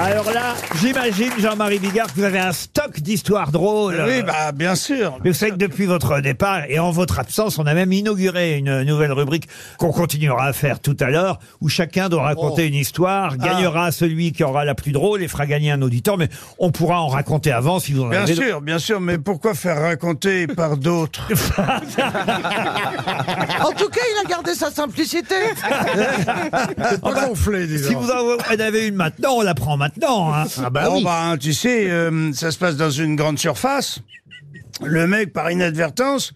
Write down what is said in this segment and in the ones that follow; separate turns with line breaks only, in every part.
Alors là, j'imagine, Jean-Marie Bigard, que vous avez un stock d'histoires drôles.
Oui, bah, bien sûr.
Mais vous savez que depuis votre départ et en votre absence, on a même inauguré une nouvelle rubrique qu'on continuera à faire tout à l'heure, où chacun doit
Oh.
raconter une histoire,
Ah.
gagnera celui qui aura la plus drôle et fera gagner un auditeur, mais on pourra en raconter avant si vous en
Bien
avez.
sûr, bien sûr, mais pourquoi faire raconter par d'autres
En tout cas, il a gardé sa simplicité.
Ah bah, si vous en en avez une maintenant, on la prend maintenant. hein.
Bon, bah, tu sais, euh, ça se passe dans une grande surface. Le mec, par inadvertance,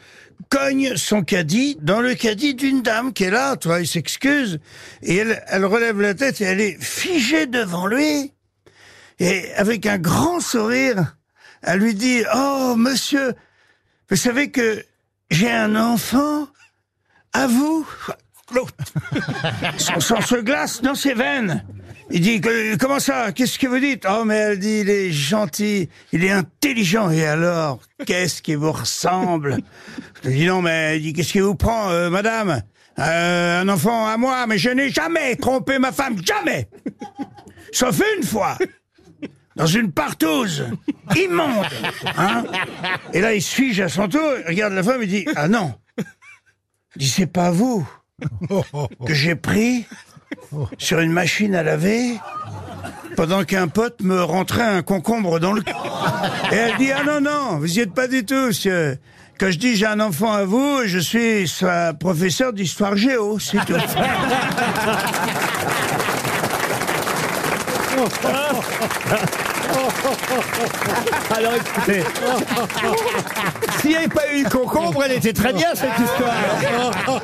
cogne son caddie dans le caddie d'une dame qui est là, tu vois, il s'excuse. Et elle, elle relève la tête et elle est figée devant lui. Et avec un grand sourire, elle lui dit, Oh, monsieur, vous savez que j'ai un enfant à vous L'autre, son sang se glace dans ses veines. Il dit, que- comment ça Qu'est-ce que vous dites Oh, mais elle dit, il est gentil, il est intelligent. Et alors, qu'est-ce qui vous ressemble Je lui dis, non, mais il dit, qu'est-ce qui vous prend, euh, madame Euh, Un enfant à moi, mais je n'ai jamais trompé ma femme, jamais Sauf une fois dans une partouze immonde. Hein et là, il se fige à son tour, il regarde la femme et dit Ah non Il dit C'est pas vous que j'ai pris sur une machine à laver pendant qu'un pote me rentrait un concombre dans le cul. Et elle dit Ah non, non, vous y êtes pas du tout, monsieur. Quand je dis j'ai un enfant à vous, je suis sa professeur d'histoire géo, c'est tout.
Eh Alors écoutez, s'il n'y avait pas eu le concombre, elle était très bien cette histoire.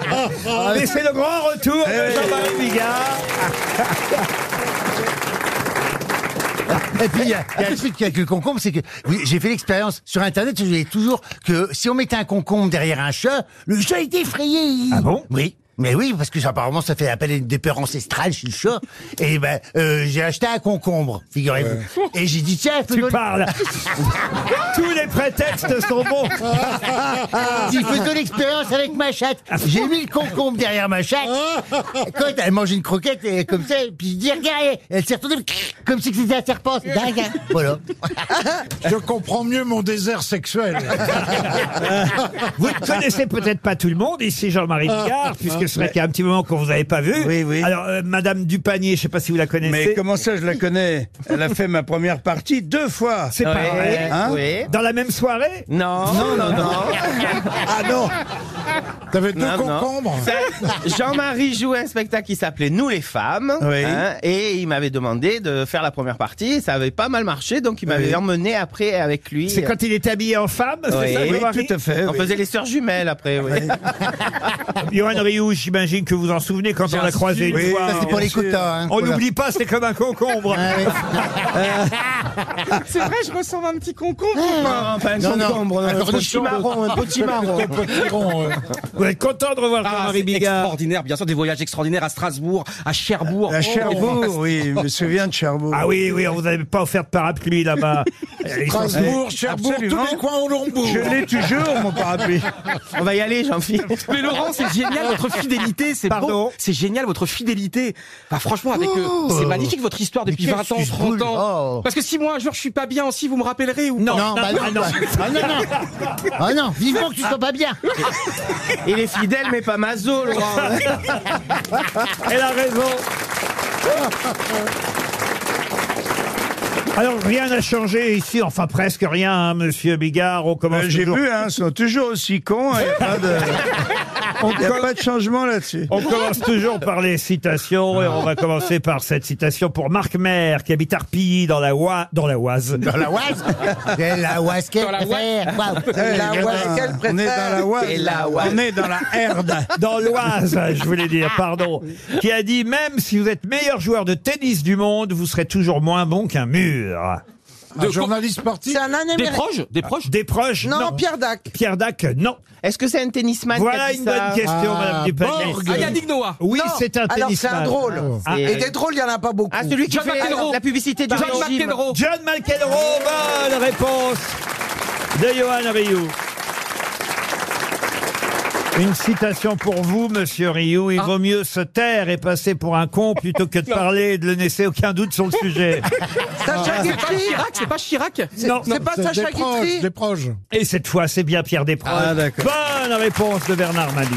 Mais c'est le grand retour de Jean-Marie Bigard.
Et puis, il y, a il y a un truc avec le concombre, c'est que oui, j'ai fait l'expérience sur Internet, je disais toujours que si on mettait un concombre derrière un chat, le chat était effrayé.
Ah bon
Oui. Mais oui, parce que ça, apparemment, ça fait appel à des peurs ancestrales chez le chat. Et ben, euh, j'ai acheté un concombre, figurez-vous. Et j'ai dit, tiens,
Tu
faisons,
parles. Tous les prétextes sont bons.
dis, faisons l'expérience avec ma chatte. J'ai mis le concombre derrière ma chatte. Quand elle mange une croquette, et comme ça, et puis je dis, regarde, elle- elle s'est retournée, comme si c'était un serpent. C'est dingue. hein. Voilà.
Je comprends mieux mon désert sexuel.
Vous ne connaissez peut-être pas tout le monde ici, Jean-Marie Bigard, puisque c'est vrai qu'il y a un petit moment qu'on vous avait pas vu.
Oui, oui.
Alors, euh, Madame Dupanier, je sais pas si vous la connaissez.
Mais comment ça, je la connais Elle a fait ma première partie deux fois.
C'est pas vrai.
Hein
Oui.
Dans la même soirée
Non. Non, non, non.
Ah non T'avais deux
Non, non.
concombres
Jean-Marie jouait un spectacle qui s'appelait Nous les femmes. hein,
Oui.
et il m'avait demandé de faire la première partie. Ça avait pas mal marché, donc il m'avait
Oui.
emmené après avec lui. euh.
C'est quand il est habillé en femme, c'est
Oui.
ça,
Oui,
Jean-Marie
Tout à fait.
On
oui.
faisait les sœurs jumelles après, oui.
Johan Rioux, j'imagine que vous en souvenez quand on l'a croisé une
Oui,
fois.
ça,
C'est pour les
sûr.
quotas, hein.
On
Voilà.
n'oublie pas, c'est comme un concombre.
C'est vrai, je ressemble à un petit concombre. Non, pas un
Non, non,
concombre,
un
un petit
cornichon.
marron, un petit marron.
Vous êtes content de revoir
Ah,
Jean-Marie
c'est
Bigard
extraordinaire, bien sûr, des voyages extraordinaires à Strasbourg, à Cherbourg.
À
Oh,
Cherbourg, oui, je me souviens de Cherbourg.
Ah oui, oui, on vous avait pas offert de parapluie là-bas. Ils sont-
Strasbourg, Cherbourg,
Absolument.
tous les coins au Lombourg.
Je l'ai toujours, mon parapluie.
On va y aller, Jean-Philippe.
Mais Laurent, c'est génial votre fidélité, c'est
Pardon
beau. C'est génial votre fidélité. Bah, franchement, avec euh, c'est magnifique votre histoire depuis
quelle
20 ans,
suce-boule.
30 ans.
Oh.
Parce que si moi un jour je suis pas bien aussi, vous me rappellerez ou
Non,
Non, bah non,
ah
non. Ah non, non. Ah non, vivement que tu sois pas bien.
Il est fidèle, mais pas mazo, Laurent.
Ah. Elle a raison. Alors, rien n'a changé ici, enfin presque rien, hein, monsieur Bigard. On commence
Euh, J'ai
toujours-
vu, hein, ils sont toujours aussi cons. hein. Il n'y a, pas de- Euh, y a pas de changement là-dessus.
On commence toujours par les citations et on va commencer par cette citation pour Marc Maire qui habite Arpilly dans la Oise. Dans la Oise.
Dans la oise Dans la oise qu'elle
la
préfère.
Eh,
Waouh.
gamin, on est dans la Oise.
Et la Oise.
On est dans la herde.
Dans l'Oise, je voulais dire, pardon. Qui a dit même si vous êtes meilleur joueur de tennis du monde, vous serez toujours moins bon qu'un mur.
Un journaliste sportif
C'est un
Des
Américain.
proches, des proches.
Des proches
Non, Pierre Dac.
Pierre Dac, non.
Est-ce que c'est un tennisman
Voilà
qui a dit
une
ça
bonne question,
Ah,
Madame Dupanier.
Borg.
Ah, Yannick Noah.
Oui,
Non,
c'est un
Alors, c'est
tennisman.
un drôle.
Ah,
Et
euh,
des drôles, il n'y en a pas beaucoup.
Ah, celui qui
John
fait
McEnroe.
la publicité du
John
régime.
McEnroe.
John McEnroe, bonne réponse de Johan Rioux. Une citation pour vous, monsieur Rioux.
Ah.
Il vaut mieux se taire et passer pour un con plutôt que de parler et de le laisser aucun doute sur le sujet.
Ah.
Sacha Guitry Chirac, c'est pas Chirac
Non.
c'est pas
C'est
Sacha
des proches,
Guitry
des proches.
Et cette fois, c'est bien Pierre Desproges.
Ah, d'accord.
Bonne réponse de Bernard Mabille.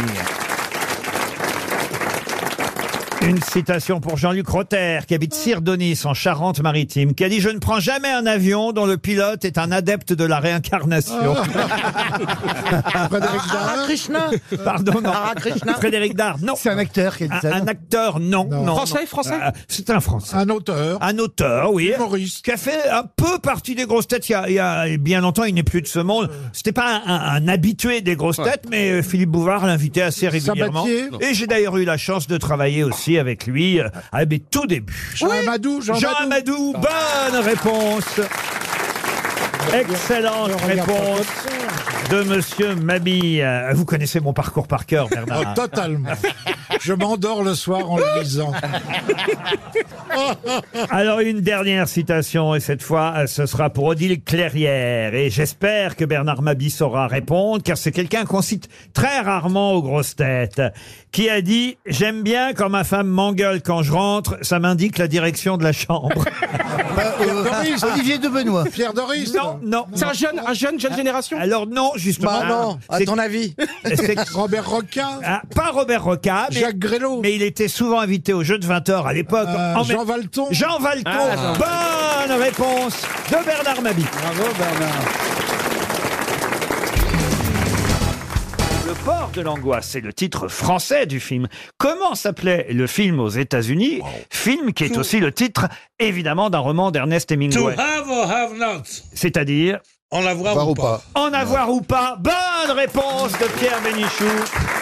Une citation pour Jean-Luc Rotter, qui habite Sirdonis, en Charente-Maritime, qui a dit « Je ne prends jamais un avion dont le pilote est un adepte de la réincarnation.
Ah.
Frédéric Darmanin.
Krishna
Pardon, non.
Krishna.
Frédéric Dard, non.
C'est un acteur qui a dit
Un,
ça.
un
non
acteur, non. non, non.
Français, français
Ah, C'est un Français.
Un auteur.
Un auteur, oui.
Humoriste.
Qui a fait un peu partie des grosses têtes il y a, il y a bien longtemps, il n'est plus de ce monde.
Euh.
C'était pas un, un- un habitué des grosses têtes, mais euh, Philippe Bouvard l'invitait assez régulièrement.
Sabatier.
Et j'ai d'ailleurs eu la chance de travailler aussi avec lui euh, à mes tout débuts.
Jean Amadou. Jean,
Jean
Amadou.
Amadou, bonne réponse. Excellente
Je regarde pas
réponse de Monsieur Mabille. Euh, Vous connaissez mon parcours par cœur,
Oh,
Bernard.
totalement. Je m'endors le soir en le lisant.
Alors une dernière citation et cette fois euh, ce sera pour Odile Clairière et j'espère que Bernard Mabi saura répondre car c'est quelqu'un qu'on cite très rarement aux grosses têtes qui a dit j'aime bien quand ma femme m'engueule quand je rentre ça m'indique la direction de la chambre
Pierre Doris.
Olivier de Benoît.
Pierre Doris.
non non Ah,
C'est un jeune, un jeune, jeune génération
alors non
Bah
justement
à
C'est-
ton avis.
c'est-
Robert Roquin.
ah, pas Robert Roca mais,
Jacques Grélot.
mais il était souvent invité au jeu de 20h à l'époque
Euh,
En
Jean
même-
Valton. Ah,
Jean Valton bonne réponse de Bernard Mabi
Bravo Bernard.
Le port de l'angoisse, c'est le titre français du film. Comment s'appelait le film aux États-Unis Film qui est aussi le titre, évidemment, d'un roman d'Ernest
To
Hemingway.
have or have not.
C'est-à-dire
En avoir
Voir
ou
ou
pas.
pas.
En avoir ou pas Ah, Bonne réponse de Pierre Bénichou.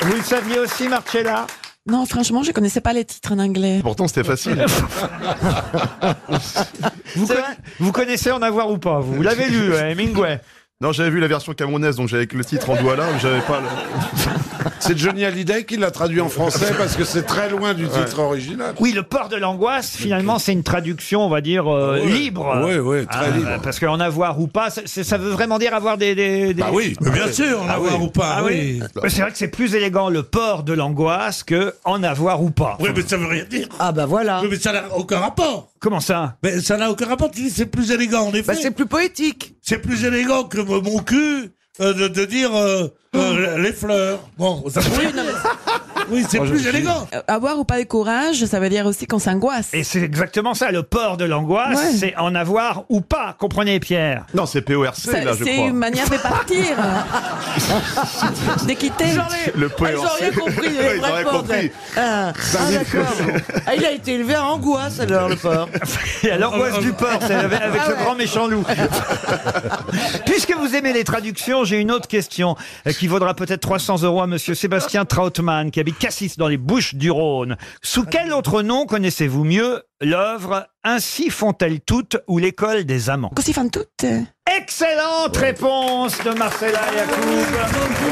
Vous le saviez aussi, Marcella
Non, franchement, je connaissais pas les titres en anglais.
Pourtant, c'était facile.
vous, conna- vous connaissez En avoir ou pas Vous, Vous l'avez lu, hein, Hemingway
Non, j'avais vu la version camerounaise, donc j'avais que le titre en douala, mais j'avais pas le...
C'est Johnny Hallyday qui l'a traduit en français parce que c'est très loin du titre original.
Oui, le port de l'angoisse, finalement, c'est une traduction, on va dire, euh,
Oui.
libre. Hein,
Oui, oui, très libre.
Parce qu'en avoir ou pas, c'est- ça veut vraiment dire avoir des... des- des-
Ah oui.
Mais bien sûr, en avoir ou pas.
Ah oui.
oui.
Mais C'est vrai que c'est plus élégant le port de l'angoisse que en avoir ou pas.
Oui, mais ça veut rien dire.
Ah bah voilà.
Oui, mais ça n'a aucun rapport.
Comment ça
Mais ça n'a aucun rapport. Tu dis c'est plus élégant, en effet.
Bah, c'est plus poétique.
c'est plus élégant que mon mon cul euh, de, de dire euh,
Hum.
euh, les fleurs. Bon, ça pourrait. oui, c'est plus élégant.
Euh, Avoir ou pas de courage, ça veut dire aussi qu'on s'angoisse.
Et c'est exactement ça, le port de l'angoisse,
Ouais.
c'est en avoir ou pas, comprenez Pierre
Non, c'est PORC,
Ça-
là, je
C'est
crois.
une manière de partir, de quitter.
Le PORC.
J'aurais compris. le
Ouais, ils
vrai
auraient
port,
compris.
Ah,
Euh,
ah, d'accord. Ah, il a été élevé à angoisse alors le porc. Ah,
Et à l'angoisse du port, c'est avec, avec le grand méchant loup. Puisque vous aimez les traductions, j'ai une autre question euh, qui vaudra peut-être 300 euros à monsieur Sébastien Trautmann, qui habite Cassis dans les Bouches du Rhône. Sous quel autre nom connaissez-vous mieux l'œuvre Ainsi font-elles toutes ou l'école des amants
Così fan tutte.
Excellente réponse de Marcella Yacoub.
Oh.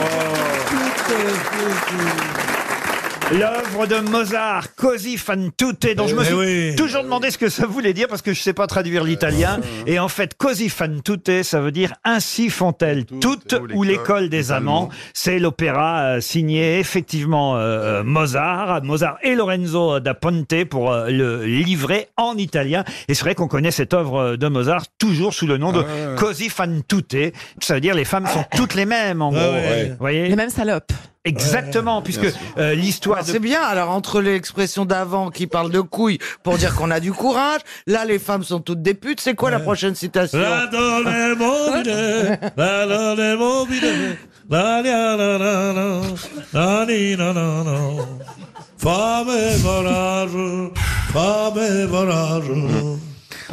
L'œuvre de Mozart, Così fan tutte, dont je me
Eh
suis
oui.
toujours demandé ce que ça voulait dire parce que je ne sais pas traduire l'italien. Et en fait, Così fan tutte, ça veut dire ainsi font-elles toutes ou l'école des amants. C'est l'opéra euh, signé effectivement euh, euh, Mozart, Mozart et Lorenzo da Ponte pour euh, le livret en italien. Et c'est vrai qu'on connaît cette œuvre euh, de Mozart toujours sous le nom de Così fan tutte. Ça veut dire les femmes sont toutes les mêmes en gros.
ouais.
Vous voyez
Les mêmes salopes.
Exactement, puisque euh, l'histoire de...
Ah, C'est bien. Alors entre l'expression d'avant qui parle de couilles pour dire qu'on a du courage, là les femmes sont toutes des putes. C'est quoi la prochaine citation
La donne mobile, la donne mobile, la la la la la, la ni la la la. Femme volage, femme volage.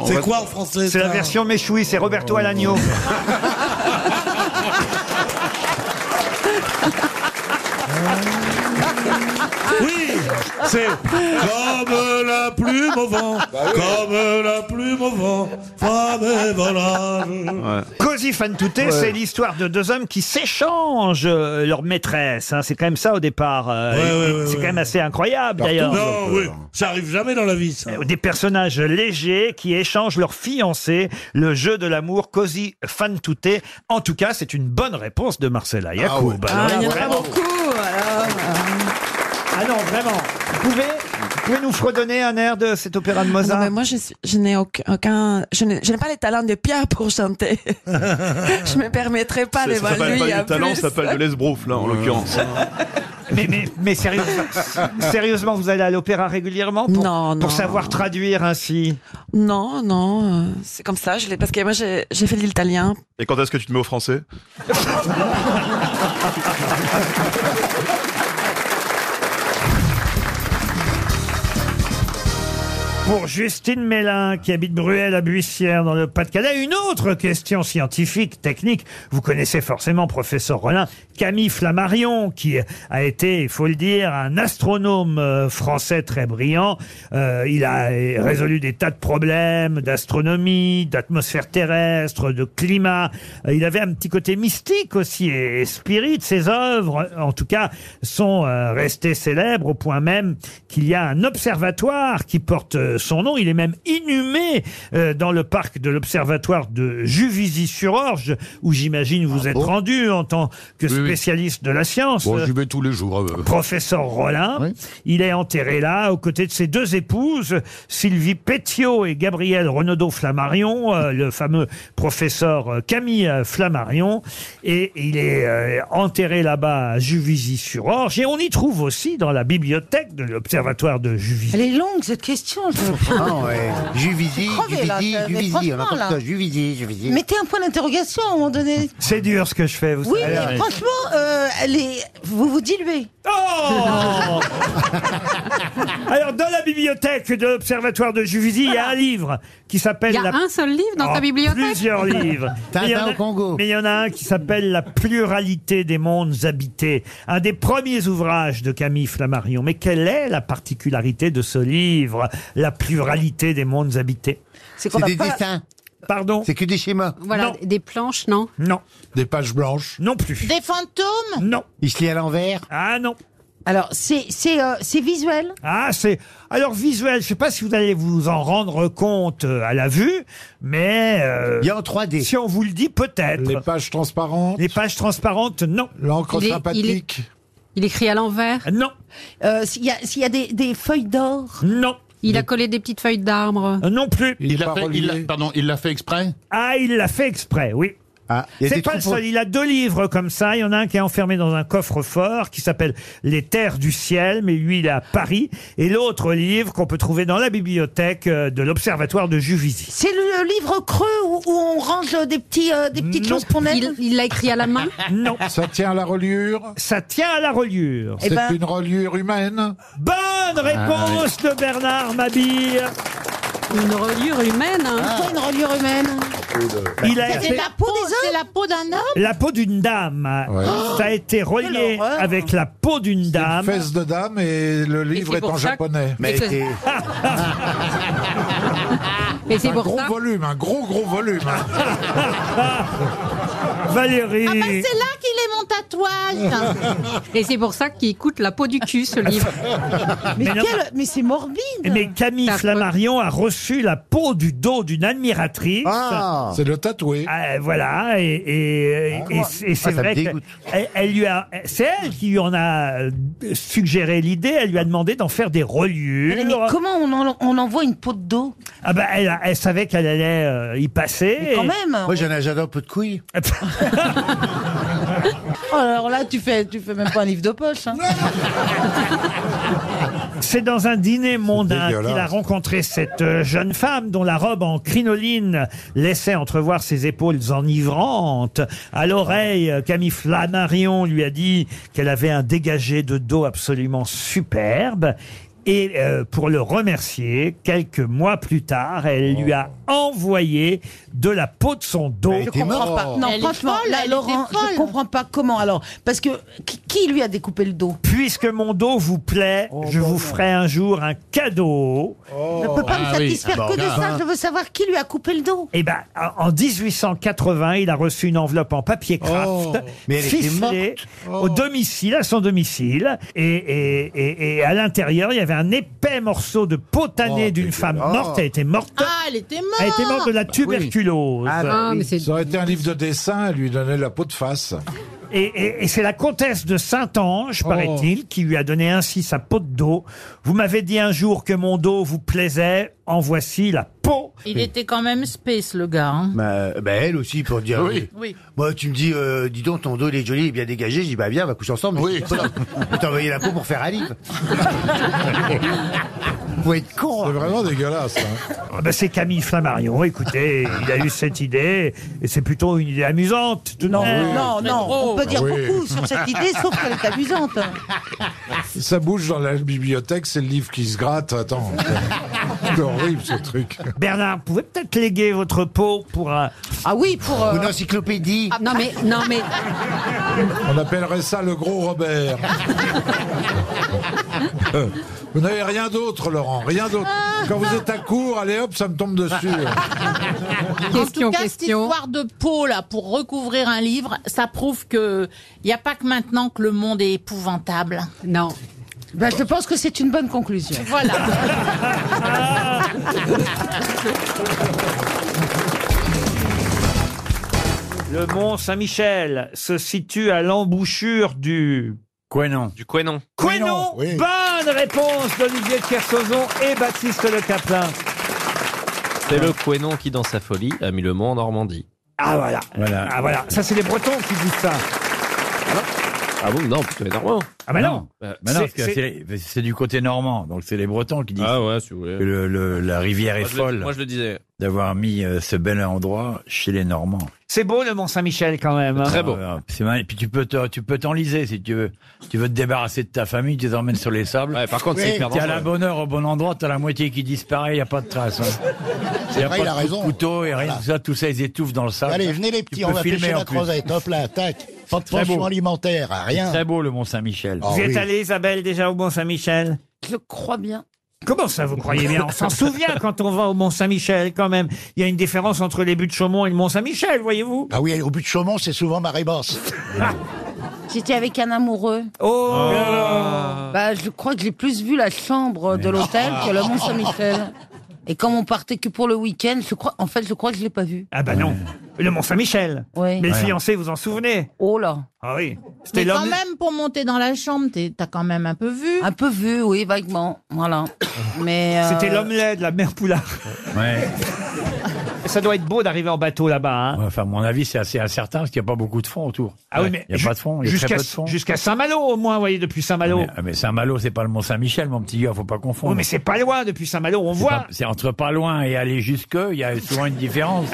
C'est quoi en français
C'est la
ça
version méchouille, c'est Roberto Alagno.
Ah.
Oui, c'est comme la plume au vent, comme la plume au vent, femme volage.
Così fan tutte, c'est l'histoire de deux hommes qui s'échangent euh, leur maîtresse. hein. C'est quand même ça au départ. euh,
Ouais,
et-
ouais, ouais,
c'est
ouais.
quand même assez incroyable d'ailleurs. Euh,
Non, oui, ça arrive jamais dans la vie, ça.
Des personnages légers qui échangent leur fiancée, le jeu de l'amour, così fan tutte. En tout cas, c'est une bonne réponse de Marcella Yacoub.
Ah,
Alors,
il y en a pas
vraiment.
beaucoup. alors.
Ah non, vraiment. Vous pouvez, vous pouvez nous fredonner un air de cet opéra de
Ah Non,
Mozart
mais moi, je, suis- je n'ai aucun, aucun- je n'ai je n'ai pas les talents de Pierre pour chanter. je me permettrai pas
Ça-
devant
ça s'appelle
lui.
pas
en
du talent,
plus.
ça s'appelle de l'esbrouf, là, en l'occurrence.
Mais, mais, mais sérieusement, sérieusement, vous allez à l'opéra régulièrement pour, pour savoir traduire ainsi
Non, non, euh, c'est comme ça. Je l'ai- parce que moi, j'ai j'ai fait l'italien.
Et quand est-ce que tu te mets au français
Pour Justine Mélin, qui habite Bruel à Buissière, dans le Pas-de-Calais, une autre question scientifique, technique. Vous connaissez forcément, professeur Rollin, Camille Flammarion, qui a été, il faut le dire, un astronome euh, français très brillant. Euh, il a euh, résolu des tas de problèmes d'astronomie, d'atmosphère terrestre, de climat. Euh, il avait un petit côté mystique aussi et, et spirit. Ses œuvres, en tout cas, sont euh, restées célèbres au point même qu'il y a un observatoire qui porte euh, son nom. Il est même inhumé euh, dans le parc de l'observatoire de Juvisy-sur-Orge, où j'imagine vous
Ah
êtes rendu en tant que spécialiste de la science.
Bon,
Euh,
j'y vais tous les jours. euh.
Professeur Rollin, il est enterré là, aux côtés de ses deux épouses, Sylvie Pétiot et Gabriel Renaudot Flammarion, euh, le fameux professeur euh, Camille euh, Flammarion. Et il est euh, enterré là-bas à Juvisy-sur-Orge. Et on y trouve aussi dans la bibliothèque de l'Observatoire de Juvisy.
Elle est longue cette question. Je...
Ah
Non, Ah ouais. Juvisy,
Crevez, là,
Juvisy,
t'as- mais
Juvisy, on
franchement,
entend
là.
ça, Juvisy, Juvisy.
Mettez un point d'interrogation à un moment donné.
C'est dur ce que je fais, vous
Oui,
savez.
mais franchement, euh, elle est... vous vous diluez.
Oh Alors, dans la bibliothèque de l'Observatoire de Juvisy, il y a un livre qui s'appelle...
Il y a
la-
un seul livre dans ta
Oh,
bibliothèque
Plusieurs livres.
Tintin
Mais il y en a-
au Congo.
Mais il y en a un qui s'appelle La pluralité des mondes habités, un des premiers ouvrages de Camille Flammarion. Mais quelle est la particularité de ce livre, La pluralité des mondes habités
C'est qu'on C'est a des pas- dessins.
Pardon
C'est que des schémas.
Voilà, des planches, non
Non.
Des pages blanches.
Non plus.
Des fantômes
Non.
Il se lit à l'envers.
Ah non.
Alors, c'est c'est, euh, c'est visuel
Ah, c'est alors visuel. Je ne sais pas si vous allez vous en rendre compte euh, à la vue, mais il y a en 3D. Si on vous le dit, peut-être. Les pages transparentes. Les pages transparentes, non. L'encre
Il est- sympathique. Il écrit à l'envers
Non.
Euh, S'il y a, s'il y a des, des feuilles d'or
Non. Euh,
Il a collé des petites feuilles d'arbre
Non plus.
Il l'a fait, il l'a- pardon, il l'a fait exprès
Ah, il l'a fait exprès, oui.
Ah, il y a
C'est
des
pas le
troupeaux.
seul. Il a deux livres comme ça. Il y en a un qui est enfermé dans un coffre-fort qui s'appelle Les Terres du Ciel, mais lui, il est à Paris. Et l'autre livre qu'on peut trouver dans la bibliothèque euh, de l'Observatoire de Juvisy.
C'est le, le livre creux où, où on range euh, des, petits, euh, des petites choses qu'on aime
Il l'a écrit à la main
Non.
Ça tient à la reliure
Ça tient à la reliure.
Eh
C'est
ben-
une reliure humaine Ah,
Bonne réponse de Bernard Mabille.
Une reliure humaine hein.
Pourquoi Ah. une reliure humaine
Il a
C'est
été
la peau des hommes C'est la peau d'un homme
la peau d'une dame. Ça a été relié avec la peau d'une dame.
Fesse de dame et le livre est,
pour
en
ça que-
japonais.
Mais Et c'est- Et c'est
un
pour
gros
ça-
volume, un gros gros volume. hein.
Valérie.
Ah bah c'est là qu'il est mon tatouage
Et c'est pour ça qu'il coûte la peau du cul ce livre.
Mais,
Ah, Mais non.
quel- mais c'est morbide
Mais Camille Flammarion a reçu la peau du dos d'une admiratrice.
Ah. C'est le tatoué.
Ah, voilà, et, et- et- et c'est- et c'est
Ah, ça me
vrai que
dégoûte.
elle, elle lui a, c'est elle qui lui en a euh, suggéré l'idée. Elle lui a demandé d'en faire des reliures.
Mais comment on, en- on envoie une peau de dos
Ah bah, elle, a- elle savait qu'elle allait euh, y passer.
Mais quand
Et-
même. Moi, j'en
J'adore un peu de couilles.
Oh, Alors là, tu fais, tu fais même pas un livre de poche. hein.
C'est dans un dîner mondain
dégueulasse.
qu'il a rencontré cette euh, jeune femme dont la robe en crinoline laissait entrevoir ses épaules enivrantes. À l'oreille, euh, Camille Flammarion lui a dit qu'elle avait un dégagé de dos absolument superbe. Et euh, pour le remercier, quelques mois plus tard, elle lui a envoyé de la peau de son dos.
Je comprends pas. Non, franchement, là, Laurent, je comprends pas comment. Alors, parce que qui, qui lui a découpé le dos
Puisque mon dos vous plaît,
Oh,
je vous ferai un jour un cadeau.
Je ne peux pas me satisfaire que de ça. Je veux savoir qui lui a coupé le dos.
Eh ben, en 1880, il a reçu une enveloppe en papier craft,
Oh. Mais elle était Oh.
ficelée au domicile, à son domicile, et, et, et, et à l'intérieur, il y avait un épais morceau de peau tannée
Oh,
d'une femme morte. Elle était morte.
Ah, elle était morte.
Elle était morte de la tuberculose.
Ah,
Ah, mais c'est-
Ça aurait été un livre de dessin, elle lui donnait la peau de face.
Et, et- et c'est la comtesse de Saint-Ange, paraît-il, qui lui a donné ainsi sa peau de dos. Vous m'avez dit un jour que mon dos vous plaisait, en voici la peau.
Il était quand même space, le gars. hein.
Bah, bah, elle aussi, pour dire.
Oui. Oui.
Moi, tu me dis, euh, dis donc, ton dos, il est joli, il est bien dégagé. Je dis, bah, viens, on va coucher ensemble. Oui, T'as envoyé la peau pour faire Alif.
Vous êtes
hein.
con C'est vraiment dégueulasse. hein. Ah, ben, c'est Camille Flammarion. Écoutez, il a eu cette idée, et c'est plutôt une idée amusante. tout de
Non,
même.
Euh, non, non, on peut dire beaucoup sur cette idée, sauf qu'elle est amusante. hein.
Ça bouge dans la bibliothèque, c'est le livre qui se gratte. Attends, c'est horrible ce truc.
Bernard, vous pouvez peut-être léguer votre peau pour euh, un...
Ah oui, pour... euh,
encyclopédie.
Ah,
Non mais, non mais,
On appellerait ça le gros Robert. Euh, vous n'avez rien d'autre, Laurent, rien d'autre. Quand vous êtes à court, allez hop, ça me tombe dessus.
en tout cas, cette histoire de peau là pour recouvrir un livre, ça prouve que il n'y a pas que maintenant que le monde est épouvantable.
Non.
Ben, je pense que c'est une bonne conclusion.
Voilà.
Ah.
Le Mont Saint-Michel se situe à l'embouchure du... Quénon. Du Quénon. Quénon Bonne réponse d'Olivier de Kersauzon et Baptiste Le Caplin.
C'est le Quénon qui, dans sa folie, a mis le mot en Normandie.
Ah voilà. Ah voilà, ça c'est les Bretons qui disent ça.
Ah bon Non, plutôt les Normands.
Ah bah non.
Bah, bah non, parce
C'est-
que
c'est-
c'est c'est du côté normand, donc c'est les Bretons qui disent
Ah
que le- le- la rivière est
Moi, je le-
folle
moi, je le disais.
d'avoir mis euh, ce bel endroit chez les Normands.
C'est beau le Mont Saint-Michel quand même. hein.
Ah, ouais, c'est mal- Et puis tu peux te- tu peux t'enliser si tu veux. Tu veux te débarrasser de ta famille, tu les emmènes sur les sables.
par contre, c'est hyper
T'es à la
dangereux.
bonne heure, au bon endroit, t'as la moitié qui disparaît, y a pas de trace. hein.
C'est
Y a
vrai,
pas
il a
de coup de
raison.
couteau et rien de tout ça, tout ça ils étouffent dans le sable.
Allez, venez les
Tu
petits,
peux
on va
filmer
pêcher
en
la
plus.
crevette. Hop là, tac. Pas de
Très beau.
pension alimentaire, rien. Ah
C'est Très beau le Mont Saint-Michel.
Vous êtes allée, Isabelle, déjà au Mont-Saint-Michel
Je crois bien.
Comment ça, vous croyez bien On s'en souvient quand on va au Mont-Saint-Michel, quand même. Il y a une différence entre les buts de Chaumont et le Mont-Saint-Michel, voyez-vous
Ah oui, au but de Chaumont, c'est souvent marée basse.
J'étais avec un amoureux.
Oh,
Bah, je crois que j'ai plus vu la chambre de l'hôtel que le Mont Saint-Michel. Et comme on partait que pour le week-end, je crois, en fait, je crois que je l'ai pas vu.
Ah bah non, le Mont-Saint-Michel.
Oui.
Mais le
Ouais.
fiancé, vous en souvenez
Oh là
Ah oui.
Mais
C'était
quand
l'homme...
même, pour monter dans la chambre, t'es- t'as quand même un peu vu.
Un peu vu, oui, vaguement. Voilà. Mais. euh,
C'était l'homme laid de la mère Poulard. Ça doit être beau d'arriver en bateau là-bas. hein.
Ouais, enfin, à mon avis, c'est assez incertain parce qu'il n'y a pas beaucoup de fonds autour.
Ah oui, mais
il n'y a pas de fonds. Il y a très
Jusqu'à
peu de fonds.
jusqu'à Saint-Malo, au moins, vous voyez, depuis Saint-Malo.
Ah, Mais Saint-Malo, c'est pas le Mont Saint-Michel, mon petit gars, faut pas confondre.
Oui, mais c'est pas loin depuis Saint-Malo, on voit.
Pas- C'est entre pas loin et aller jusque, il y a souvent une différence.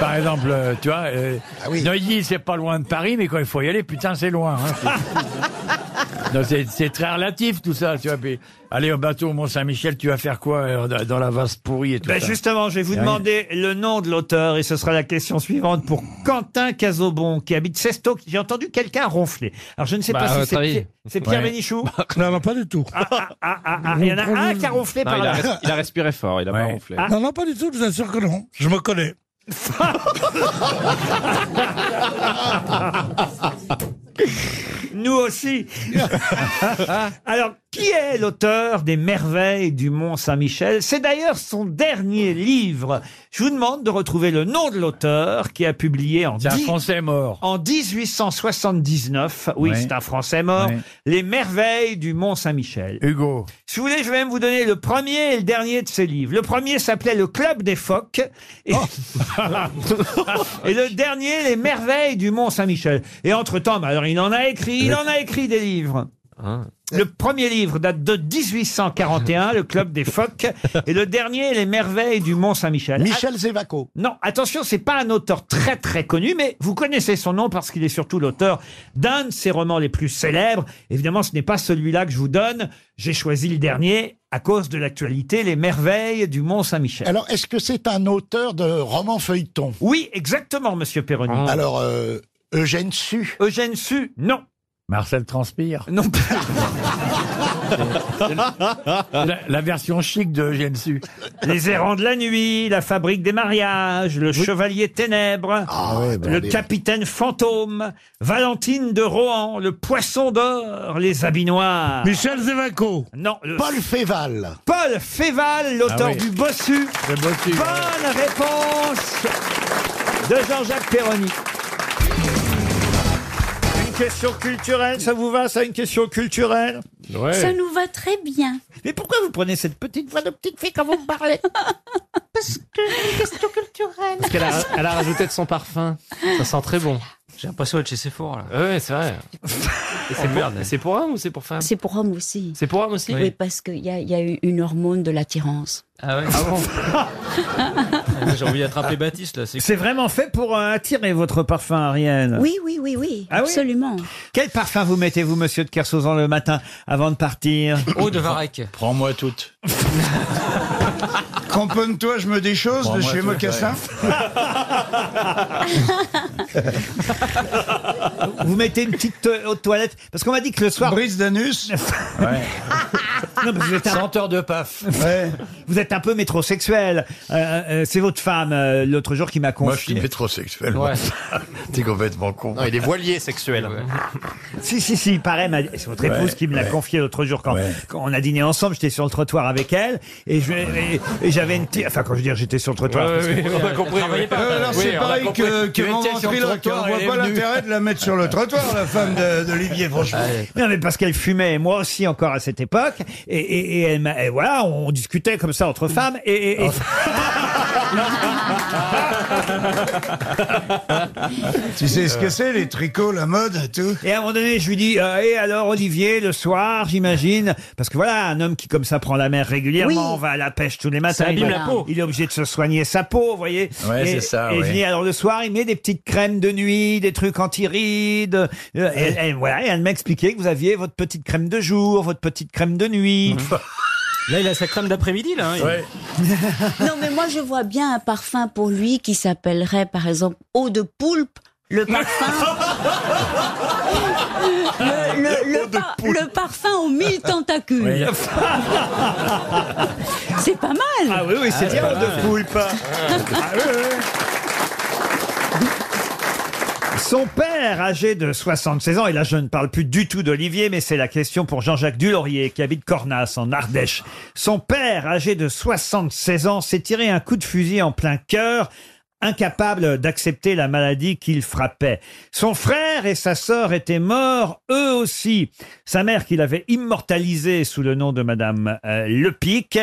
Par exemple, euh, tu vois, euh, Neuilly, c'est pas loin de Paris, mais quand il faut y aller, putain, c'est loin. hein. C'est- Non, c'est- c'est très relatif tout ça, tu vois. Puis, aller au bateau au Mont-Saint-Michel, tu vas faire quoi euh, dans- dans la vase pourrie et tout
Ben,
ça
justement, je vais vous
C'est rien.
demander le nom de l'auteur et ce sera la question suivante pour Quentin Cazobon qui habite Sesto. J'ai entendu quelqu'un ronfler. Alors je ne sais
Bah, à
pas si
votre
c'est
avis
Pierre- c'est Pierre
Ouais.
Bénichou. Non, non, pas du tout. Ah, ah, ah, ah, ah, il y en a un qui a ronflé
Non,
par
il, a
là. Ah.
res- il a respiré fort, il a pas ronflé.
Ah, Non, non, pas du tout, je vous assure que non. Je me connais.
Nous aussi. Alors, qui est l'auteur des merveilles du Mont Saint-Michel C'est d'ailleurs son dernier livre. Je vous demande de retrouver le nom de l'auteur qui a publié en,
C'est un
dix-
Français mort.
en 1879. Oui,
Ouais.
c'est un Français mort.
Ouais.
Les merveilles du Mont Saint-Michel.
Hugo.
Si vous voulez, je vais même vous donner le premier et le dernier de ces livres. Le premier s'appelait Le Club des Phoques. Et,
Oh.
et le dernier, Les Merveilles du Mont Saint-Michel. Et entre-temps, bah, alors, il en a écrit, il en a écrit des livres. Le premier livre date de 1841, Le Club des Phoques. Et le dernier, Les Merveilles du Mont Saint-Michel.
Michel Zévaco.
Non, attention, c'est pas un auteur très très connu, mais vous connaissez son nom parce qu'il est surtout l'auteur d'un de ses romans les plus célèbres. Évidemment, ce n'est pas celui-là que je vous donne. J'ai choisi le dernier à cause de l'actualité, Les Merveilles du Mont Saint-Michel.
Alors, est-ce que c'est un auteur de romans feuilleton
Oui, exactement, monsieur Perroni.
Alors, euh, Eugène Su
Eugène Su, non.
Marcel Transpire
Non.
la, la version chic de GNSU.
Les errants de la nuit, la fabrique des mariages, le chevalier ténèbres,
bah,
le
allez.
capitaine fantôme, Valentine de Rohan, le poisson d'or, les habits noirs.
Michel Zévaco.
Non, le-
Paul Féval.
Paul Féval, l'auteur
Ah oui.
du Bossu. Bonne réponse de Jean-Jacques Perroni. Une question culturelle, ça vous va, ça, une question culturelle
Ça nous va très bien.
Mais pourquoi vous prenez cette petite voix de petite fille quand vous me parlez
Parce qu'elle a, elle a rajouté de son parfum. Ça sent très bon. J'ai l'impression d'être chez Sephora là. Ouais, c'est vrai. Et c'est, pour, c'est pour homme ou c'est pour femme
C'est pour homme aussi.
C'est pour homme aussi
Oui, parce qu'il y a, il y a eu une hormone de l'attirance.
Ah ouais Ah, J'ai envie
Ah.
d'attraper Baptiste là.
C'est vraiment fait pour euh, attirer votre parfum, Ariel.
Oui, oui, oui, oui.
Ah oui
absolument.
Quel parfum vous mettez-vous, monsieur de Kersauzon, le matin avant de partir
Eau de varech.
Prends-moi toutes.
Componne-toi, je me des choses de
Prends-moi
chez
tout,
Mocassin.
Vous mettez une petite euh, eau de toilette Parce qu'on m'a dit que le soir.
Brise d'anus
Non, mais vous êtes un...
Senteur de paf.
Vous êtes un peu métrosexuel. Euh, euh, c'est votre femme euh, l'autre jour qui m'a
Moi, je suis
confié.
métrosexuel. moi. T'es complètement con.
Non, il est voilier sexuel.
Si, si, si, il paraît, ma- c'est votre épouse
Ouais,
qui me l'a
ouais.
confié l'autre jour quand,
Ouais.
quand on a dîné ensemble. J'étais sur le trottoir avec elle et je- et- et j'avais une petite. Enfin, quand je dis j'étais sur le trottoir. parce que-
on a compris.
Euh, alors c'est pareil que, que mon ventriloque, on voit pas l'intérêt de la mettre sur le trottoir, la femme de- d'Olivier, franchement.
Non, mais parce qu'elle fumait, et moi aussi encore à cette époque, et, et- et elle m'a- et voilà, on discutait comme ça
Mm.
entre femmes, et, et- et-
Tu sais ce que c'est, les tricots, la mode et tout
et à un moment donné, je lui dis, euh, et alors Olivier, le soir, j'imagine, parce que voilà, un homme qui comme ça prend la mer régulièrement,
Oui.
va à la pêche tous les matins,
Ça
il,
abîme
va-
la peau.
il est obligé de se soigner sa peau, vous voyez.
Ouais,
et,
c'est ça,
Et je
ouais.
dis, alors le soir, il met des petites crèmes de nuit, des trucs anti-rides, euh, et, et voilà, et elle m'a expliqué que vous aviez votre petite crème de jour, votre petite crème de nuit.
Mmh.
Là, il a sa crème d'après-midi là. hein.
Non, mais moi, je vois bien un parfum pour lui qui s'appellerait, par exemple, eau de poulpe. Le parfum. le, le- le par- le parfum aux mille tentacules. c'est pas mal.
Ah oui, oui, c'est Ah, bien de poulpe. Son père, âgé de 76 ans, et là je ne parle plus du tout d'Olivier, mais c'est la question pour Jean-Jacques Dulaurier qui habite Cornas en Ardèche. Son père, âgé de 76 ans, s'est tiré un coup de fusil en plein cœur, incapable d'accepter la maladie qu'il frappait. Son frère et sa sœur étaient morts, eux aussi. Sa mère qu'il avait immortalisée sous le nom de Madame euh, Lepic.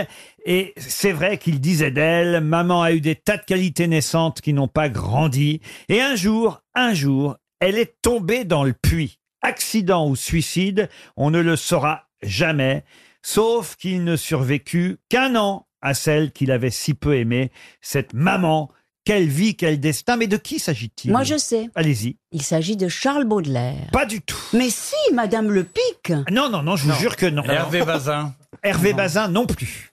Et c'est vrai qu'il disait d'elle, maman a eu des tas de qualités naissantes qui n'ont pas grandi. Et un jour, un jour, elle est tombée dans le puits. Accident ou suicide, on ne le saura jamais, sauf qu'il ne survécut qu'un an à celle qu'il avait si peu aimée, cette maman. Quelle vie, quel destin, mais de qui s'agit-il
Moi, je sais.
Allez-y.
Il s'agit de Charles Baudelaire.
Pas du tout.
Mais si, Madame Le Pic.
Non, non, non, je vous jure que non.
Hervé Bazin.
Hervé Bazin non plus.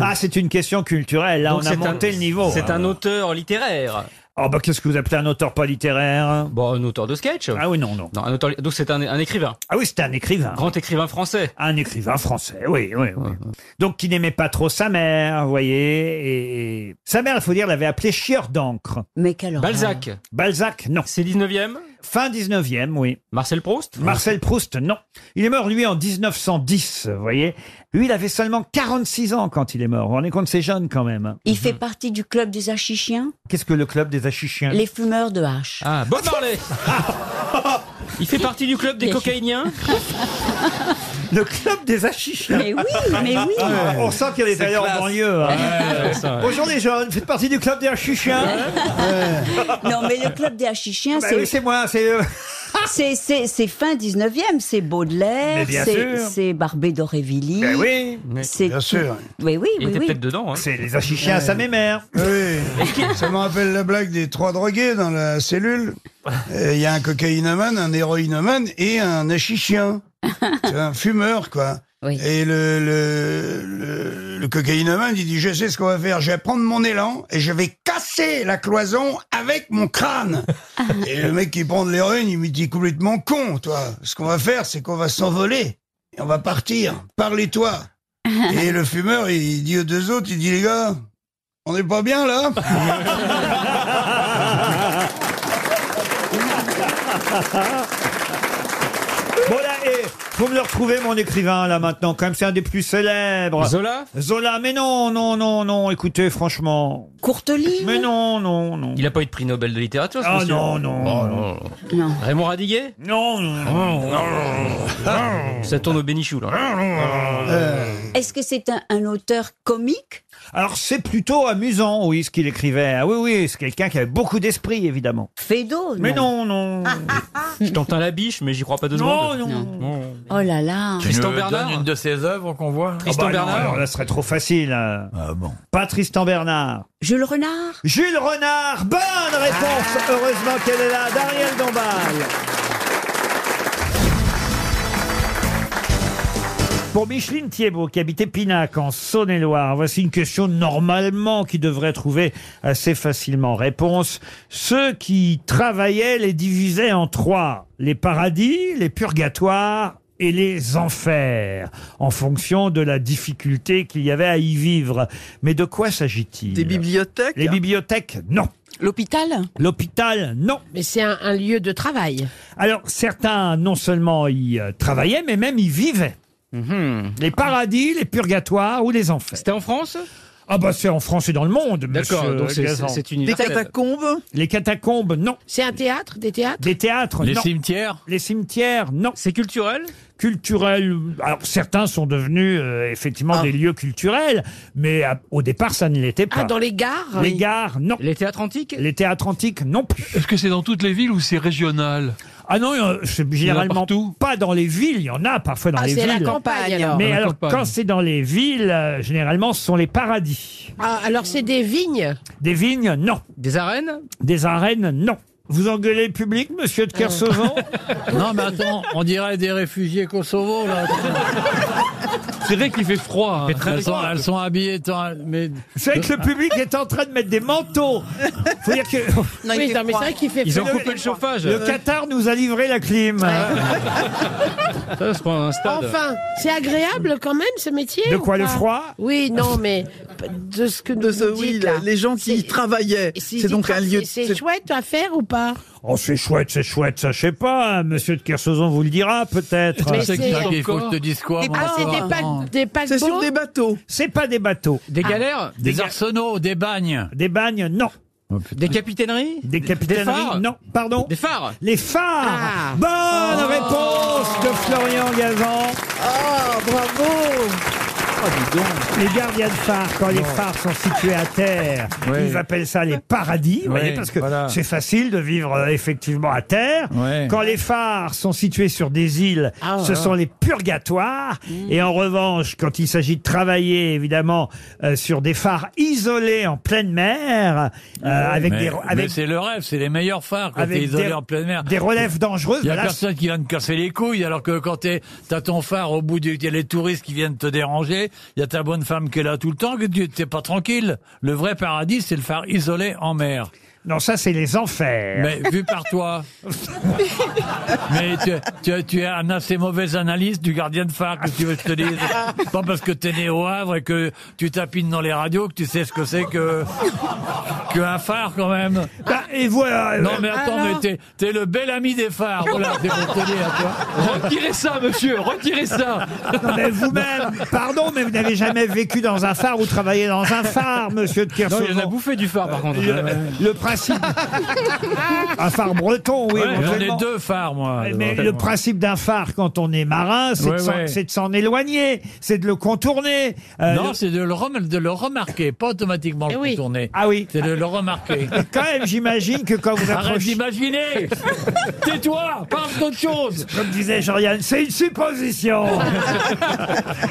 Ah, c'est une question culturelle. Là,
Donc
on a
c'est un-
monté le niveau.
C'est
Ah.
un auteur littéraire.
Oh, bah, qu'est-ce que vous appelez un auteur pas littéraire
Bon, un auteur de sketch.
Ah oui, non, non.
Non, un auteur- donc c'est un, un écrivain.
Ah oui, c'était un écrivain.
Grand écrivain français.
Un écrivain français, oui, oui, oui. Donc, qui n'aimait pas trop sa mère, vous voyez. Et... Sa mère, il faut dire, l'avait appelé chieur d'encre.
Mais quelle horreur.
Balzac.
Balzac, non.
C'est 19e.
Fin 19e, oui.
Marcel Proust.
Marcel Proust, non. Il est mort, lui, en 1910, vous voyez. Lui, il avait seulement 46 ans quand il est mort. Vous vous rendez compte, c'est jeune quand même.
Il fait partie du club des achichiens,
Qu'est-ce que le club des achichiens
les fumeurs de hache.
Ah, Bob Marley. Il fait partie du club des
Bien sûr.
cocaïniens.
Le club des achichiens.
Mais oui, mais oui.
Ah, on sent qu'il y a des
C'est
tailleurs en
classe.
banlieue. hein.
Ouais, ça, ouais.
Bonjour les jeunes, vous faites partie du club des hein achichiens
Non, mais le club des Hachichiens,
Bah
c'est-
oui, c'est moi, c'est eux.
c'est c'est- c'est fin 19e, c'est
Mais
Baudelaire,
bien
c'est
sûr.
c'est Barbé d'Aurevilly.
Ben oui.
c'est
Bien
tout.
sûr.
Oui, oui,
Il
oui.
était
oui.
peut-être dedans. hein.
C'est les achichiens à sa mémère.
Oui, ça me rappelle la blague des trois drogués dans la cellule. Euh, Il y a un cocaïnomane, un héroïnomane et un achichien. C'est un fumeur, quoi. Et le, le, le, le cocaïnomane, il dit, je sais ce qu'on va faire, je vais prendre mon élan et je vais casser la cloison avec mon crâne. et le mec qui prend de l'héroïne, il me dit complètement con, toi. Ce qu'on va faire, c'est qu'on va s'envoler et on va partir par les toits. et le fumeur, il dit aux deux autres, il dit, les gars, on n'est pas bien là
Bon là, et Faut me le retrouver, mon écrivain, là, maintenant. Quand même, c'est un des plus célèbres.
Zola
Zola, mais non, non, non, non. Écoutez, franchement.
Courteline
Mais non, non, non.
Il a pas eu de prix Nobel de littérature, ce
Ah,
monsieur.
non, non,
Oh,
non.
Raymond Radiguet Oh,
Non, non,
Ça tourne au bénichou, là.
Euh,
Euh.
Euh.
Est-ce que c'est un, un auteur comique
Alors, c'est plutôt amusant, oui, ce qu'il écrivait. Ah oui, oui, c'est quelqu'un qui avait beaucoup d'esprit, évidemment.
Fédo
Mais non, non.
Ah,
Je tente un la biche, mais j'y crois pas deux
Non,
secondes.
non.
Oh là là.
Tristan Bernard
une de ses œuvres qu'on voit
Tristan
Ah bah non,
Bernard
alors là, ce serait trop facile. Ah bon Pas Tristan Bernard.
Jules Renard Ah.
Jules Renard, bonne réponse Heureusement qu'elle est là, d'Ariel Dombal Pour Micheline Thiebaud, qui habitait Pinac, en Saône-et-Loire, voici une question normalement qui devrait trouver assez facilement réponse. Ceux qui travaillaient les divisaient en trois. Les paradis, les purgatoires et les enfers, en fonction de la difficulté qu'il y avait à y vivre. Mais de quoi s'agit-il Des bibliothèques Les bibliothèques, non.
L'hôpital
L'hôpital, non.
Mais c'est un, un lieu de travail.
Alors, certains, non seulement y euh, travaillaient, mais même y vivaient. Les paradis, les purgatoires ou les enfers. C'était
en France
Ah bah c'est en France et dans le monde,
D'accord,
monsieur
donc c'est-
Gazan.
c'est- c'est universel. Des
catacombes Les catacombes, non.
C'est un théâtre, des théâtres
Des théâtres,
Les
non.
cimetières
Les cimetières, non.
C'est culturel
Culturel, alors certains sont devenus euh, effectivement des lieux culturels, mais à- au départ ça ne l'était pas.
Ah, dans les gares
Les
oui.
gares, non.
Les théâtres antiques
Les théâtres antiques, non plus.
Est-ce que c'est dans toutes les villes ou c'est régional
Ah non, euh, c'est généralement pas dans les villes, il y en a parfois dans
Ah,
les
c'est
villes.
la campagne, alors.
Mais
Dans la
alors
campagne.
quand c'est dans les villes, euh, généralement ce sont les paradis.
Ah, alors c'est des vignes
Des vignes, non.
Des arènes
Des arènes, non. Vous engueulez le public, monsieur de Kersauzon
Non, mais attends, on dirait des réfugiés kosovo, là.
C'est vrai qu'il fait
hein.
froid.
Elles, sont, elles sont habillées. tant- Mais...
C'est vrai
Ah.
que le public est en train de mettre des manteaux. Faut dire que...
Oui, non, mais c'est vrai qu'il fait
Ils ont
froid.
coupé le chauffage.
Le Qatar nous a livré la clim.
Ça, se prend un stade.
Enfin, c'est agréable quand même ce métier
De
ou
quoi, le
pas
froid
Oui, non, mais de ce que nous dites, là.
les gens qui y travaillaient.
Si
C'est
tu
donc
tra-
un lieu.
C'est
c'est-
c'est chouette à faire ou pas
Oh, c'est chouette, c'est chouette, ça, je sais pas. hein, Monsieur de Kersauzon vous le dira, peut-être.
Mais c'est-
Il faut que je te dise quoi, mon
Ah, c'est des,
enfant
pa- des paquebots
C'est sur des bateaux.
C'est pas des bateaux.
Des galères Des arsenaux, des bagnes.
Des bagnes, non.
Des capitaineries
Des capitaineries,
phares
non. Pardon
Des phares
Les phares Bonne réponse de Florian Gazan.
Ah, bravo
Les gardiens de phares, quand les phares sont situés à terre,
Ouais.
ils appellent ça les paradis, vous
Ouais,
voyez, parce que
voilà.
c'est facile de vivre euh, effectivement à terre.
Ouais.
Quand les phares sont situés sur des îles, ce sont les purgatoires. Et en revanche, quand il s'agit de travailler évidemment euh, sur des phares isolés en pleine mer, euh, avec
Ah Mais-
des
mais
avec
c'est le rêve, c'est les meilleurs phares quand
avec
t'es isolé
des-
en pleine mer.
des relèves dangereuses,
Il y a
voilà,
personne qui vient te casser les couilles, alors que quand t'es- t'as ton phare au bout du, il y a les touristes qui viennent te déranger, il y a ta bonne femme qui est là tout le temps, que tu t'es pas tranquille. Le vrai paradis, c'est le phare isolé en mer.
non ça c'est les enfers.
Mais vu par toi. Mais tu, tu- tu es un assez mauvais analyste du gardien de phare, que tu veux que je te dise. Pas parce que t'es né au Havre et que tu tapines dans les radios que tu sais ce que c'est que, que un phare quand même.
Bah, et voilà.
Non mais attends,
Alors
mais t'es, t'es le bel ami des phares. Voilà, c'est pour te dire, toi.
Retirez ça, monsieur Retirez ça
Non, mais vous-même, pardon, mais vous n'avez jamais vécu dans un phare ou travaillé dans un phare, monsieur de
Non,
Kersauzon.
il en a bouffé du phare, par contre.
Euh,
hein,
Le, le principe. Un phare breton, oui.
Ouais, j'en ai
éventuellement.
deux phares, moi.
Mais le principe d'un phare quand on est marin, c'est de
Ouais,
s'en-
ouais.
c'est de s'en éloigner, c'est de le contourner. Euh,
Non,
le-
c'est de le, rem- de le remarquer, pas automatiquement le contourner.
Ah oui.
C'est de le remarquer.
Quand même, j'imagine que quand vous
Arrête
approchez,
d'imaginer Tais-toi Parle d'autre chose
comme disait Jean-Yann, c'est une supposition.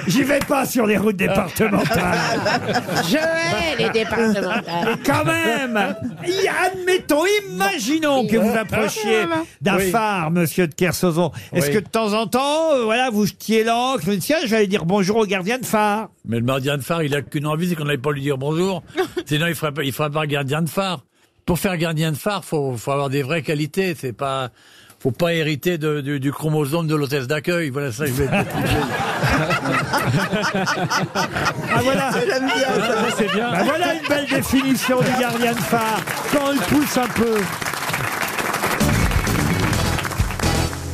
J'y vais pas sur les routes départementales.
Je hais les départementales.
Quand même y- Admettons, imaginons que vous approchiez d'un
Oui.
phare, monsieur de Kersauzon. Est-ce
Oui.
que de temps en temps, euh, voilà, vous jetiez l'encre, vous dites, tiens, j'allais dire bonjour au gardien de phare.
Mais le gardien de phare, il a qu'une envie, c'est qu'on n'allait pas lui dire bonjour. Sinon, il ferait pas, il ferait pas gardien de phare. Pour faire gardien de phare, faut, faut avoir des vraies qualités. C'est pas, faut pas hériter de- du, du chromosome de l'hôtesse d'accueil. Voilà ça. que Je vais...
Ah voilà
J'aime bien ça.
c'est bien.
Ah, Voilà une belle définition du gardien de phare, quand il pousse un peu.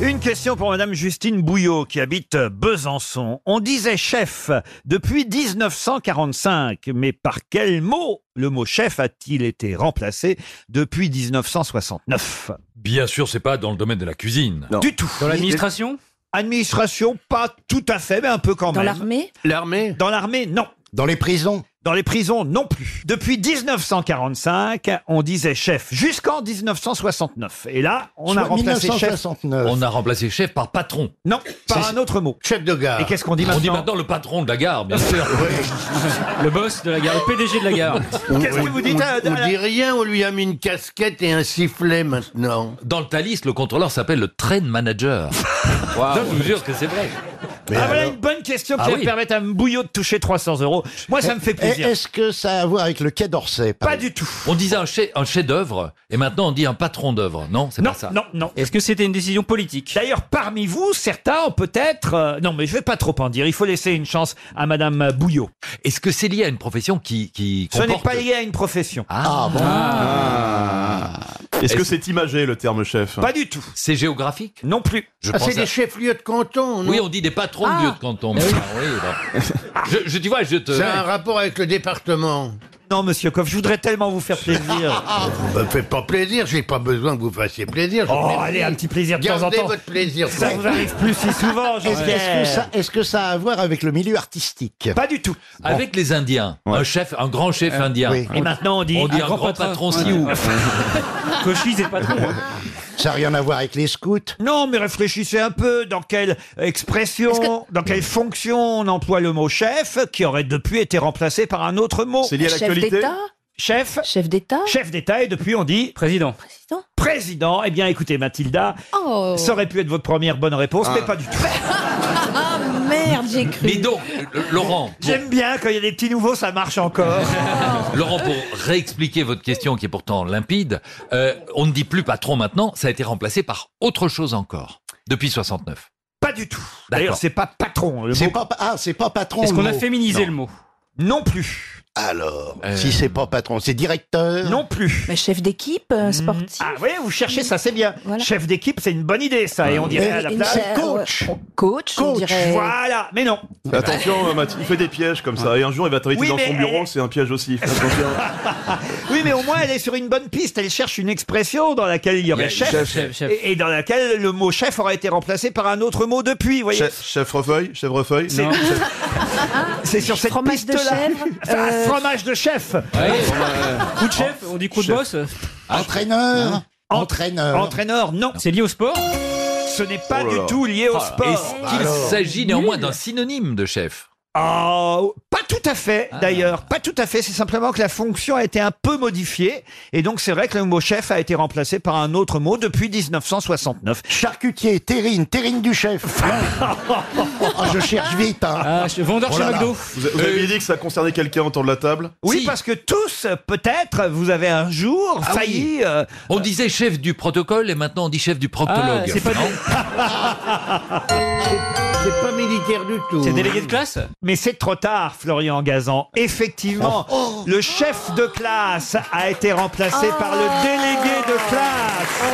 Une question pour Madame Justine Bouillot qui habite Besançon. On disait chef depuis 1945, mais par quel mot le mot chef a-t-il été remplacé depuis 1969
Bien sûr, c'est pas dans le domaine de la cuisine.
Du tout.
Dans l'administration
Administration, pas tout à fait, mais un peu quand
Dans
même.
l'armée
L'armée Dans l'armée, non. Dans les prisons Dans les prisons, non plus. Depuis 1945, on disait chef, jusqu'en 1969. Et là, on a
Soit
remplacé chef
1969. On a remplacé chef par patron.
Non, par un autre mot.
Chef de gare.
Et qu'est-ce qu'on dit maintenant
On dit maintenant le patron de la gare, bien sûr.
Le boss de la gare, le PDG de la gare.
Qu'est-ce que vous dites euh, à-
à la-
dit rien, on lui a mis une casquette et un sifflet maintenant.
Dans le Thalys, le contrôleur s'appelle le train manager. Waouh. Je vous jure que c'est vrai.
ah, voilà une bonne question qui
Ah
va
oui.
permettre à Bouillot de toucher 300 euros. Moi, ça me fait plaisir.
Et Est-ce que ça a à voir avec le Quai d'Orsay
Ah
Pas du tout.
On disait un chef, un chef d'œuvre, et maintenant on dit un patron d'œuvre. Non, c'est pas ça.
Non, non.
Est-ce que c'était une décision politique
D'ailleurs, parmi vous, certains ont peut-être... euh, non, mais je vais pas trop en dire. Il faut laisser une chance à Madame Bouillot.
Est-ce que c'est lié à une profession qui, qui
Ce n'est
comporte-
pas lié à une profession.
Ah, bon.
Ah.
Est-ce que
Est-ce-
c'est imagé le terme chef
Pas du tout.
C'est géographique
Non plus.
Je
Ah,
pense
c'est
à-
des chefs-lieux de canton, non
Oui, on dit des patrons
Ah.
de lieu de canton.
Eh oui.
Ah, oui,
Ah.
bah. je, je- tu vois, je te.
C'est un rapport avec le département.
Non, monsieur Koff, je voudrais tellement vous faire plaisir.
Bah, faites pas plaisir, j'ai pas besoin que vous fassiez plaisir. je
Ah. Oh,
vous remercie.
allez, un petit plaisir de temps en
Gardez
temps.
votre plaisir.
Ça vous arrive plus si souvent,
Est-ce est-ce
Jean-Pierre.
que, ça- est-ce que ça a à voir avec le milieu artistique
Pas du tout.
Avec les Indiens, un chef, un grand chef
Euh,
indien.
oui.
Et maintenant, on dit
un, grand, patron, Sioux.
Cochise et patron.
Ça n'a rien à voir avec les scouts
Non, mais réfléchissez un peu dans quelle expression, dans quelle fonction on emploie le mot chef, qui aurait depuis été remplacé par un autre mot.
C'est lié à Chef l'actualité d'État
Chef
Chef d'État
Chef d'État, et depuis on dit Président. Président Président. Eh bien, écoutez, Mathilda,
Oh
ça aurait pu être votre première bonne réponse, mais pas du tout.
Ah merde, j'ai cru.
Mais donc, euh, Laurent, pour-
J'aime bien quand il y a des petits nouveaux, ça marche encore.
Laurent, pour réexpliquer votre question qui est pourtant limpide, euh, on ne dit plus patron maintenant, ça a été remplacé par autre chose encore, depuis 69.
Pas du tout. D'ailleurs, c'est pas patron. Le
C'est
mot.
pas, ah, c'est pas patron.
Est-ce
le
qu'on a
mot.
féminisé
Non.
le mot Non plus.
Alors, si c'est pas patron, c'est directeur.
Non plus.
Mais chef d'équipe euh, sportif.
Ah oui, vous cherchez ça, c'est bien. Chef d'équipe, c'est une bonne idée, ça. Et on dirait à la
Une-
place.
euh, ouais, on- coach, on dirait.
Voilà, mais non.
Attention, euh, Math- il fait des pièges comme ça. Et un jour, il va t'inviter
Oui,
dans
mais
son bureau,
elle-
c'est un piège aussi. Fais attention.
Oui, mais au moins, elle est sur une bonne piste. Elle cherche une expression dans laquelle il y aurait
Yeah,
chef,
chef, chef, chef.
Et, et dans laquelle le mot chef aurait été remplacé par un autre mot depuis. vous Voyez.
Chef, chef refeuille, chef refeuille.
C'est-
Non.
C'est sur cette
Fromage de
piste-là.
chèvre,
Enfin,
euh,
Fromage de chef.
Coup de chef, on dit coup de boss.
Ah, Entraîneur.
Entraîneur. Entraîneur, non.
C'est lié au sport
Ce n'est pas
Oh là
du
là.
tout lié au
Oh là là.
sport.
Est-ce qu'il s'agit néanmoins d'un synonyme de chef
Ah, pas tout à fait,
Ah.
d'ailleurs. Pas tout à fait. C'est simplement que la fonction a été un peu modifiée. Et donc, c'est vrai que le mot chef a été remplacé par un autre mot depuis 1969.
Charcutier, terrine, terrine du chef. Oh, je cherche vite. hein.
Ah, vendeur
Oh là là.
Vous, a- vous aviez dit que ça concernait quelqu'un autour de la table
Euh, Oui, parce que tous, peut-être, vous avez un jour
Ah
failli.
oui.
euh,
On disait chef du protocole et maintenant on dit chef du proctologue.
Ah,
Ah,
c'est pas
Non
C'est pas militaire du tout.
C'est délégué de classe
Mais c'est trop tard, Florian Gazan. Effectivement,
Oh.
le chef de classe a été remplacé par le délégué de classe.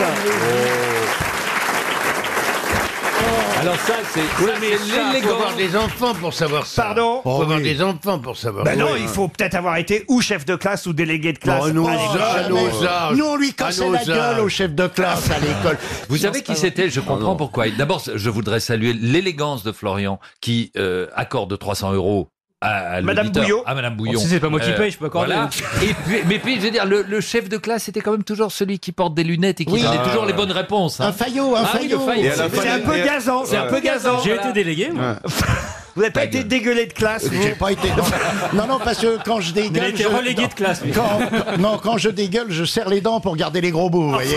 Alors ça, c'est
Oui,
ça,
mais
c'est
ça, faut
l'élégance.
avoir des enfants pour savoir ça.
Pardon
Faut
Oh,
avoir
oui.
des enfants pour savoir
Ben
ça.
non, il faut peut-être avoir été ou chef de classe ou délégué de classe.
Oh, nous,
Allez,
ça,
Ah,
jamais.
nous, ça.
Ah, Nous, on lui
À
cassait
nos
la gueule
âges.
au chef de classe à l'école.
Vous savez qui c'était Je comprends pourquoi. Et D'abord, je voudrais saluer l'élégance de Florian qui euh, accorde 300 euros. À, à
Madame
l'auditeur,
Bouillon.
À Madame
Oh,
Bouillon.
si c'est pas moi qui paye, je peux accorder.
Voilà. Et puis, mais puis, je veux dire, le, le chef de classe était quand même toujours celui qui porte des lunettes et qui
Oui.
donnait
Ah,
toujours
ouais.
les bonnes réponses. hein.
Un faillot, un
Ah oui, le
faillot.
faillot.
Et à la
C'est un peu gazant, c'est un peu gazant.
J'ai été délégué. moi.
Vous n'avez pas été dégueulé de classe, vous
J'ai pas été dans la- Non, non, parce
Euh,
que quand je
Il a
dégueule.
été
je-
relégué
non.
de classe. lui.
Quand- quand- Non, quand je dégueule, je serre les dents pour garder les gros bouts, vous voyez.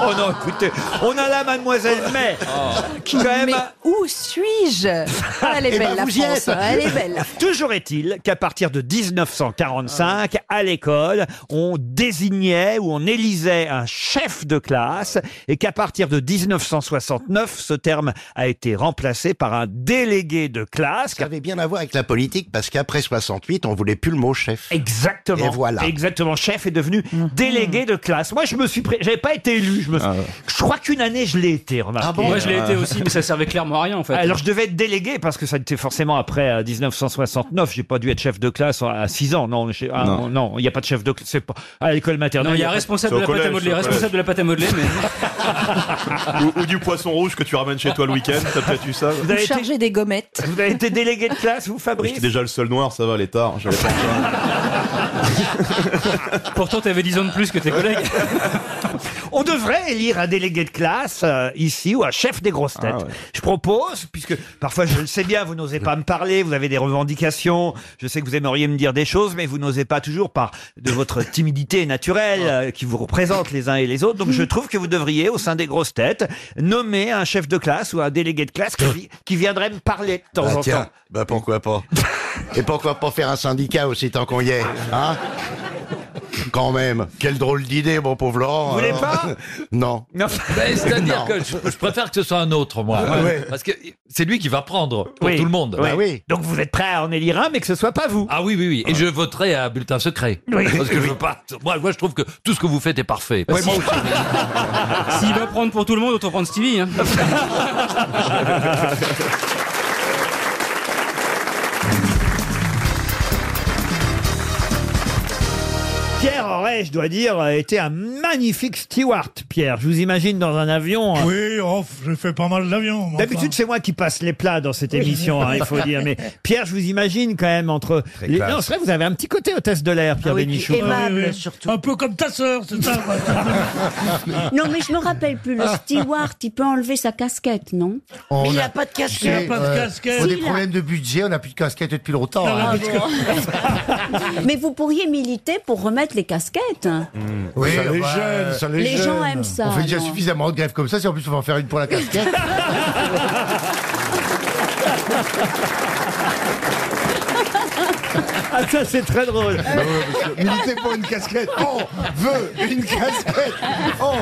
Oh non, écoutez, on a là Mademoiselle May,
Oh.
qui quand même... ah-
Mais où suis-je Ah, Elle
Eh
est
ben,
belle, la
vous y
France. hein,
êtes.
Elle est belle.
Toujours est-il qu'à partir de 1945, à l'école, on désignait ou on élisait un chef de classe et qu'à partir de 1969, ce terme a été remplacé par un délégué de classe.
Ça avait bien à voir avec la politique, parce qu'après 68, on voulait plus le mot chef.
Exactement.
Et voilà.
Mhm.
Exactement. Chef est devenu délégué de classe. Moi, je me suis, pré- j'avais pas été élu. je me. Je crois qu'une année je l'ai été. Remarquez.
Ah Moi, je l'ai été aussi, mais ça servait clairement à rien en fait.
Alors je devais être délégué parce que ça était forcément après euh, 1969. J'ai pas dû être chef de classe à 6 ans. Non, je- ah,
Non.
non, il n'y a pas de chef de classe. c'est Pas... À l'école maternelle.
Non, il y a
pas-
responsable de la pâte à modeler, responsable de la pâte à modeler, mais.
ou, ou du poisson rouge que tu ramènes chez toi le week-end, t'as peut-être eu ça.
Vous avez été-
Chargé des gommettes.
Vous avez été délégué de classe, vous,
J'étais
Fabrice
déjà le seul noir, ça va, les tard. j'avais pas-
Pourtant, t'avais 10 ans de plus que tes collègues.
On devrait élire un délégué de classe euh, ici ou un chef des
Ah,
grosses têtes. Je propose, puisque parfois je le sais bien, vous n'osez pas me parler, vous avez des revendications, je sais que vous aimeriez me dire des choses, mais vous n'osez pas toujours par de votre timidité naturelle
Ah.
euh, qui vous représente les uns et les autres. Donc je trouve que vous devriez, au sein des grosses têtes, nommer un chef de classe ou un délégué de classe qui, vi- qui viendrait me parler de temps
Bah,
Ah,
en temps.
tiens, bah pourquoi pas Et pourquoi pas faire un syndicat aussi tant qu'on y est hein Quand même, quelle drôle d'idée, mon pauvre Laurent.
Vous voulez
hein.
pas
Non.
Ben,
C'est-à-dire
Non.
que je, je préfère que ce soit un autre, moi.
Ah ouais. Bah
Parce que c'est lui qui va prendre pour
Oui.
tout le monde.
Oui. Donc vous êtes prêt à en élire un, mais que ce soit pas vous.
Bah Ah oui, oui, oui. Et je voterai à bulletin secret.
Oui.
Parce que
Oui.
je veux pas. Moi, moi, je trouve que tout ce que vous faites est parfait.
Ouais, moi aussi. S'il va prendre pour tout le monde, autant prendre Stevie. Hein.
Pierre aurait, je dois dire, euh, été un magnifique steward, Pierre. Je vous imagine dans un avion. hein.
Oui, oh, j'ai fait pas mal d'avions. moi,
D'habitude, c'est moi qui passe les plats dans cette émission, hein, il faut dire. Mais Pierre, je vous imagine quand même entre. les-
classe.
Non, c'est vrai, vous avez un petit côté hôtesse de l'air,
Ah
Pierre Bénichou.
quoi. Oui, oui. Un peu comme ta sœur, c'est ça. quoi.
Non, mais je me rappelle plus. Le steward, il peut enlever sa casquette, non
On
il
a-
a pas de casquette.
Tu sais,
Il a pas de
euh,
casquette.
On a des
Si, là.
problèmes de budget, on n'a plus de casquette depuis longtemps. hein.
Mais vous pourriez militer pour remettre les casquettes.
Oui,
Ça les
bah,
gêne, ça les
Mmh. Les
gêne.
gens aiment ça.
On fait déjà
non
suffisamment de grèves comme ça, si en plus on va en faire une pour la casquette.
Ah, ça, c'est très drôle.
Bah ouais, parce que militer pour une casquette, on veut une casquette. On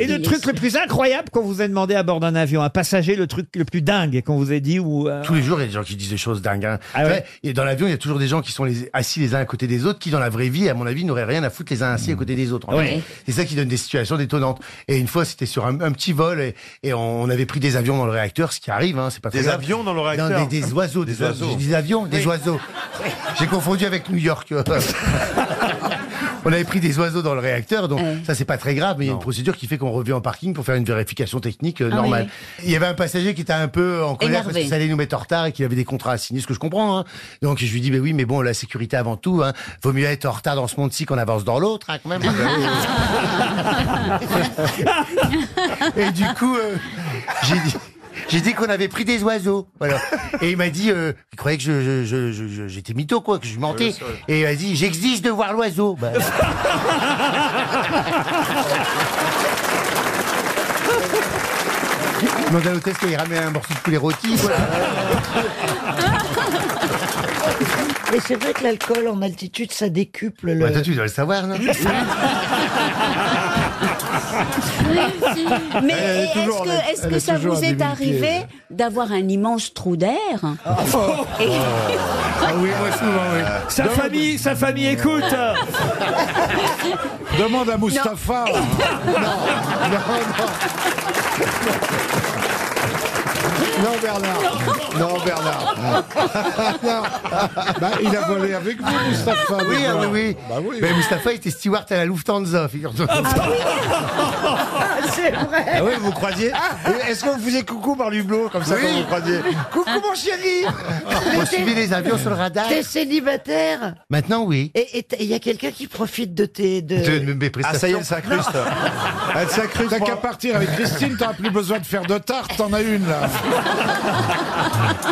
Et le truc le plus incroyable qu'on vous ait demandé à bord d'un avion, un passager, le truc le plus dingue qu'on vous ait dit ou. euh,
Tous les jours, il y a des gens qui disent des choses dingues. hein.
Ah ouais
Ouais, Et dans l'avion, il y a toujours des gens qui sont les- assis les uns à côté des autres, qui dans la vraie vie, à mon avis, n'auraient rien à foutre les uns assis à côté des autres. en
Ouais.
fait. C'est ça qui donne des situations détonnantes. Et une fois, c'était sur un, un petit vol et, et on avait pris des avions dans le réacteur, ce qui arrive. hein, c'est pas très
Des
grave.
avions dans le
Non,
réacteur
des, des oiseaux, des,
Des
oiseaux.
oiseaux.
J'ai dit Des avions, des
Oui.
oiseaux. J'ai confondu avec New York. On avait pris des oiseaux dans le réacteur, donc ça c'est pas très grave, mais il y a une procédure qui fait qu'on revient en parking pour faire une vérification technique euh,
Ah
normale.
oui.
Il y avait un passager qui était un peu en colère
Énervé.
parce que ça allait nous mettre en retard et qu'il avait des contrats à signer, ce que je comprends. hein. Donc je lui dis, mais oui, mais bon, la sécurité avant tout, hein. vaut mieux être en retard dans ce monde-ci qu'on avance dans l'autre, hein, quand même.
Ah,
Ah
et du coup, euh, j'ai dit... J'ai dit qu'on avait pris des oiseaux, voilà. Et il m'a dit, euh, il croyait que je- je- je- je- je- j'étais mytho, quoi, que je mentais.
Oui, c'est vrai.
et il m'a dit, j'exige de voir l'oiseau. Bah, Dans un hôtesse qui ramène un morceau de poulet rôti. Voilà.
Mais c'est vrai que l'alcool en altitude, ça décuple le.
Bah, toi, tu dois le savoir, non
Mais
Elle est
est-ce
toujours en-
que, est-ce
elle
que
est
ça
toujours
vous
à
est
2000
arrivé
euh.
pieds.
d'avoir un immense trou d'air Et-
Oh. Ah oui, moi souvent, oui.
Sa
Demande-
famille, sa famille écoute.
Demande à Mustapha.
Non, Bernard.
Non, Bernard. Bah, il a volé avec vous, Mustapha.
Oui, ah oui,
d'accord.
oui.
Bah oui. Ah, bah
Mais Mustapha était steward à la Lufthansa, figure-toi.
c'est vrai.
Ah oui, vous croisiez Est-ce qu'on vous faisait coucou par l'hublot comme ça
Oui.
quand vous croisiez
Coucou mon chéri
On suivait les avions sur le radar.
T'es célibataire
Maintenant, oui.
Et et t- il y a quelqu'un qui profite de tes. De...
De mes prestations.
Ah, ça y est, elle s'incruste. Elle s'incruste.
T'as
pour-
qu'à partir avec Christine, t'as plus besoin de faire de tarte, t'en as une là.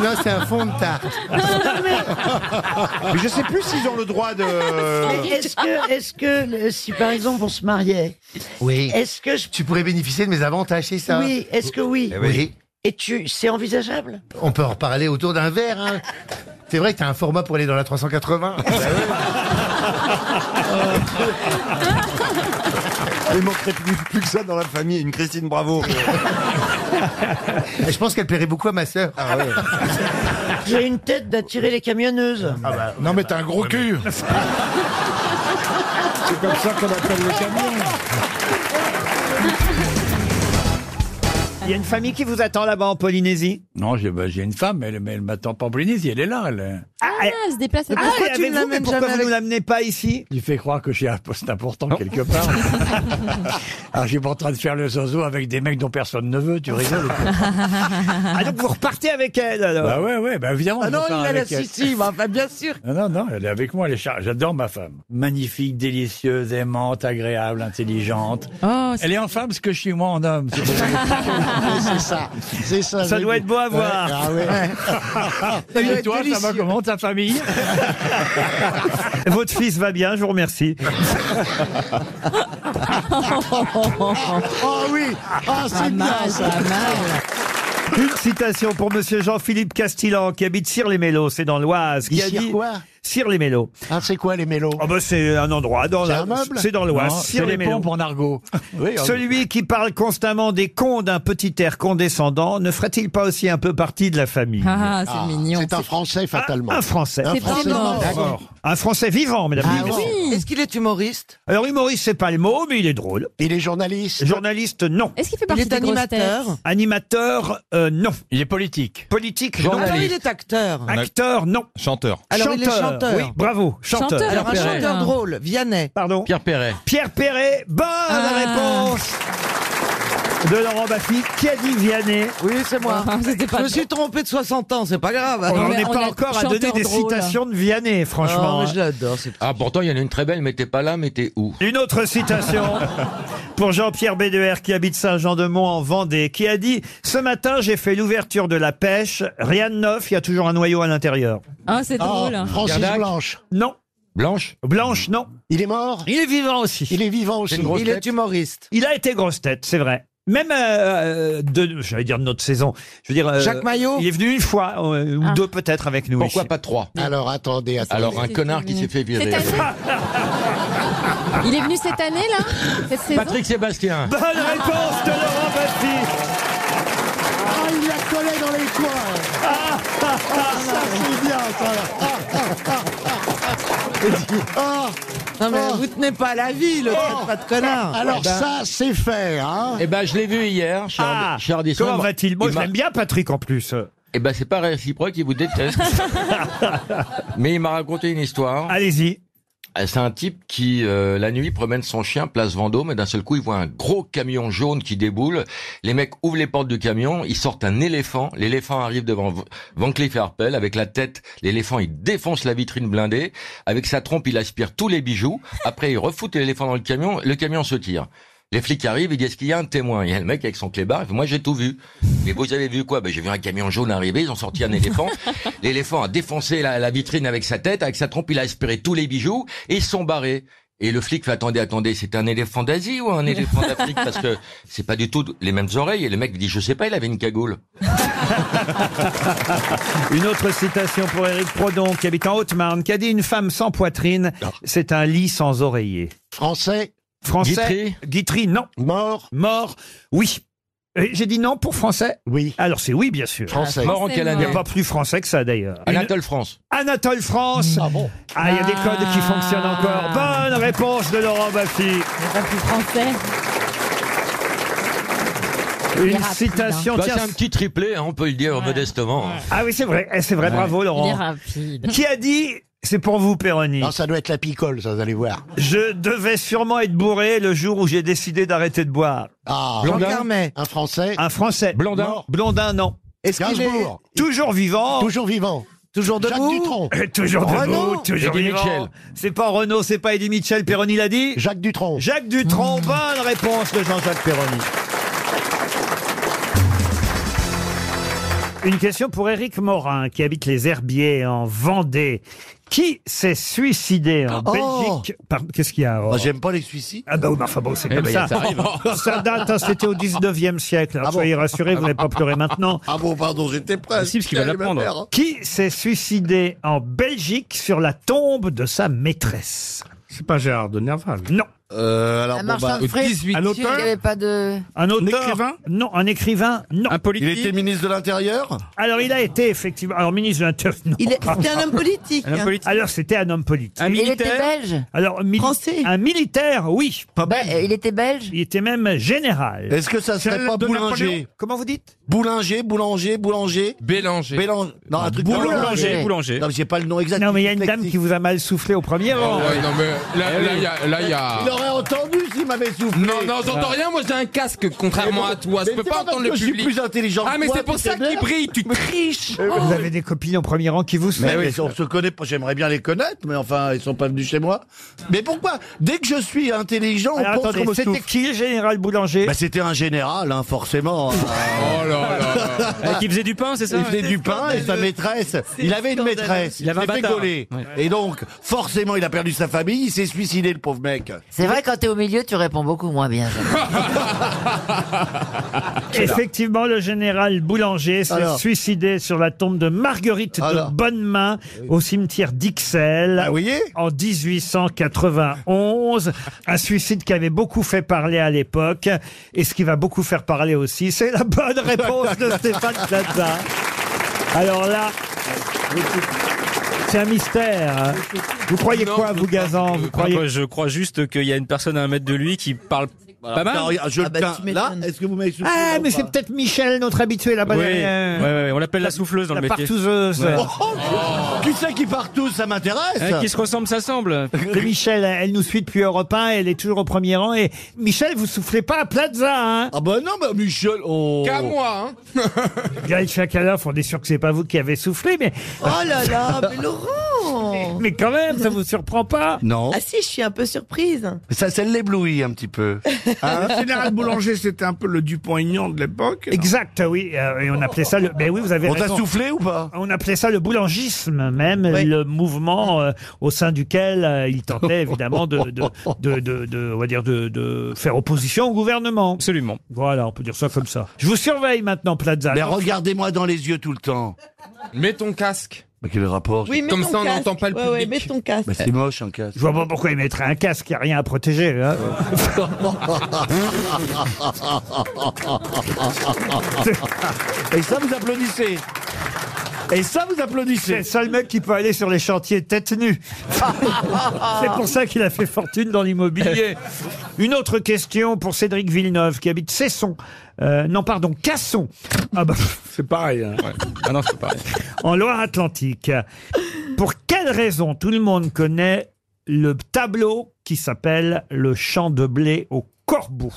Non, c'est un fond de tarte.
Mais je sais plus s'ils ont le droit de.
Mais Est-ce que, est-ce que le- si par exemple on se mariait,
Oui.
est-ce que je...
Tu pourrais bénéficier de mes avantages, c'est ça
oui, est-ce que oui,
Eh oui. Oui.
Et tu, c'est envisageable
On peut en reparler autour d'un verre. hein. C'est vrai que t'as un format pour aller dans la 380.
Il manquerait plus, plus que ça dans la famille, une Christine Bravo.
Je pense qu'elle plairait beaucoup à ma sœur.
Ah
J'ai une tête d'attirer les camionneuses.
non, bah, mais t'as un gros cul. C'est comme ça qu'on appelle le camion.
Il y a une famille qui vous attend là-bas en Polynésie
Non, j'ai bah, j'ai une femme, mais elle, mais elle m'attend pas en Polynésie, elle est là. Elle.
Ah,
elle se déplace.
Ah,
Pourquoi
elle est
tu ne
avec vous, mais
l'amènes
pourquoi
jamais
vous
avec-
nous l'amenez pas ici
Tu fais croire que j'ai un poste important quelque part. Alors, je suis pas en train de faire le zozo avec des mecs dont personne ne veut, tu rigoles. ou quoi
Ah donc vous repartez avec elle alors
Bah ouais, ouais, bah évidemment.
Ah
je
non,
repars
il a la
avec elle.
Sicile,
bien sûr.
Non, non, non, elle est avec moi, elle est char- J'adore ma femme. Magnifique, délicieuse, aimante, agréable, intelligente.
Oh,
elle est en femme ce que je suis moi en homme. C'est ça. C'est ça.
Ça doit être beau à voir.
Ah,
Ah,
Et toi, ça va comment ta famille
Votre fils va bien, je vous remercie.
Oh oui, ah c'est bien ça.
Une citation pour Monsieur Jean-Philippe Castillan qui habite Cire-les-Mélos, c'est dans l'Oise. qui
Il
a
cire
dit-
quoi
Cire-les-Mélos.
Ah, c'est quoi les mélos
Ah bah, c'est un endroit dans
C'est
la-
un meuble
C'est dans l'Oise.
Non, c'est
Cire-les-Mélos.
les pompes
en argot.
Celui qui parle constamment des cons d'un petit air condescendant ne ferait-il pas aussi un peu partie de la famille
Ah, c'est mignon.
C'est un Français, fatalement.
Ah, Un, Français.
Un C'est Français vraiment- mort. D'accord.
Un Français vivant, mesdames
Ah
et messieurs.
Est-ce qu'il est humoriste
Alors humoriste, c'est pas le mot, mais il est drôle. Il est journaliste Journaliste, non.
Est-ce qu'il fait partie
est
des grosses
animateur.
têtes
Animateur, euh, non.
Il est politique.
Politique, non.
Alors il est acteur.
Acteur, non.
Chanteur.
Alors, il est chanteur.
Oui, bravo. Chanteur.
Chanteur. Alors, un Pierre chanteur Perret. drôle, Ah.
Vianney. Pardon.
Pierre Perret.
Pierre Perret, bonne réponse de Laurent Baffy. Qui a dit Vianney Ah,
Oui, c'est moi. Je me suis trompé de 60 ans, c'est pas grave.
On n'en est pas encore à donner des citations de Vianney, franchement.
Non, mais je l'adore.
Ah, pourtant, il y en a une très belle, mais t'es pas là, mais t'es où
Une autre citation pour Jean-Pierre Bédeer qui habite Saint-Jean-de-Mont en Vendée, qui a dit « Ce matin, j'ai fait l'ouverture de la pêche. Rien de neuf, il y a toujours un noyau à l'intérieur.
Ah, c'est drôle.
hein.
Francis
Gardac.
Blanche. »
Non.
Blanche
Blanche, non.
Il est mort
Il est vivant aussi.
Il est vivant aussi.
humoriste. Il a été grosse tête, c'est vrai. Même euh, de, j'allais dire de notre saison. Je veux dire, euh,
Jacques Maillot
Il est venu une fois euh, ou deux peut-être avec nous.
Pourquoi
ici.
pas trois
Alors attendez, attendez.
Alors, un connard qui s'est fait virer.
Cette année Il est venu cette année, là Cette saison
Patrick Sébastien.
Bonne réponse de Laurent Basti.
Ah, il l'a collé dans les coins. Ah, ça, c'est bien, ça. là. Ah, ah, ah, ah. Ah. Non, mais vous tenez pas à la vie, le traite pas de connard.
Ah. Alors
Ben.
ça, c'est fait, hein
Eh ben, je l'ai vu hier, cher,
Ah,
cher Ardisson.
comment va-t-il Moi,
Il
je
m'a-
l'aime bien Patrick en plus.
Eh ben, c'est pas réciproque, il vous déteste. Mais il m'a raconté une histoire.
Allez-y.
Ah, C'est un type qui, euh, la nuit, promène son chien place Vendôme et d'un seul coup, il voit un gros camion jaune qui déboule. Les mecs ouvrent les portes du camion, ils sortent un éléphant. L'éléphant arrive devant V- Van Cleef Arpels avec la tête. L'éléphant, il défonce la vitrine blindée. Avec sa trompe, il aspire tous les bijoux. Après, il refoute l'éléphant dans le camion. Le camion se tire. Les flics arrivent, ils disent, est-ce qu'il y a un témoin Il y a le mec avec son clébard, il fait, moi j'ai tout vu. Mais vous avez vu quoi ben, J'ai vu un camion jaune arriver, ils ont sorti un éléphant. L'éléphant a défoncé la, la vitrine avec sa tête, avec sa trompe, il a aspiré tous les bijoux, et ils sont barrés. Et le flic fait, attendez, attendez, c'est un éléphant d'Asie ou un éléphant d'Afrique Parce que c'est pas du tout les mêmes oreilles. Et le mec dit, je sais pas, il avait une cagoule.
Une autre citation pour Éric Prodon qui habite en Haute-Marne, qui a dit une femme sans poitrine, c'est un lit sans oreiller.
Français
Français. Guitry, non.
Mort
Mort, oui. Et J'ai dit non pour français
Oui.
Alors c'est oui, bien sûr.
Français. Mort en quelle
Il
année
n'y a pas plus français que ça d'ailleurs. Une-
Anatole France.
Anatole France. Ah bon Ah, il y a des codes qui fonctionnent encore. Bonne réponse de Laurent Baffy.
Pas plus français.
Une
hein.
citation.
Bah,
tiens,
c'est un petit triplé, hein, on peut le dire modestement. hein.
Ah oui, c'est vrai. Eh, C'est vrai, bravo
Il est
Laurent.
Ah.
rapide.
Qui a dit C'est pour vous, Péroni.
Non, ça doit être la picole, ça, vous allez voir.
Je devais sûrement être bourré le jour où j'ai décidé d'arrêter de boire.
Ah,
Blondin
un Français
Un Français.
Blondin
Mort.
Blondin, non.
Est-ce qu'il est
Gainsbourg.
Toujours vivant.
Toujours vivant.
toujours
Jacques
debout
Dutronc.
Toujours debout,
Renaud.
toujours
Eddie
vivant.
Mitchell.
C'est pas Renaud, c'est pas Eddie Mitchell. Perroni l'a dit.
Jacques Dutronc.
Jacques
Mmh.
Dutronc, bonne réponse de Jean-Jacques Perroni. Une question pour Éric Morin, qui habite les Herbiers en Vendée. Qui s'est suicidé en
Oh Bah,
Belgique Pardon, Qu'est-ce qu'il y a oh
Moi, j'aime pas les suicides.
Ah bah oui, mais enfin bon, c'est
Eh
comme
ben,
ça.
ça arrive,
Ça date, hein, c'était au 19e siècle. Alors,
Ah bon
soyez rassurés, vous n'allez pas pleurer maintenant.
Ah bon, pardon, j'étais prêt. hein.
Si, parce qu'il va
Allez, ma
l'apprendre.
mère.
Qui s'est suicidé en Belgique sur la tombe de sa maîtresse
C'est pas Gérard de Nerval.
Non.
Euh, alors,
Un
bah,
marchand de frites. Il n'y avait pas de.
Un auteur Non, un écrivain Non. Un
politique Il était ministre de l'Intérieur
Alors il a été effectivement. Alors ministre de l'Intérieur. non.
Il est- c'était un homme politique, Un homme hein. politique.
Alors c'était un homme politique.
Un Il militaire était belge
Alors mili- Un militaire, oui.
il était belge.
Il était même général.
Est-ce que ça serait pas boulanger
Comment vous dites
Boulanger, boulanger, boulanger.
Bélanger.
Bélanger. Non, un truc
Boulanger,
comme ça.
boulanger, boulanger.
Non, mais j'ai pas le nom exact.
Non, mais il y a une dame qui vous a mal soufflé au premier rang.
ouais,
Ah non, mais là- là, il y a- là, il y a-
Eh Il aurait entendu s'il m'avait soufflé.
Non, non, j'entends rien, moi j'ai un casque, contrairement
Mais
à toi.
mais
Je peux
c'est
pas
pas
entendre
parce
le
que je
public.
suis plus intelligent
Ah,
que
mais
toi,
c'est pour
tu
ça
sais
qu'il
bien.
brille, tu triches.
Vous avez des copines au premier rang qui vous soufflent.
Mais oui, on se connaît pas, j'aimerais bien les connaître, mais enfin, ils sont pas venus chez moi. Mais pourquoi Dès que je suis intelligent,
Alors,
on pense
attendez,
qu'on me
c'était
souffle.
qui le général Boulanger
bah, C'était un général, hein, forcément.
Oh là là. Eh, qui faisait du pain, c'est ça
Il faisait
C'est
du pain et sa
scandaleux.
maîtresse.
C'est
Il avait une
scandaleux.
maîtresse.
Il avait un
s'est fait
bâtard.
gauler.
Ouais.
Et donc, forcément, il a perdu sa famille, il s'est suicidé, le pauvre mec.
C'est vrai, quand t'es au milieu, tu réponds beaucoup moins bien.
Effectivement, le général Boulanger s'est
Alors.
suicidé sur la tombe de Marguerite de Bonnemain au cimetière d'Ixelles en 1891. Un suicide qui avait beaucoup fait parler à l'époque et ce qui va beaucoup faire parler aussi, c'est la bonne réponse de Stéphane Plaza. Alors là, c'est un mystère. hein. Vous croyez quoi, vous, Gazan Vous croyez
Moi, euh, je crois juste qu'il y a une personne à un mètre de lui qui parle pas mal.
Ah bah,
bah,
là, est-ce que vous m'avez soufflé
Ah,
ou
mais
pas
c'est peut-être Michel, notre habitué là-bas.
Oui,
derrière.
ouais, ouais, ouais, on l'appelle la souffleuse dans
la
le métier.
partouzeuse.
Ouais.
Oh, Qui c'est qui part tous Ça m'intéresse.
Eh, qui se ressemble, ça semble.
C'est Michel, elle nous suit depuis Europe 1, elle est toujours au premier rang. Et Michel, vous soufflez pas à Plaza, hein
Ah bah non, bah Michel, oh
Qu'à moi, hein
Gaël Chakalov, on est sûr que c'est pas vous qui avez soufflé, mais...
Oh là là, mais
Oh.
Laurent
Mais quand même, ça vous surprend pas
Non.
Ah si, je suis un peu surprise.
Ça, ça l'éblouit un petit peu. Hein?
Le général Boulanger, c'était un peu le Dupont-Aignan de l'époque. non
Exact, oui, euh, et on appelait ça le. Mais oui, vous avez
On t'a
raison.
soufflé
ou pas
On appelait ça le boulangisme, même le mouvement euh, au sein duquel euh, il tentait évidemment de, de, de, de- de- on va dire de, de faire opposition au gouvernement.
Absolument.
Voilà, on peut dire ça comme ça. Je vous surveille maintenant, Plaza.
Mais regardez-moi dans les yeux tout le temps.
Mets ton casque.
Mais quel rapport
Oui, mets
Comme
ton
ça, on
casque.
n'entend pas le
Ouais,
public.
ouais, mets ton casque.
Bah, c'est moche un casque.
Je vois pas pourquoi il mettrait un casque, il n'y a rien à protéger. hein.
Et ça, vous applaudissez. Et ça, vous applaudissez.
C'est le seul mec qui peut aller sur les chantiers tête nue. C'est pour ça qu'il a fait fortune dans l'immobilier. Une autre question pour Cédric Villeneuve qui habite Cesson. Euh, non, pardon, Casson. Ah bah,
C'est pareil. Ah non, c'est pareil.
en Loire-Atlantique. Pour quelle raison tout le monde connaît le tableau qui s'appelle le champ de blé au corbeau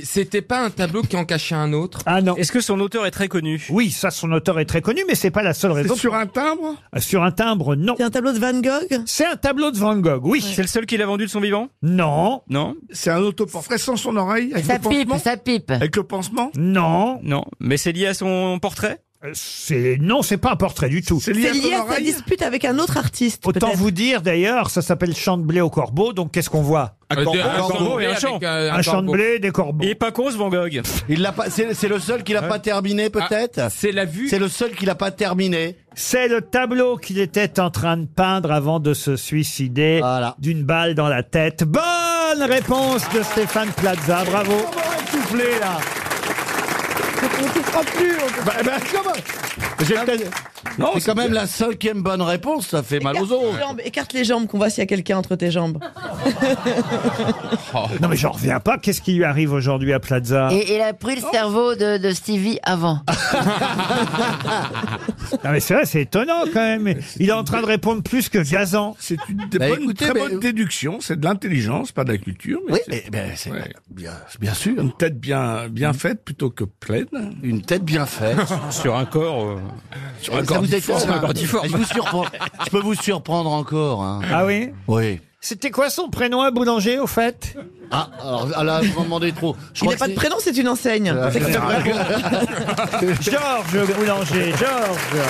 C'était pas un tableau qui en cachait un autre
Ah non.
Est-ce que son auteur est très connu
Oui, ça, son auteur est très connu, mais c'est pas la seule raison.
sur
un timbre Ah, Sur un timbre, non. C'est un tableau de Van Gogh C'est un tableau de Van Gogh, oui.
C'est le seul qu'il a vendu de son vivant
Non.
Non.
C'est un autoportrait sans son oreille, avec
Ça
le pansement.
pipe, ça pipe.
Avec le pansement
Non. Euh,
Non. Mais c'est lié à son portrait
C'est non, c'est pas un portrait du tout.
C'est lié à sa dispute avec un autre artiste.
Autant
peut-être.
vous dire d'ailleurs, ça s'appelle champ de blé au corbeau, donc qu'est-ce qu'on voit
Un corbeau,
un corbeau
et un champ.
Un, champ de blé, des corbeaux.
Et pas con ce Van Gogh.
Il l'a pas. C'est c'est le seul qu'il a pas
Ah,
terminé, peut-être.
c'est la vue.
C'est le seul qu'il a pas terminé.
C'est le tableau qu'il était en train de peindre avant de se suicider d'une balle dans la tête. Bonne réponse de Stéphane Plaza, bravo.
soufflé là
On comprend plus. on-
Bah, bah, comment J'ai peut-être-
Non,
Ah c'est quand même la cinquième bonne réponse. Ça fait mal aux
Écarte les
autres.
jambes, écarte les jambes qu'on voit s'il y a quelqu'un entre tes jambes.
Non mais j'en reviens pas, qu'est-ce qui lui arrive aujourd'hui à Plaza
Et il a pris le cerveau de, de Stevie avant.
Non mais c'est vrai, c'est étonnant quand même. Il est en train de répondre plus que Gazan.
C'est une des
Bah,
bonnes-
écoutez,
très
mais-
bonne déduction, c'est de l'intelligence, pas de la culture. Mais
Oui,
c'est-
mais- mais c'est Eh bien, bien sûr. Hmm.
Une tête bien, bien faite plutôt que pleine.
Une tête bien faite.
Sur un corps. euh,
Sur un
Ça
corps
vous
difforme,
étonne,
un corps
hein.
difforme.
Je, vous surprends- je peux vous surprendre encore. hein.
Ah oui
Oui.
C'était quoi son prénom à Boulanger au fait
Ah, alors ah là, vous m'en demandez trop.
Il
Je crois
n'a
que
pas de
c'est-
prénom, c'est une enseigne.
Euh,
C'est que-
Georges Boulanger, Georges.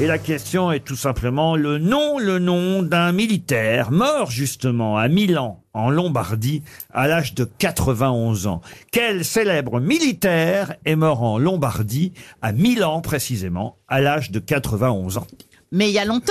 Et la question est tout simplement le nom, le nom d'un militaire mort justement à Milan, en Lombardie, à l'âge de 91 ans. Quel célèbre militaire est mort en Lombardie, à Milan précisément, à l'âge de 91 ans Mais il y a longtemps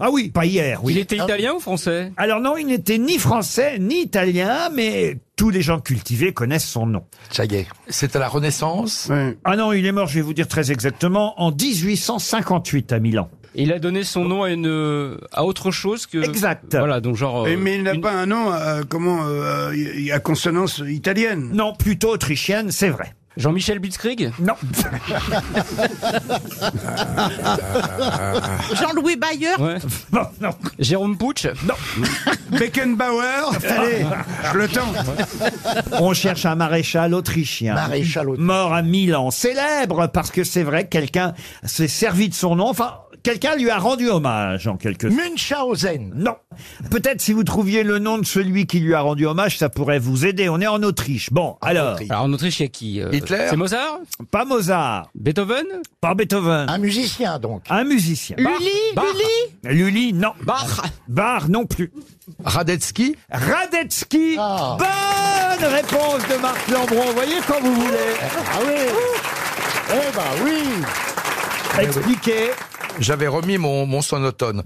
Ah oui, pas hier, oui.
Il était italien ou français
Alors non, il n'était ni français ni italien, mais tous les gens cultivés connaissent son nom. Ça y est. C'est à la Renaissance Ah non, il est mort, je vais vous dire très exactement, en 1858 à Milan.
Il a donné son nom à une à autre chose que
Exact.
Voilà, donc
Oh.
genre euh,
Et mais il n'a pas un nom euh, comment euh, y- y- à consonance italienne.
Non, plutôt autrichienne, c'est vrai.
Jean-Michel Blitzkrieg
Non.
Jean-Louis Bayer
Non, non.
Jérôme Putsch
Non.
Beckenbauer, allez, je le tente.
On cherche un maréchal autrichien. Mort à Milan. Célèbre parce que c'est vrai, quelqu'un s'est servi de son nom. Enfin, quelqu'un lui a rendu hommage en quelque sorte. Munchausen. Non. Peut-être si vous trouviez le nom de celui qui lui a rendu hommage, ça pourrait vous aider. On est en Autriche. Bon, alors.
Alors en Autriche, il y a qui euh,
Hitler
C'est Mozart
Pas Mozart.
Beethoven
Pas Beethoven.
Un musicien donc.
Un musicien. Bach. Bach. Lully, non. Bach. Bach non plus. Radetzky Radetzky
Ah.
Ah.
Bonne réponse de Marc Lambron. Vous voyez quand vous voulez. Ah oui Eh ben oui
Eh
Expliquez.
J'avais remis mon, mon sonotone.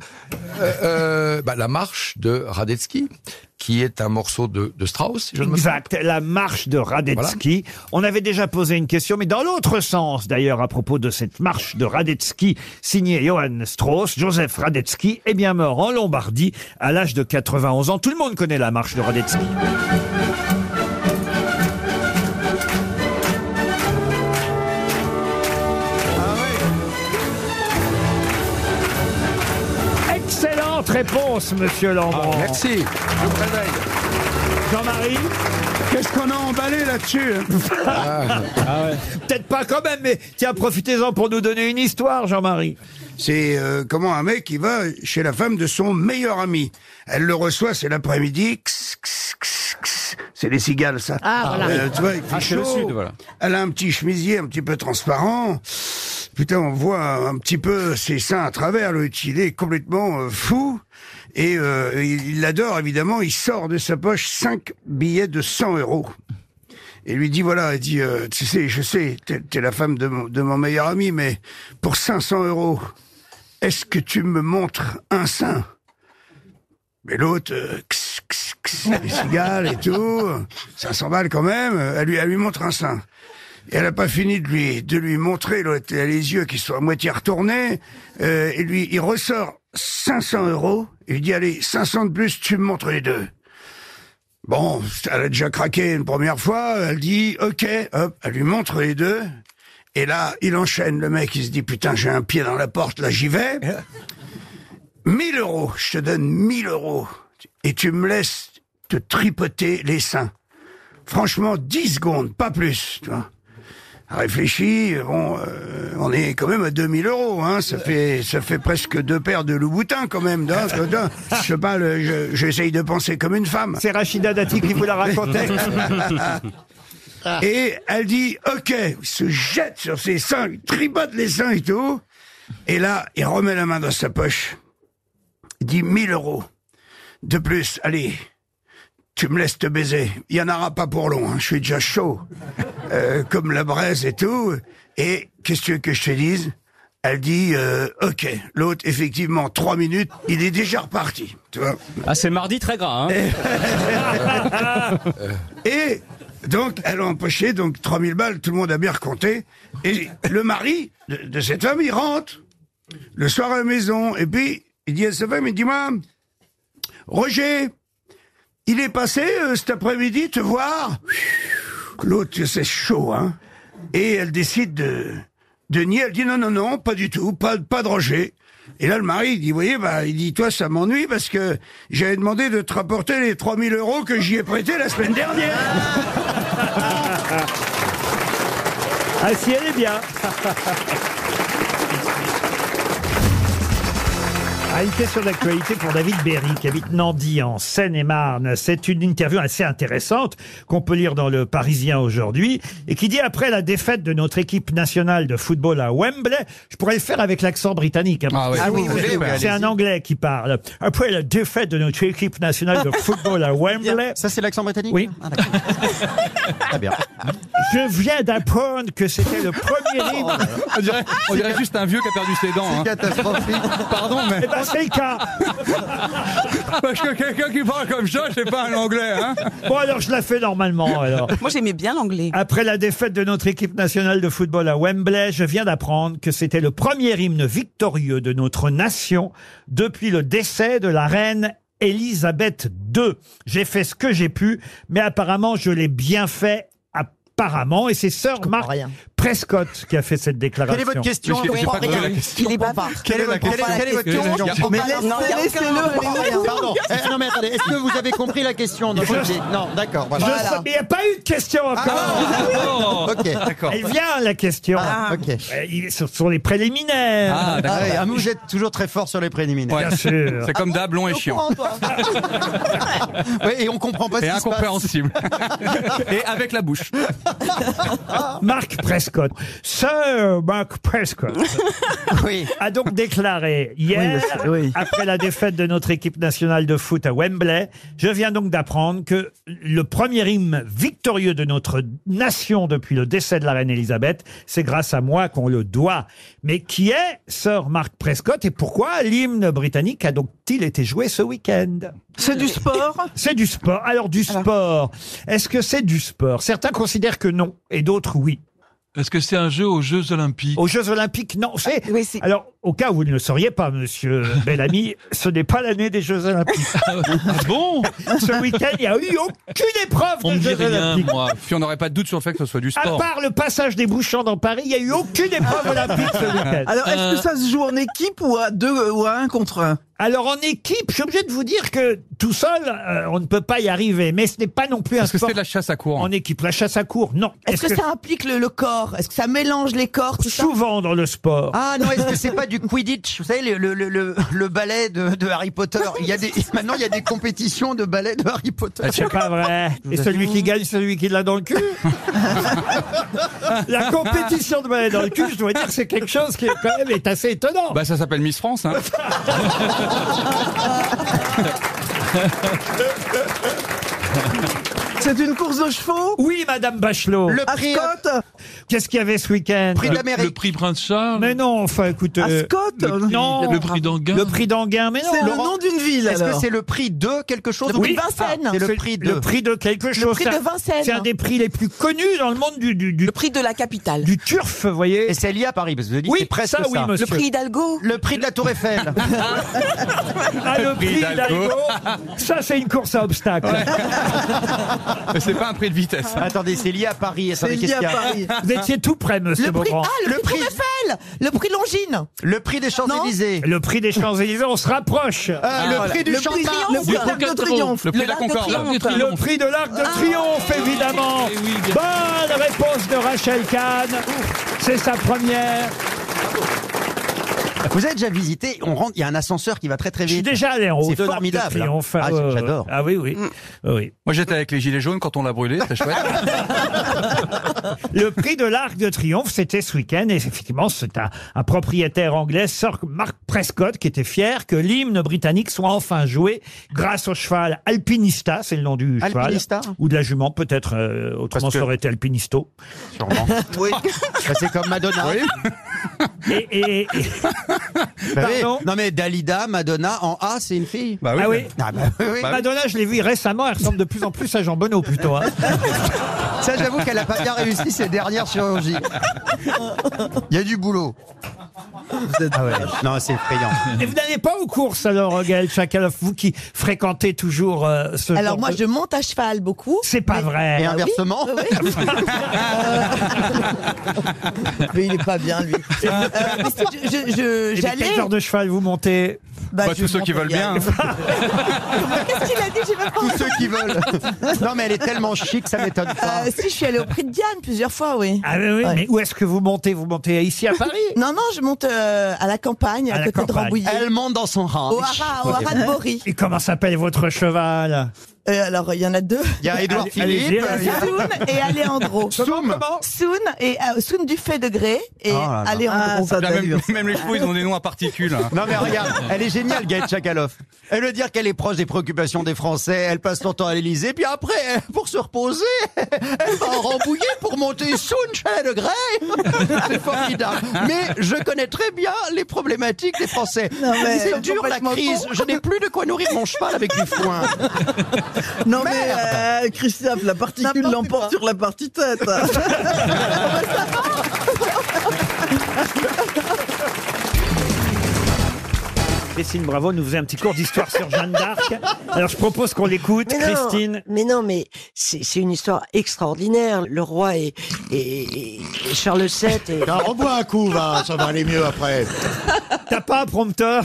Euh, euh, bah, la marche de Radetzky, qui est un morceau de, de Strauss, si je ne me trompe.
Exact, la marche de Radetzky. On avait déjà posé une question, mais dans l'autre sens d'ailleurs, à propos de cette marche de Radetzky, signée Johann Strauss, Joseph Radetzky est bien mort en Lombardie à l'âge de 91 ans. Tout le monde connaît la marche de Radetzky. Excellente réponse, monsieur Lambron.
Ah,
merci. Je réveille.
Jean-Marie
Qu'est-ce qu'on a emballé là-dessus
Ah,
Peut-être pas quand même, mais tiens, profitez-en pour nous donner une histoire, Jean-Marie.
C'est euh, comment un mec qui va chez la femme de son meilleur ami. Elle le reçoit, c'est l'après-midi. X, x, x, x. C'est les cigales, ça. Euh,
Ah, voilà.
tu vois, il fait
Ah, c'est le
chaud.
sud, voilà.
Elle a un petit chemisier un petit peu transparent. Putain, on voit un petit peu ses seins à travers. Le il est complètement euh, fou. Et euh, il il l'adore, évidemment. Il sort de sa poche 5 billets de 100 euros. Et lui dit, voilà, il dit, euh, tu sais, je sais, t'es t'es la femme de mon, de mon meilleur ami, mais pour 500 euros, est-ce que tu me montres un sein Mais l'autre, euh, x, x, x, les cigales et tout, 500 balles quand même, elle lui, elle lui montre un sein. Et elle n'a pas fini de lui, de lui montrer, l'autre, elle a les yeux qui sont à moitié retournés, euh, et lui, il ressort 500 euros, et il dit, allez, 500 de plus, tu me montres les deux. Bon, elle a déjà craqué une première fois, elle dit OK, hop, elle lui montre les deux. Et là, il enchaîne, le mec, il se dit putain, j'ai un pied dans la porte, là j'y vais. 1000 euros, je te donne 1000 euros. Et tu me laisses te tripoter les seins. Franchement, 10 secondes, pas plus, tu vois. Réfléchis, bon, euh, on est quand même à 2000 euros, hein. Ça fait, ça fait presque deux paires de Louboutin quand même. d'un- d'un- Je sais pas, le- je- j'essaye de penser comme une femme.
C'est Rachida Dati qui vous la racontait.
et elle dit, ok, il se jette sur ses seins, il tripote les seins et tout. Et là, il remet la main dans sa poche. Il dit 1000 euros. De plus, allez, tu me laisses te baiser. Il y en aura pas pour long, hein, je suis déjà chaud. Euh, comme la braise et tout. Et qu'est-ce que tu veux que je te dise Elle dit, euh, ok. L'autre, effectivement, trois minutes, il est déjà reparti. Tu vois
Ah, c'est mardi très gras, hein
et donc, elle a empoché donc 3000 balles, tout le monde a bien compté. Et le mari de, de cette femme, il rentre le soir à la maison. Et puis, il dit à sa femme, il dit, Maman, Roger, il est passé euh, cet après-midi te voir. L'autre, tu sais, c'est chaud, hein. Et elle décide de, de nier. Elle dit, non, non, non, pas du tout, pas, pas de Roger. Et là, le mari, il dit, vous voyez, bah, il dit, toi, ça m'ennuie parce que j'avais demandé de te rapporter les 3000 euros que j'y ai prêté la semaine dernière.
Ah si, elle est bien. Ah, une question d'actualité pour David Berry, qui habite Nandy, en Seine-et-Marne. C'est une interview assez intéressante qu'on peut lire dans le Parisien aujourd'hui et qui dit après la défaite de notre équipe nationale de football à Wembley, je pourrais le faire avec l'accent britannique. hein, parce que
Ah oui, oui, oui, oui,
c'est un
allez-y.
Anglais qui parle. Après la défaite de notre équipe nationale de football à Wembley.
Ça, c'est l'accent britannique Ah,
Oui.
Très bien.
Je viens d'apprendre que c'était le premier livre.
Oh On dirait, on dirait juste un vieux qui a perdu ses dents. C'est catastrophique. Pardon, mais.
Eh ben, c'est le cas.
Parce que quelqu'un qui parle comme ça, c'est pas un anglais, hein.
Bon, alors je la fais normalement. Alors.
Moi, j'aimais bien l'anglais.
Après la défaite de notre équipe nationale de football à Wembley, je viens d'apprendre que c'était le premier hymne victorieux de notre nation depuis le décès de la reine Élisabeth II. J'ai fait ce que j'ai pu, mais apparemment je l'ai bien fait. Apparemment, et c'est Sir Mark Prescott qui a fait cette déclaration.
Quelle est votre question Mais j'ai- j'ai pas compris la question.
Il est bavard.
Quelle est la question Quelle est votre question Mais Mais laissez-le non, il y a aucun aller. rapport. Pardon. Eh, Non mais attendez, est-ce que vous avez compris la question Non,
Je-
ok. Non, d'accord.
Je
voilà.
sais- mais il n'y a pas eu de question encore. Ah,
non. Ok, d'accord.
Elle vient la question.
Ah, ok.
Euh, il- Ce sont les préliminaires.
Ah, d'accord. Ah, mais vous êtes toujours très fort sur les préliminaires.
Bien sûr. Ah,
C'est comme d'hab, long et chiant. Ouais, et on comprend pas Et ce qui se passe. incompréhensible. et avec la bouche.
Marc Prescott, Sir Mark Prescott, a donc déclaré hier, après la défaite de notre équipe nationale de foot à Wembley, je viens donc d'apprendre que le premier hymne victorieux de notre nation depuis le décès de la reine Elisabeth, c'est grâce à moi qu'on le doit. Mais qui est Sir Mark Prescott et pourquoi l'hymne britannique a donc-t-il été joué ce week-end
C'est du sport
c'est du sport. Alors, du sport. Est-ce que c'est du sport Certains considèrent que non, et d'autres oui.
Est-ce que c'est un jeu aux Jeux Olympiques
Aux Jeux Olympiques, non. C'est... Alors, au cas où vous ne le sauriez pas, monsieur Bellamy, ce n'est pas l'année des Jeux Olympiques.
Ah,
bon
Ce week-end, il n'y a eu aucune épreuve
On
de
me dit
Jeux
rien,
Olympiques.
moi. Puis on n'aurait pas de doute sur le fait que ce soit du
À
sport.
part le passage des bouchons dans Paris, il n'y a eu aucune épreuve olympique ce week-end.
Alors, est-ce que ça
se joue en équipe ou à deux ou à un contre un Alors, en équipe, je suis obligé de vous dire que tout seul, euh, on ne peut pas y arriver. Mais ce n'est pas non plus un
Est-ce que
sport
c'est de la chasse à courant
en équipe. La chasse à court, non.
Est-ce que, ça implique le, le corps Est-ce que ça mélange les corps tout ça
Souvent dans le sport.
Ah non, est-ce que c'est pas du Quidditch Vous savez, le, le, le- le- le ballet de, de Harry Potter. Il y a des, maintenant, il y a des compétitions de ballet de Harry Potter.
Ah, C'est pas vrai. Et celui qui gagne, celui qui l'a dans le cul. La compétition de balai dans le cul, je dois dire, c'est quelque chose qui est quand même est assez étonnant.
Bah, ça s'appelle Miss France. Hein.
C'est une course aux chevaux Oui, Madame Bachelot.
Le prix- Ascot
Qu'est-ce qu'il y avait ce week-end
Le- Le prix Prince Charles
Mais non, enfin, écoute. euh,
Ascot
le prix-
Non.
Le prix d'Anguin
Le prix d'Anguin, mais non. Laurent-
Est-ce que c'est le prix de quelque chose
Oui.
Ah, C'est le prix de.
Le prix de quelque chose.
prix
C'est
de
un-
Vincennes.
C'est un des prix les plus connus dans le monde du. du, Le
prix de la capitale.
Du turf, vous voyez.
Et c'est lié à Paris, parce que vous avez dit
Oui,
que c'est presque
ça, oui, monsieur. Le prix
Hidalgo.
Le prix de la Tour Eiffel.
Ah, le prix d'Algo. Ça, c'est une course à obstacles.
c'est pas un prix de vitesse. hein. Attendez, c'est lié à Paris.
C'est
Attendez,
lié
qu'est-ce
à
qu'il y
Paris.
a
Vous étiez tout près, monsieur
Le prix,
Beaugrand.
ah, le, prix Eiffel Le prix Longines
Le prix des Champs-Élysées.
Le prix des Champs-Élysées, on se rapproche.
Ah, le prix du
Le prix
champagne.
Triomphe,
Le prix
le Arc de Triomphe.
Le prix de Ah. la
Arc de
Concorde.
Triomphe.
Le prix de l'Arc de Triomphe, évidemment. Bonne réponse de Rachel Kahn. C'est sa première.
Vous avez déjà visité, on rentre, il y a un ascenseur qui va très très vite.
Je suis déjà allé en haut
C'est
de l'Arc de
formidable.
Triomphe.
Ah,
ouais, ouais, ouais.
j'adore.
hein. Ah oui,
Mm.
oui. oui.
Moi j'étais avec les gilets jaunes quand on l'a brûlé, c'était chouette.
Le prix de l'Arc de Triomphe, c'était ce week-end. Et effectivement, c'est un, un propriétaire anglais, Sir Mark Prescott, qui était fier que l'hymne britannique soit enfin joué grâce au cheval Alpinista, c'est le nom du cheval.
Alpinista
Ou de la jument, peut-être. euh, autrement, ça aurait été Alpinisto.
Sûrement. Oui. Bah, c'est comme Madonna.
Et, et- et-
Bah oui.
Pardon
Non mais Dalida, Madonna, en A c'est une fille.
oui. Ah oui.
Ah bah oui.
Madonna, je l'ai vue récemment, elle ressemble de plus en plus à Jean Bonneau, plutôt. hein.
Ça j'avoue qu'elle a pas bien réussi ses dernières chirurgies. Il y a du boulot. Ah ouais. Non c'est effrayant.
Et vous n'allez pas aux courses, alors, Gaël Chakaloff, vous qui fréquentez toujours euh, ce
Alors
genre
moi
de-
je monte à cheval beaucoup.
C'est pas vrai. Ah
Et inversement.
Mais il est pas bien lui. Euh, mais c'est- je- je-
Et de
J'allais.
quel genre de cheval vous montez
Bah, tous ceux qui veulent bien,
Ah.
Qu'est-ce qu'il a dit J'ai même pas
Tous ceux qui veulent. Non, mais elle est tellement chic, ça m'étonne pas.
Euh, si, je suis allée au prix de Diane plusieurs fois, oui.
Ah oui, oui,
Ouais.
mais où est-ce que vous montez Vous montez ici à Paris
Non, non, je monte euh, à la campagne, à,
la
côté
campagne.
de Rambouillet.
Elle
monte dans son ranch.
Au haras, au haras de Bory.
Et comment s'appelle votre cheval
Euh, alors, il y en a deux.
Il y a Édouard Allez- allez-y, Philippe, allez-y.
Soun et Aléandro. Soun Soun et euh, Soun du fait de Gré
Ah
et
Oh là là.
Ah,
Ah,
Aléandro.
Là, même, même les chevaux, ils ont des noms à particules. hein.
Non mais regarde, elle est géniale, Gaëlle Chakalov. Elle veut dire qu'elle est proche des préoccupations des Français, elle passe son temps à l'Elysée, puis après, pour se reposer, elle va en rembouiller pour monter sous une chalet de grès. C'est formidable. Mais je connais très bien les problématiques des Français.
Non, mais-
C'est dur la
complètement
crise,
con.
je n'ai plus de quoi nourrir mon cheval avec du foin.
Non mais euh, Christophe, la particule l'emporte sur la partie tête.
Christine Bravo nous faisait un petit cours d'histoire sur Jeanne d'Arc. Alors je propose qu'on l'écoute,
Mais non,
Christine.
Mais non, mais c'est c'est une histoire extraordinaire. Le roi et, et- et Charles VII. Et...
Non, rebois un coup, va, ça va aller mieux après.
T'as pas un prompteur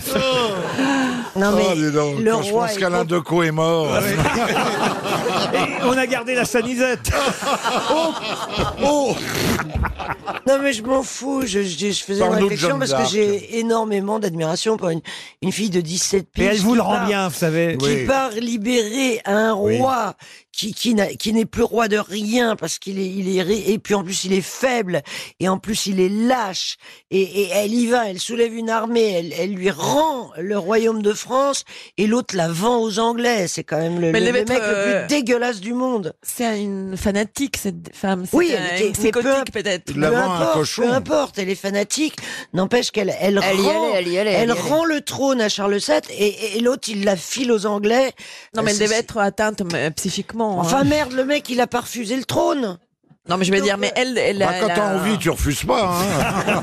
Non, mais
Oh, dis donc,
le
quand je
roi
pense
est
qu'Alain Decaux est mort.
Et on a gardé la sanisette.
Oh, oh. Non mais je m'en fous, je, je, je faisais une
Parle-nous de
réflexion
Jeanne
parce que
d'Arc.
j'ai énormément d'admiration pour une, une fille de 17 piges.
Et elle vous
qui
le rend
part-
bien, vous savez.
Qui
Oui.
part libérer un
Oui.
roi qui, qui, n'a- qui n'est plus roi de rien parce qu'il est, il est, ré- et puis en plus il est faible, et en plus il est lâche, et, et elle y va, elle soulève une armée, elle, elle lui rend le royaume de France, et l'autre la vend aux Anglais. C'est quand même le,
Mais
le-
elle
le
devait
mec
être,
le
euh,
plus dégueulasse du monde.
C'est une fanatique, cette femme. C'est
Oui,
un-
elle était-
une
mais peu
psychotique, peut-être.
peu importe, peu importe, elle est fanatique. N'empêche qu'elle elle
Elle y
rend,
allait, elle y allait, elle y allait.
rend le trône à Charles VII et, et l'autre il la file aux Anglais. Euh,
Non, mais elle
C'est-
devait être atteinte mais, euh, psychiquement.
Enfin
hein.
merde, le mec il a pas refusé le trône.
Non, mais je veux dire, mais elle. elle
Bah,
elle
quand
a-
t'as envie,
Tu refuses pas, hein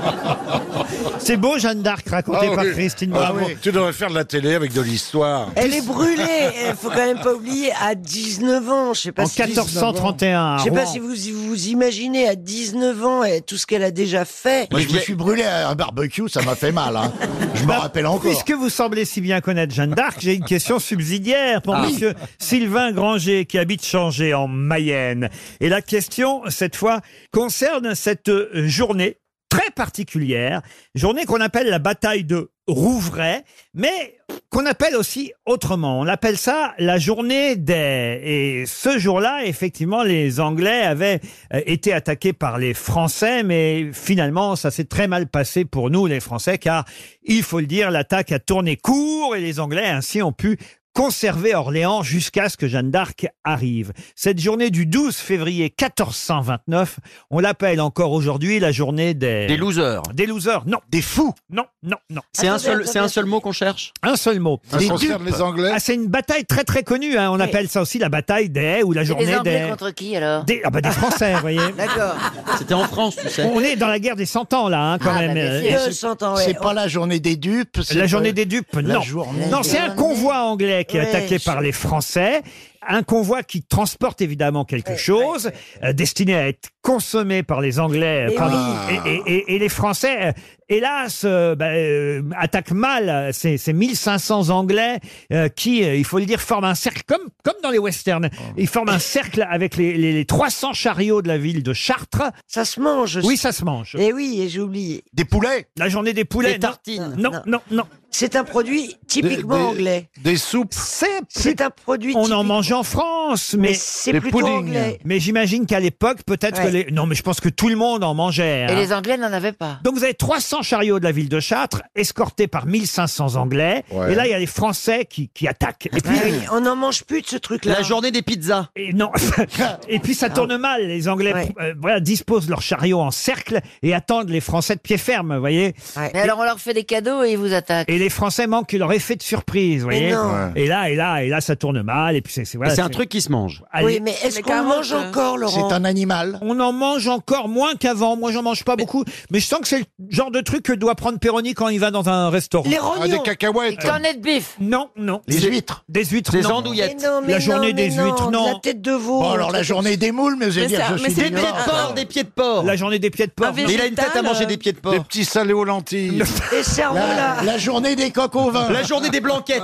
Oh.
C'est beau, Jeanne d'Arc, racontée
Ah
par
oui.
Christine
Ah
Bravo.
oui. Tu devrais faire de la télé avec de l'histoire.
Elle est brûlée, il faut quand même pas oublier, à 19 ans, je sais pas
En
si...
1431 à
Je sais pas
Rouen.
si vous vous imaginez, à 19 ans, et tout ce qu'elle a déjà fait.
Moi, je me suis brûlé à un barbecue, ça m'a fait mal. Hein. Je me rappelle encore.
Bah, Puisque vous semblez si bien connaître Jeanne d'Arc, j'ai une question subsidiaire pour
Ah.
monsieur Sylvain Granger qui habite Changé en Mayenne. Et la question, cette fois, concerne cette euh, journée très particulière, journée qu'on appelle la bataille de Rouvray, mais qu'on appelle aussi autrement. On appelle ça la journée des... Et ce jour-là, effectivement, les Anglais avaient euh, été attaqués par les Français, mais finalement, ça s'est très mal passé pour nous, les Français, car, il faut le dire, l'attaque a tourné court et les Anglais, ainsi, ont pu conserver Orléans jusqu'à ce que Jeanne d'Arc arrive. Cette journée du 12 février 1429, on l'appelle encore aujourd'hui la journée des...
Des losers.
Des losers, non. Des fous Non, non, non.
C'est un seul, c'est un seul mot qu'on cherche.
Un seul mot.
Ça concerne les Anglais
Ah, c'est une bataille très très connue. hein. On appelle ça aussi la bataille des ou la
Et
journée
les Anglais
des.
contre Ah. qui alors
des- ah bah des Français, vous voyez.
D'accord.
C'était en France, tu sais.
On est dans la guerre des 100 ans là, hein, quand
Ah, bah,
même.
bien
euh,
sûr.
et-
Deux cent ans, ouais.
C'est pas la journée des dupes. c'est
la
pas-
journée des dupes,
La
non.
journée
Non,
des-
c'est un convoi anglais qui est
Ouais,
attaqué
je-
par les Français. Un convoi qui transporte évidemment quelque chose, euh, destiné à être consommé par les Anglais euh,
Eh
par-
oui.
et, et- et- et les Français, euh, hélas, euh, bah, euh, attaquent mal euh, ces, ces 1500 Anglais euh, qui, euh, il faut le dire, forment un cercle, comme, comme dans les westerns. Ils forment un cercle avec les, les- les 300 chariots de la ville de Chartres.
Ça se mange.
Oui, ça se mange.
Et oui, et j'ai oublié.
Des poulets
La journée des poulets.
Des
non.
tartines.
Non, non, non.
C'est un produit typiquement
des-
anglais.
Des soupes.
C'est
C'est un produit
On en mange en France, mais,
Mais c'est Des plutôt puddings. anglais.
Mais j'imagine qu'à l'époque, peut-être que
Ouais.
les. Non, mais je pense que tout le monde en mangeait.
Et
hein.
les Anglais n'en avaient pas.
Donc vous avez 300 chariots de la ville de Chartres, escortés par 1500 Anglais.
Ouais.
Et là, il y a les Français qui, qui attaquent. Et puis,
Ah oui, on n'en mange plus de ce truc-là.
La
journée
des pizzas.
Et non. et puis ça
Ah.
tourne mal. Les Anglais euh, voilà, disposent leurs chariots en cercle et attendent les Français de pied ferme, vous voyez.
Mais alors on leur fait des cadeaux et ils vous attaquent.
Et les Français manquent leur effet de surprise, vous
Mais
voyez.
non. Ouais.
Et là, et là, et là, ça tourne mal. Et puis c'est voilà,
Et c'est un truc qui se mange.
Allez.
Oui, mais est-ce
Les
qu'on le
carottes,
mange
hein.
encore, Laurent
animal.
On en mange encore moins qu'avant. Moi, j'en mange pas beaucoup, mais je sens que c'est le genre de truc que doit prendre Péroni quand il va dans un restaurant.
Les rognons. Ah, des
cacahuètes.
Les cornets de bif.
Non, non.
Les
C'est-
huîtres.
Des huîtres.
Des
non.
andouillettes.
Mais non, mais
la journée
non,
des
mais non,
huîtres,
de
non.
la tête de veau.
Bon, alors la journée des moules, mais vous allez
Mais
dire,
ça-
je
mais
suis
c'est
ignorant.
bien. Ah.
Des pieds de porc.
La journée des pieds de porc.
Mais il a une tête à manger des pieds de porc.
Des petits salés aux lentilles.
Des cerveaux,
La,
là.
la journée des coques au vin.
La journée des blanquettes.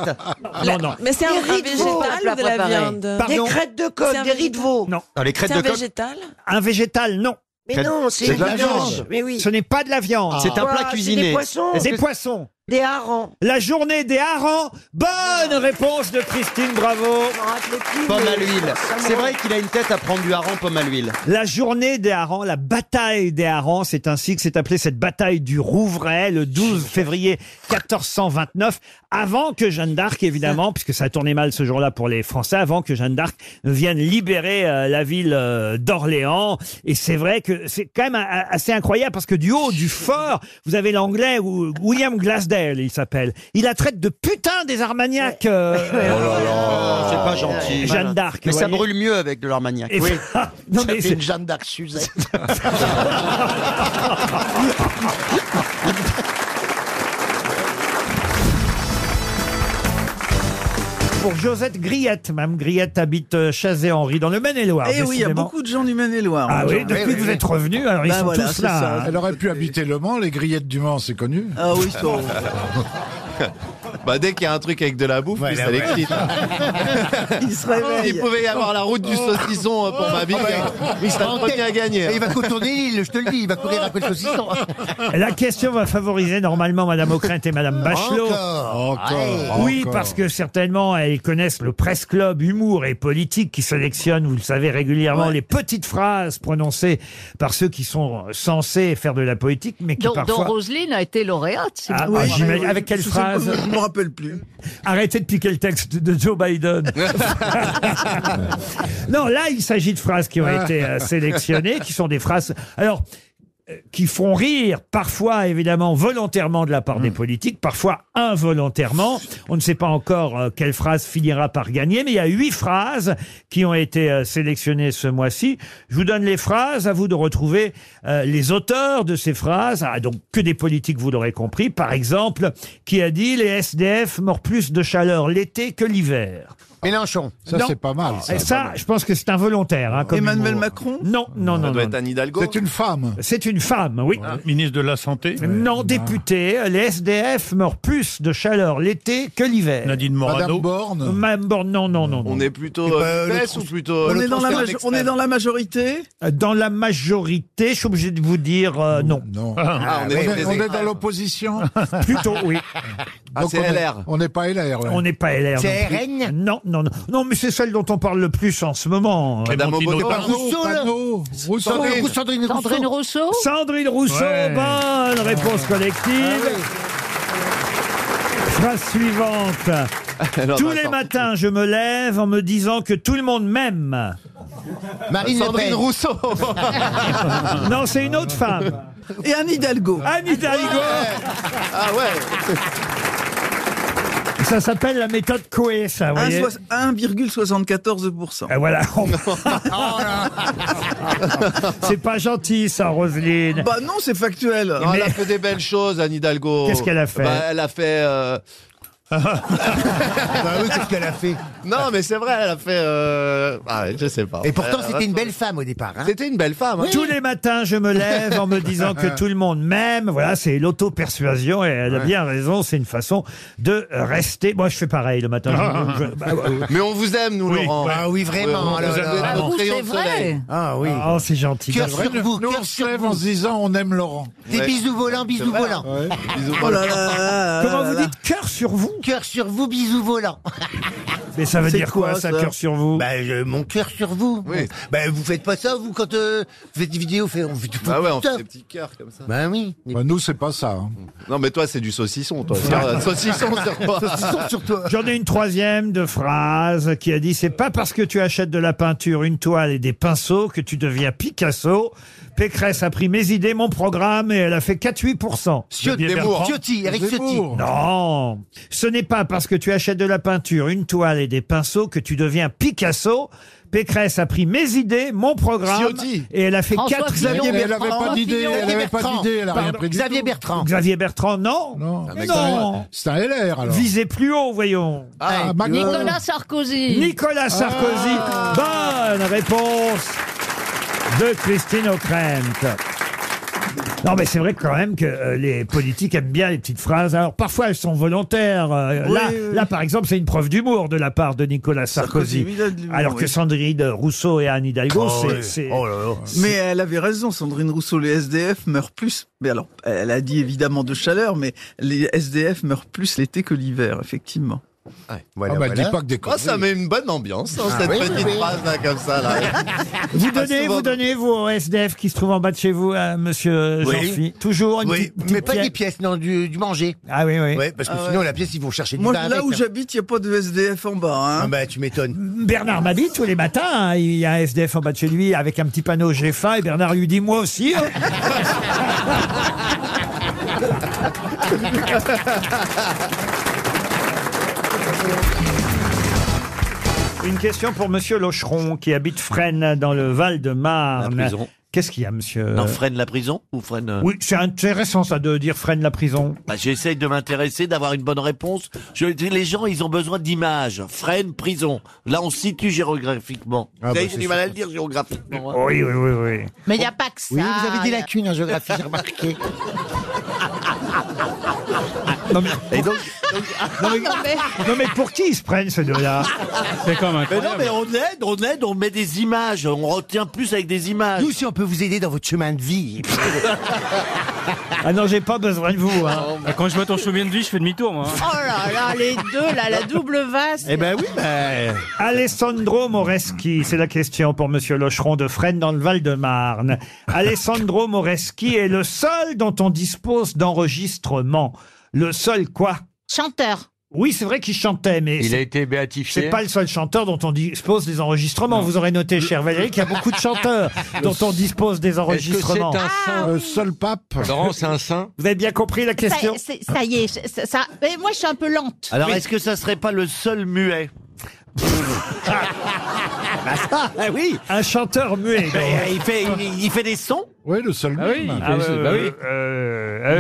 La- Mais c'est un,
Des
un
riz de
végétal
veau,
ou de la
préparé.
viande
Des crêtes de
C'est un
coq, des riz de veau.
Non.
les crêtes
C'est un
de coq.
végétal
Un végétal, non.
Mais non, c'est
C'est de
de
la
la viande.
viande.
Mais oui.
Ce n'est pas de la viande.
C'est un plat
Quoi,
cuisiné.
C'est des poissons.
Est-ce
Des
que-
poissons.
Des harengs.
La journée des harengs. Bonne réponse de Christine Bravo.
Je me rappelais plus,
Pomme
mais
à l'huile.
ça me
C'est vrai qu'il a une tête à prendre du hareng pomme à l'huile.
La journée des harengs, la bataille des harengs, c'est ainsi que s'est appelée cette bataille du Rouvray le 12 février 1429, avant que Jeanne d'Arc, évidemment, puisque ça a tourné mal ce jour-là pour les Français, avant que Jeanne d'Arc vienne libérer euh, la ville euh, d'Orléans. Et c'est vrai que c'est quand même a- assez incroyable parce que du haut du fort, vous avez l'anglais ou William Glasdale, il s'appelle. Il la traite de putain des Armagnacs. euh,
Oh, c'est pas gentil.
Ah. Jeanne d'Arc,
Mais
vous
ça
voyez.
brûle mieux avec de l'armagnac.
Et- Non, mais c'est-
Jeanne d'Arc Suzette.
pour Josette Griette. Mme Griette habite euh, Chazé-Henri, dans le Maine-et-Loire.
Eh oui, il y a
décidément.
beaucoup de gens du Maine-et-Loire.
Ah oui,
Jean.
depuis que vous êtes revenu, alors ils
Ben
sont
voilà,
tous
c'est
là.
ça.
hein.
Elle aurait pu habiter Le Mans, les grillettes du Mans, c'est connu.
Ah oui, ça.
Bah, dès qu'il y a un truc avec de la bouffe,
Ouais,
plus
là,
ça
ouais.
l'excite.
Il se réveille.
Il pouvait y avoir la route du
hein,
saucisson euh, pour
Oh.
ma
Ah
vie. Il serait le premier à gagner.
Et il va contourner l'île, je te le dis, il va courir après le saucisson.
La question va favoriser normalement Madame Ockrent et Madame Bachelot.
Encore, encore.
Oui,
encore.
parce que certainement, elles connaissent le presse club humour et politique qui sélectionne, vous le savez régulièrement, les petites phrases prononcées par ceux qui sont censés faire de la politique, mais qui
Dont, dont
parfois...
Roselyne a été lauréate. c'est
Ah,
vous.
ah, j'imagine- avec quelle
Je sais
phrase
pas, Je me rappelle plus.
Arrêtez de piquer le texte de Joe Biden. non, là, il s'agit de phrases qui ont été euh, sélectionnées, qui sont des phrases. Alors. euh, Qui font rire, parfois évidemment volontairement de la part des politiques, parfois involontairement. On ne sait pas encore euh, quelle phrase finira par gagner, mais il y a huit phrases qui ont été euh, sélectionnées ce mois-ci. Je vous donne les phrases, à vous de retrouver euh, les auteurs de ces phrases. Ah, donc que des politiques, vous l'aurez compris. Par exemple, qui a dit les SDF meurent plus de chaleur l'été que l'hiver.
Mélenchon.
Ça,
Non.
c'est pas mal.
Et ça, je pense que c'est involontaire. Hein, comme
Emmanuel
humour.
Macron
Non, non, non.
Ça doit
non.
être Anne Hidalgo.
C'est une femme.
C'est une femme, oui.
Ministre de la Santé.
Non, députée, les SDF meurent plus de chaleur l'été que l'hiver.
Nadine
Madame Borne.
Madame Borne, non, non, non. non.
On est
Eh
plutôt
Et
euh,
bah, le
baisse ou plutôt.
ben, On
euh,
est, dans la
transfert
majo- on est
extrême
dans la majorité.
Dans la majorité, je suis obligé de vous dire euh, non.
Non.
Ah, on
on,
est,
est, on est dans l'opposition.
Plutôt oui.
Ah,
Donc,
c'est
on est-
LR.
On n'est pas LR. ouais.
On n'est pas LR. non
C'est
plus.
RN?
Non, non, non. Non, mais c'est celle dont on parle le plus en ce moment.
Madame Obono.
Pas Rousseau,
Rousseau, là.
Panot, Rousseau.
Sandrine Rousseau.
Sandrine Rousseau
Sandrine Rousseau, Ah bonne
Ah
réponse collective. Phrase suivante.
Alors,
Tous
attends.
les matins, je me lève en me disant que tout le monde m'aime.
Marine Le
Sandrine
Pen.
Rousseau.
Non, c'est une autre femme.
Et Anne Hidalgo.
Anne Hidalgo.
ah ouais.
Ça s'appelle la méthode Coué, ça, vous
Un
voyez.
sois- 1,74%.
Ah, voilà. c'est pas gentil, ça, Roselyne.
Bah non, c'est factuel.
Non, Ah, Elle a fait des belles choses, Anne Hidalgo.
Qu'est-ce qu'elle a fait
Bah, Elle a fait. euh,
Bah oui, qu'est-ce qu'elle a fait
Non, mais c'est vrai, elle a fait. euh, ah, je sais pas.
Et pourtant,
Elle a-
c'était une belle femme au départ. hein.
C'était une belle femme. hein.
Tous les matins, je me lève en me disant que tout le monde m'aime. Voilà, c'est l'auto-persuasion et elle a bien raison. C'est une façon de rester. Moi, je fais pareil le matin. Je- je- bah,
Mais on vous aime, nous, Laurent.
Ah oui, vraiment. alors là.
Ah bon,
rayon
c'est
de
vrai.
soleil.
Ah oui.
oh, c'est gentil.
Bah,
Cœur
Merci.
sur vous,
Nous, on
cœur
se
sur
lève en
vous.
se disant on aime Laurent.
Des
Ouais.
bisous volants, bisous
vrai.
volants.
hein.
Bisous,
Oh
Paul.
là là là là
Comment
là
vous
là.
dites cœur sur vous
Cœur sur vous, bisous volants.
Mais ça veut
C'est
dire quoi,
quoi,
ça,
ça
cœur sur vous
Bah, je- mon cœur sur vous.
Oui.
Bah, vous faites pas ça, vous, quand euh, vous faites des vidéos, fait- on fait tout
Ah ouais, on fait
ça.
des petits cœurs comme ça.
Bah oui.
Bah, nous, c'est pas ça. hein.
Non, mais toi, c'est du saucisson, toi. C'est- saucisson sur toi.
Saucisson sur toi.
J'en ai une troisième de phrase qui a dit c'est pas parce que tu achètes de la peinture, une toile et des pinceaux que tu deviens Picasso. Pécresse a pris mes idées, mon programme et elle a fait 4-8%.
Ciotti,
Zemmour.
Ciotti, Eric Ciotti.
Zemmour.
Non, ce n'est pas parce que tu achètes de la peinture, une toile et des pinceaux que tu deviens Picasso. Pécresse a pris mes idées, mon programme,
Ciotti.
et elle a fait
François
4
Elle
Fillon.
n'avait pas d'idée, elle n'avait pas
Bertrand.
d'idée, elle a rien
Pardon.
pris du
Xavier
tout.
Bertrand.
Xavier Bertrand, non,
Non,
non,
c'est un- c'est un LR alors.
visez plus haut, voyons.
Ah, Macron.
Nicolas Sarkozy. Ah.
Ah.
Nicolas Sarkozy, bonne réponse de Christine O'Krent. Non, mais c'est vrai quand même que euh, les politiques aiment bien les petites phrases. Alors parfois elles sont volontaires. Euh,
Oui,
là,
oui, oui.
là, par exemple, c'est une preuve d'humour de la part de Nicolas Sarkozy.
Sarkozy, il a de l'humour,
alors que
oui.
Sandrine Rousseau et Anne Hidalgo,
Ah
Oh,
c'est-
oui.
c'est.
Mais elle avait raison, Sandrine Rousseau, les SDF meurent plus. Mais alors, elle a dit évidemment de chaleur, mais les SDF meurent plus l'été que l'hiver, effectivement. bah,
Voilà, voilà.
Ah, ça met une bonne ambiance, hein,
Ah,
cette
oui,
petite
oui.
phrase là, comme ça. Là.
Vous donnez, vous donnez, vous, au SDF qui se trouve en bas de chez vous, euh, monsieur
Oui.
Jean-Phi Toujours une
Oui,
petite,
mais
petite
pas
pièce.
des pièces, non, du, du manger.
Ah oui, oui.
Ouais, parce que
Ah
sinon,
ouais.
la pièce, ils vont chercher du
Moi,
pain
là
avec,
où
hein.
j'habite, il n'y a pas de SDF en bas. Hein.
Ah bah, tu m'étonnes.
Bernard m'habite tous les matins. hein. Il y a un SDF en bas de chez lui avec un petit panneau J'ai faim et Bernard lui dit Moi aussi. hein. Une question pour monsieur Locheron qui habite Fresnes dans le
La
Val-de-Marne.
prison.
Qu'est-ce qu'il y a, monsieur
Non, freine la prison ou freine. euh,
Oui, c'est intéressant ça de dire Fresnes la prison.
bah, J'essaye de m'intéresser, d'avoir une bonne réponse. Je dis, les gens, ils ont besoin d'images. Freine, prison. Là, on se situe géographiquement.
Ah, bah, c'est
à le dire géographiquement. hein.
Oui, oui, oui, oui.
Mais il n'y a pas que ça.
Oui, vous avez des lacunes en géographie, j'ai remarqué.
Non mais, Ah, non, mais, non, mais pour qui ils se prennent ces deux-là C'est comme
Mais non, mais on aide, on aide, on met des images. On retient plus avec des images.
Nous, si on peut vous aider dans votre chemin de vie.
Ah non, j'ai pas besoin de vous. hein.
Ah, Quand je vois ton chemin de vie, je fais demi-tour, moi.
Oh là là, les deux, là, la double vase.
Eh
Eh
ben,
ben
Alessandro Moreschi, c'est la question pour Monsieur Locheron de Fresnes dans le Val-de-Marne. Alessandro Moreschi est le seul dont on dispose d'enregistrement. Le seul quoi Chanteur. Oui, c'est vrai qu'il chantait, mais
Il
c'est-
a été béatifié.
c'est pas le seul chanteur dont on dispose des enregistrements. Vous aurez noté, cher Valérie, qu'il y a beaucoup de chanteurs dont on dispose des enregistrements.
c'est un saint
Le seul pape.
Laurent, c'est un saint
Vous avez bien compris la
question
Ça, c'est- ça y est, je- ça, ça- mais moi je suis un peu lente.
Alors, est-ce que ça serait pas le seul muet Ah oui
Un chanteur muet. donc.
Mais, euh, il, fait, il, il fait des sons
Oui, le seul
Ah oui,
mime.
il fait- Ah ouais, bah oui.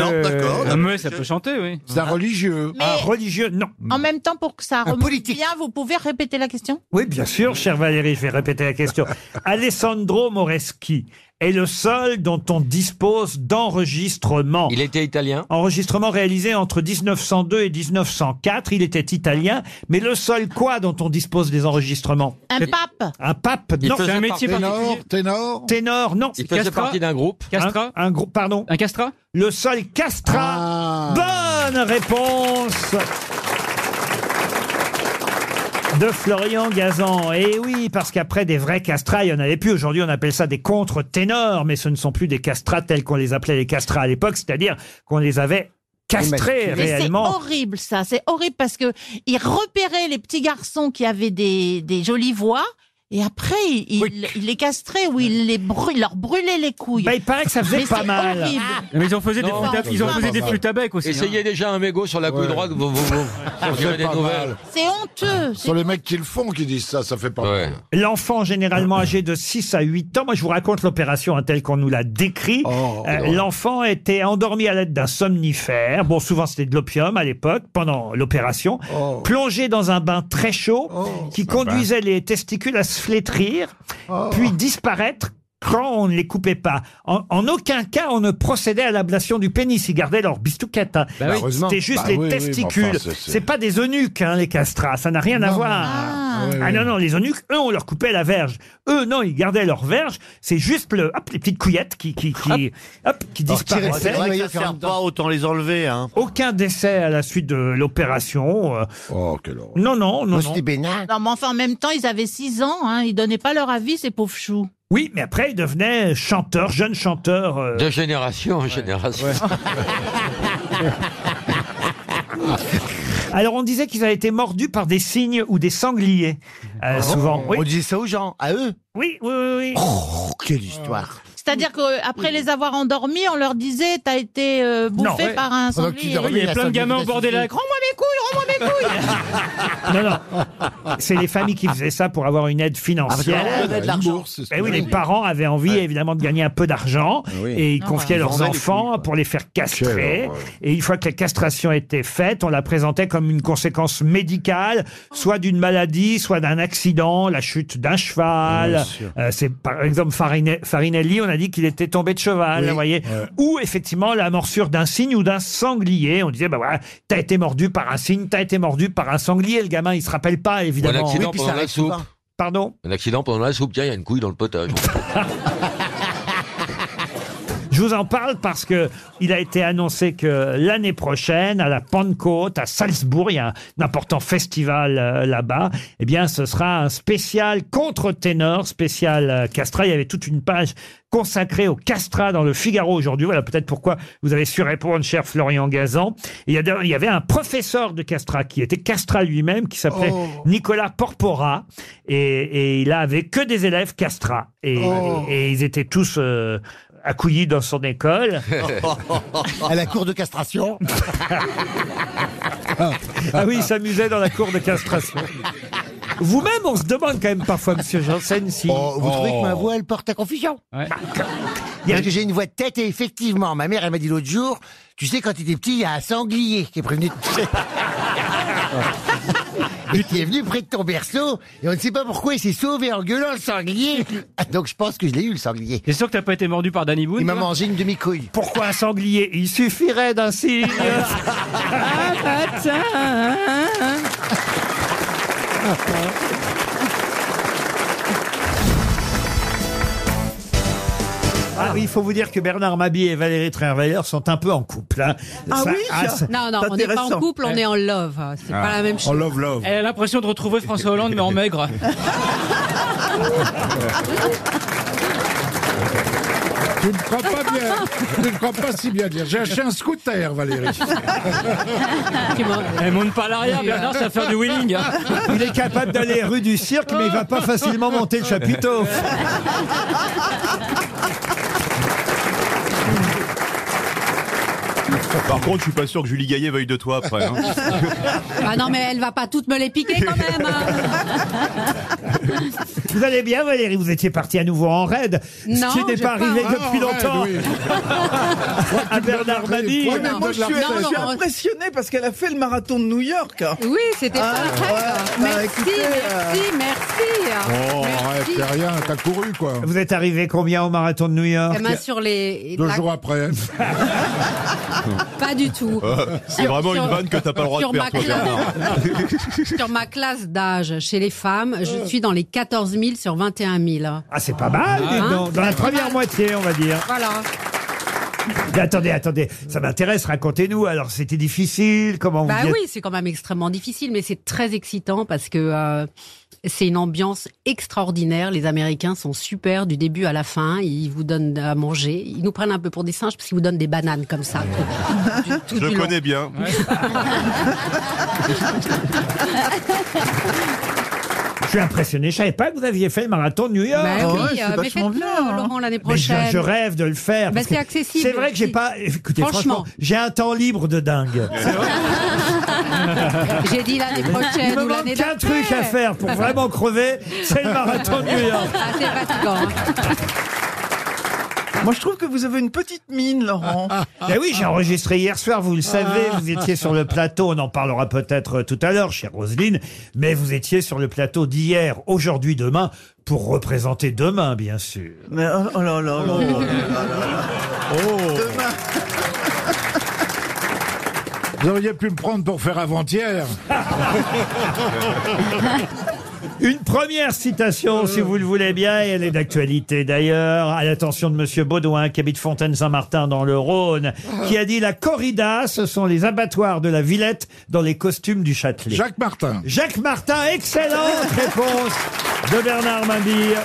Non,
euh,
d'accord.
un
muet, ça peut chanter, oui. C'est un religieux.
Mais- Un
Ah, religieux, non.
En même temps, pour que ça remonte bien, vous pouvez répéter la question
Oui, bien sûr, cher Valérie, je vais répéter la question. Alessandro Moreschi est le seul dont on dispose d'enregistrements.
Il était italien
Enregistrement réalisé entre 1902 et 1904. Il était italien, mais le seul quoi dont on dispose des enregistrements
Un pape
Un pape,
Il
non.
faisait C'est un métier partie- particulier.
ténor Ténor, non.
Il faisait Castra partie d'un groupe Castra
Un, un groupe, pardon. Un castrat Le seul
Ah.
castrat. Bonne réponse de Florian Gazan. Et oui, parce qu'après des vrais castrats, il n'y en avait plus. Aujourd'hui, on appelle ça des contre-ténors, mais ce ne sont plus des castrats tels qu'on les appelait les castrats à l'époque, c'est-à-dire qu'on les avait castrés
Mais c'est
réellement.
horrible ça, c'est horrible parce que ils repéraient les petits garçons qui avaient des, des jolies voix et après ils, ils- ils les castraient ou ils les brû- ils leur brûlaient les couilles.
Bah, il paraît que ça faisait
Mais
pas
c'est
mal.
horrible.
Mais ils en faisaient
des
des
Non, flûtes à-
flûtes à,
non, ils en non, faisaient des non. flûtes à
bec aussi.
Essayez déjà un mégot sur la couille droite, vous, vous, vous, vous verrez des nouvelles.
C'est honteux.
Ce sont les mecs qui le font qui disent ça, ça fait pas mal.
L'enfant généralement âgé de 6 à 8 ans, moi je vous raconte l'opération hein, telle qu'on nous l'a décrit. Euh,
drôle.
L'enfant était endormi à l'aide d'un somnifère, bon souvent c'était de l'opium à l'époque, pendant l'opération, plongé dans un bain très chaud qui conduisait les testicules à se flétrir, puis disparaître quand on ne les coupait pas. En, en aucun cas on ne procédait à l'ablation du pénis, ils gardaient leur bistouquette. hein.
Bah oui. Heureusement.
C'était juste
Bah
les
oui, oui, mais enfin,
testicules.
c'est- c'est-
c'est pas des eunuques hein, les castrats, ça n'a rien à voir.
Ah oui,
Ah
oui.
non, non, les eunuques, eux, on leur coupait la verge. Eux, non, ils gardaient leur verge. C'est juste le, hop, les petites couillettes qui, qui, qui, hop, qui
Ah, C'est
disparaissaient.
vrai que ça sert pas, autant les enlever. Hein.
Aucun décès à la suite de l'opération. euh.
Oh,
Non, non, non. non.
Non, mais enfin, en même temps, ils avaient 6 ans, hein, ils donnaient pas leur avis, ces pauvres choux.
Oui, mais après, ils devenaient chanteurs, jeunes chanteurs. euh.
De génération en génération.
Alors, on disait qu'ils avaient été mordus par des cygnes ou des sangliers, euh, souvent. Oui.
Ah On disait ça aux gens, à eux.
Oui, oui, oui.
Oh, quelle histoire.
C'est-à-dire qu'après les avoir endormis, on leur disait T'as été euh, bouffé
Non, ouais.
par un
Pendant que tu
sanglier.
dormais, Il y avait il y a plein de sanglier gamins au qui bord des t'assistait. lacs.
Rends-moi mes couilles, rends-moi mes
Non, non. C'est les familles qui faisaient ça pour avoir une aide financière.
Ah, parce qu'on donnait de l'argent. Une bourse, c'est ça.
Eh oui, les parents avaient envie, évidemment, de gagner un peu d'argent.
Oui.
Et ils
Ah,
confiaient
ouais.
leurs
Vendaient les
enfants pour les faire castrer.
Quelle horreur.
Et une fois que la castration était faite, on la présentait comme une conséquence médicale, soit d'une maladie, soit d'un accident, la chute d'un cheval.
Bien sûr.
Euh, c'est par exemple Farine- Farinelli, on a dit qu'il était tombé de cheval,
Oui.
vous voyez. Ou effectivement la morsure d'un cygne ou d'un sanglier. On disait bah voilà, t'as été mordu par un cygne, t'as été mordu par un sanglier. Le gamin, il se rappelle
Ou
pas
un
évidemment.
accident pendant la soupe.
Pardon
Un accident pendant la soupe. Tiens, il y a une couille dans le potage.
Je vous en parle parce que il a été annoncé que l'année prochaine, à la Pentecôte, à Salzbourg, il y a un important festival euh, là-bas. Eh bien, ce sera un spécial contre-ténor, spécial euh, castrat. Il y avait toute une page consacrée au castrat dans le Figaro aujourd'hui. Voilà peut-être pourquoi vous avez su répondre, cher Florian Gazan. Et Il y, a d'ailleurs- il y avait un professeur de castrat qui était castrat lui-même, qui s'appelait
Oh.
Nicolas Porpora. Et, et il avait que des élèves castrats. Et,
Oh.
et ils étaient tous euh, accouillis dans son école.
à la cour de castration.
ah oui, il s'amusait dans la cour de castration. Vous-même, on se demande quand même parfois, monsieur Janssen, si...
Oh,
Oh.
Vous trouvez que
Oh.
ma voix, elle porte à confusion Parce que j'ai une voix de tête et effectivement, ma mère, elle m'a dit l'autre jour, tu sais, quand t'étais petit, il y a un sanglier qui est prévenu de... Et qui est venu près de ton berceau et on ne sait pas pourquoi il s'est sauvé en gueulant le sanglier. Ah, Donc je pense que je l'ai eu le sanglier.
T'es sûr que t'as pas été mordu par Danny Boone
Il m'a
toi
mangé une demi-couille.
Pourquoi un sanglier Il suffirait d'un signe.
Ah, bah, hein,
Ah oui, il faut vous dire que Bernard Mabie et Valérie Trierweiler sont un peu en couple. hein.
Ah
Ça-
oui
ah,
ça-
ça-
Non, non, on n'est pas en couple,
hein.
on est en love. C'est
Ah.
pas la même
En
chose.
love, love.
Elle a l'impression de retrouver François Hollande, mais en maigre.
Tu ne crois pas bien. Tu ne crois pas si bien dire. J'ai acheté un scooter, Valérie.
Elle monte pas à l'arrière,
euh,
Bernard, ça va faire du wheeling. hein.
Il est capable d'aller rue du cirque, mais il va pas facilement monter le chapiteau.
Par contre, je suis pas sûr que Julie Gaillet veuille de toi après. hein.
Ah non, mais elle va pas toutes me les piquer quand même. hein.
Vous allez bien, Valérie Vous étiez parti à nouveau en raid.
Non,
ce qui n'est
j'ai
pas
pas-
arrivé
Ah,
depuis
en raid,
longtemps.
oui.
à Bernard Mabie.
Ouais, mais moi, je suis-
Je suis
Non, non,
impressionné parce qu'elle a fait le marathon de New York.
Oui, c'était pas
Ah,
un
ouais,
rêve.
bah,
Merci,
écoutez, euh,
merci, merci.
Oh,
Oh,
arrête,
Merci.
fais rien, t'as couru, quoi.
Vous êtes arrivé combien au marathon de New
Ah,
York
Eh ben, sur les.
Deux
la-
jours après.
Pas du tout.
Euh, c'est vraiment une vanne que t'as pas le droit de
sur
faire,
ma
toi,
classe-
Bernard. Euh.
sur ma classe d'âge, chez les femmes, je suis dans les 14 000 sur 21 000.
Ah, c'est pas mal, dis
Hein
donc. Dans la première moitié, on va dire.
Voilà.
Mais attendez, attendez, ça m'intéresse, racontez-nous. Alors, c'était difficile, comment
Bah
vous y êtes-
oui, c'est quand même extrêmement difficile, mais c'est très excitant parce que euh, c'est une ambiance extraordinaire. Les Américains sont super du début à la fin. Ils vous donnent à manger. Ils nous prennent un peu pour des singes parce qu'ils vous donnent des bananes comme ça.
Je le connais bien.
Je suis impressionné, je savais pas que vous aviez fait le marathon de New York.
Bah oui, euh, mais faites-le,
hein.
Laurent, l'année
Mais je,
prochaine.
je rêve de le faire.
Bah,
parce
c'est
que
accessible
C'est vrai que j'ai
aussi.
pas. Écoutez,
Franchement.
franchement, j'ai un temps libre de dingue.
J'ai dit l'année prochaine
Il me
ou l'année
manque un
d'après.
truc à faire pour vraiment crever, c'est le marathon de New York.
Ah, c'est fatigant.
Moi, je trouve que vous avez une petite mine, Laurent.
Eh oui, j'ai enregistré hier soir, vous le savez,
Ah.
vous étiez sur le plateau, on en parlera peut-être euh, tout à l'heure, chère Roselyne, mais vous étiez sur le plateau d'hier, aujourd'hui, demain, pour représenter demain, bien sûr.
Mais oh, oh là là là là là là là.
Oh.
Vous auriez pu me prendre pour faire avant-hier.
Une première citation, si vous le voulez bien, et elle est d'actualité d'ailleurs, à l'attention de Monsieur Baudouin, qui habite Fontaine-Saint-Martin dans le Rhône, qui a dit La corrida, ce sont les abattoirs de la Villette dans les costumes du Châtelet.
Jacques Martin.
Jacques Martin, excellente réponse de Bernard Mabille.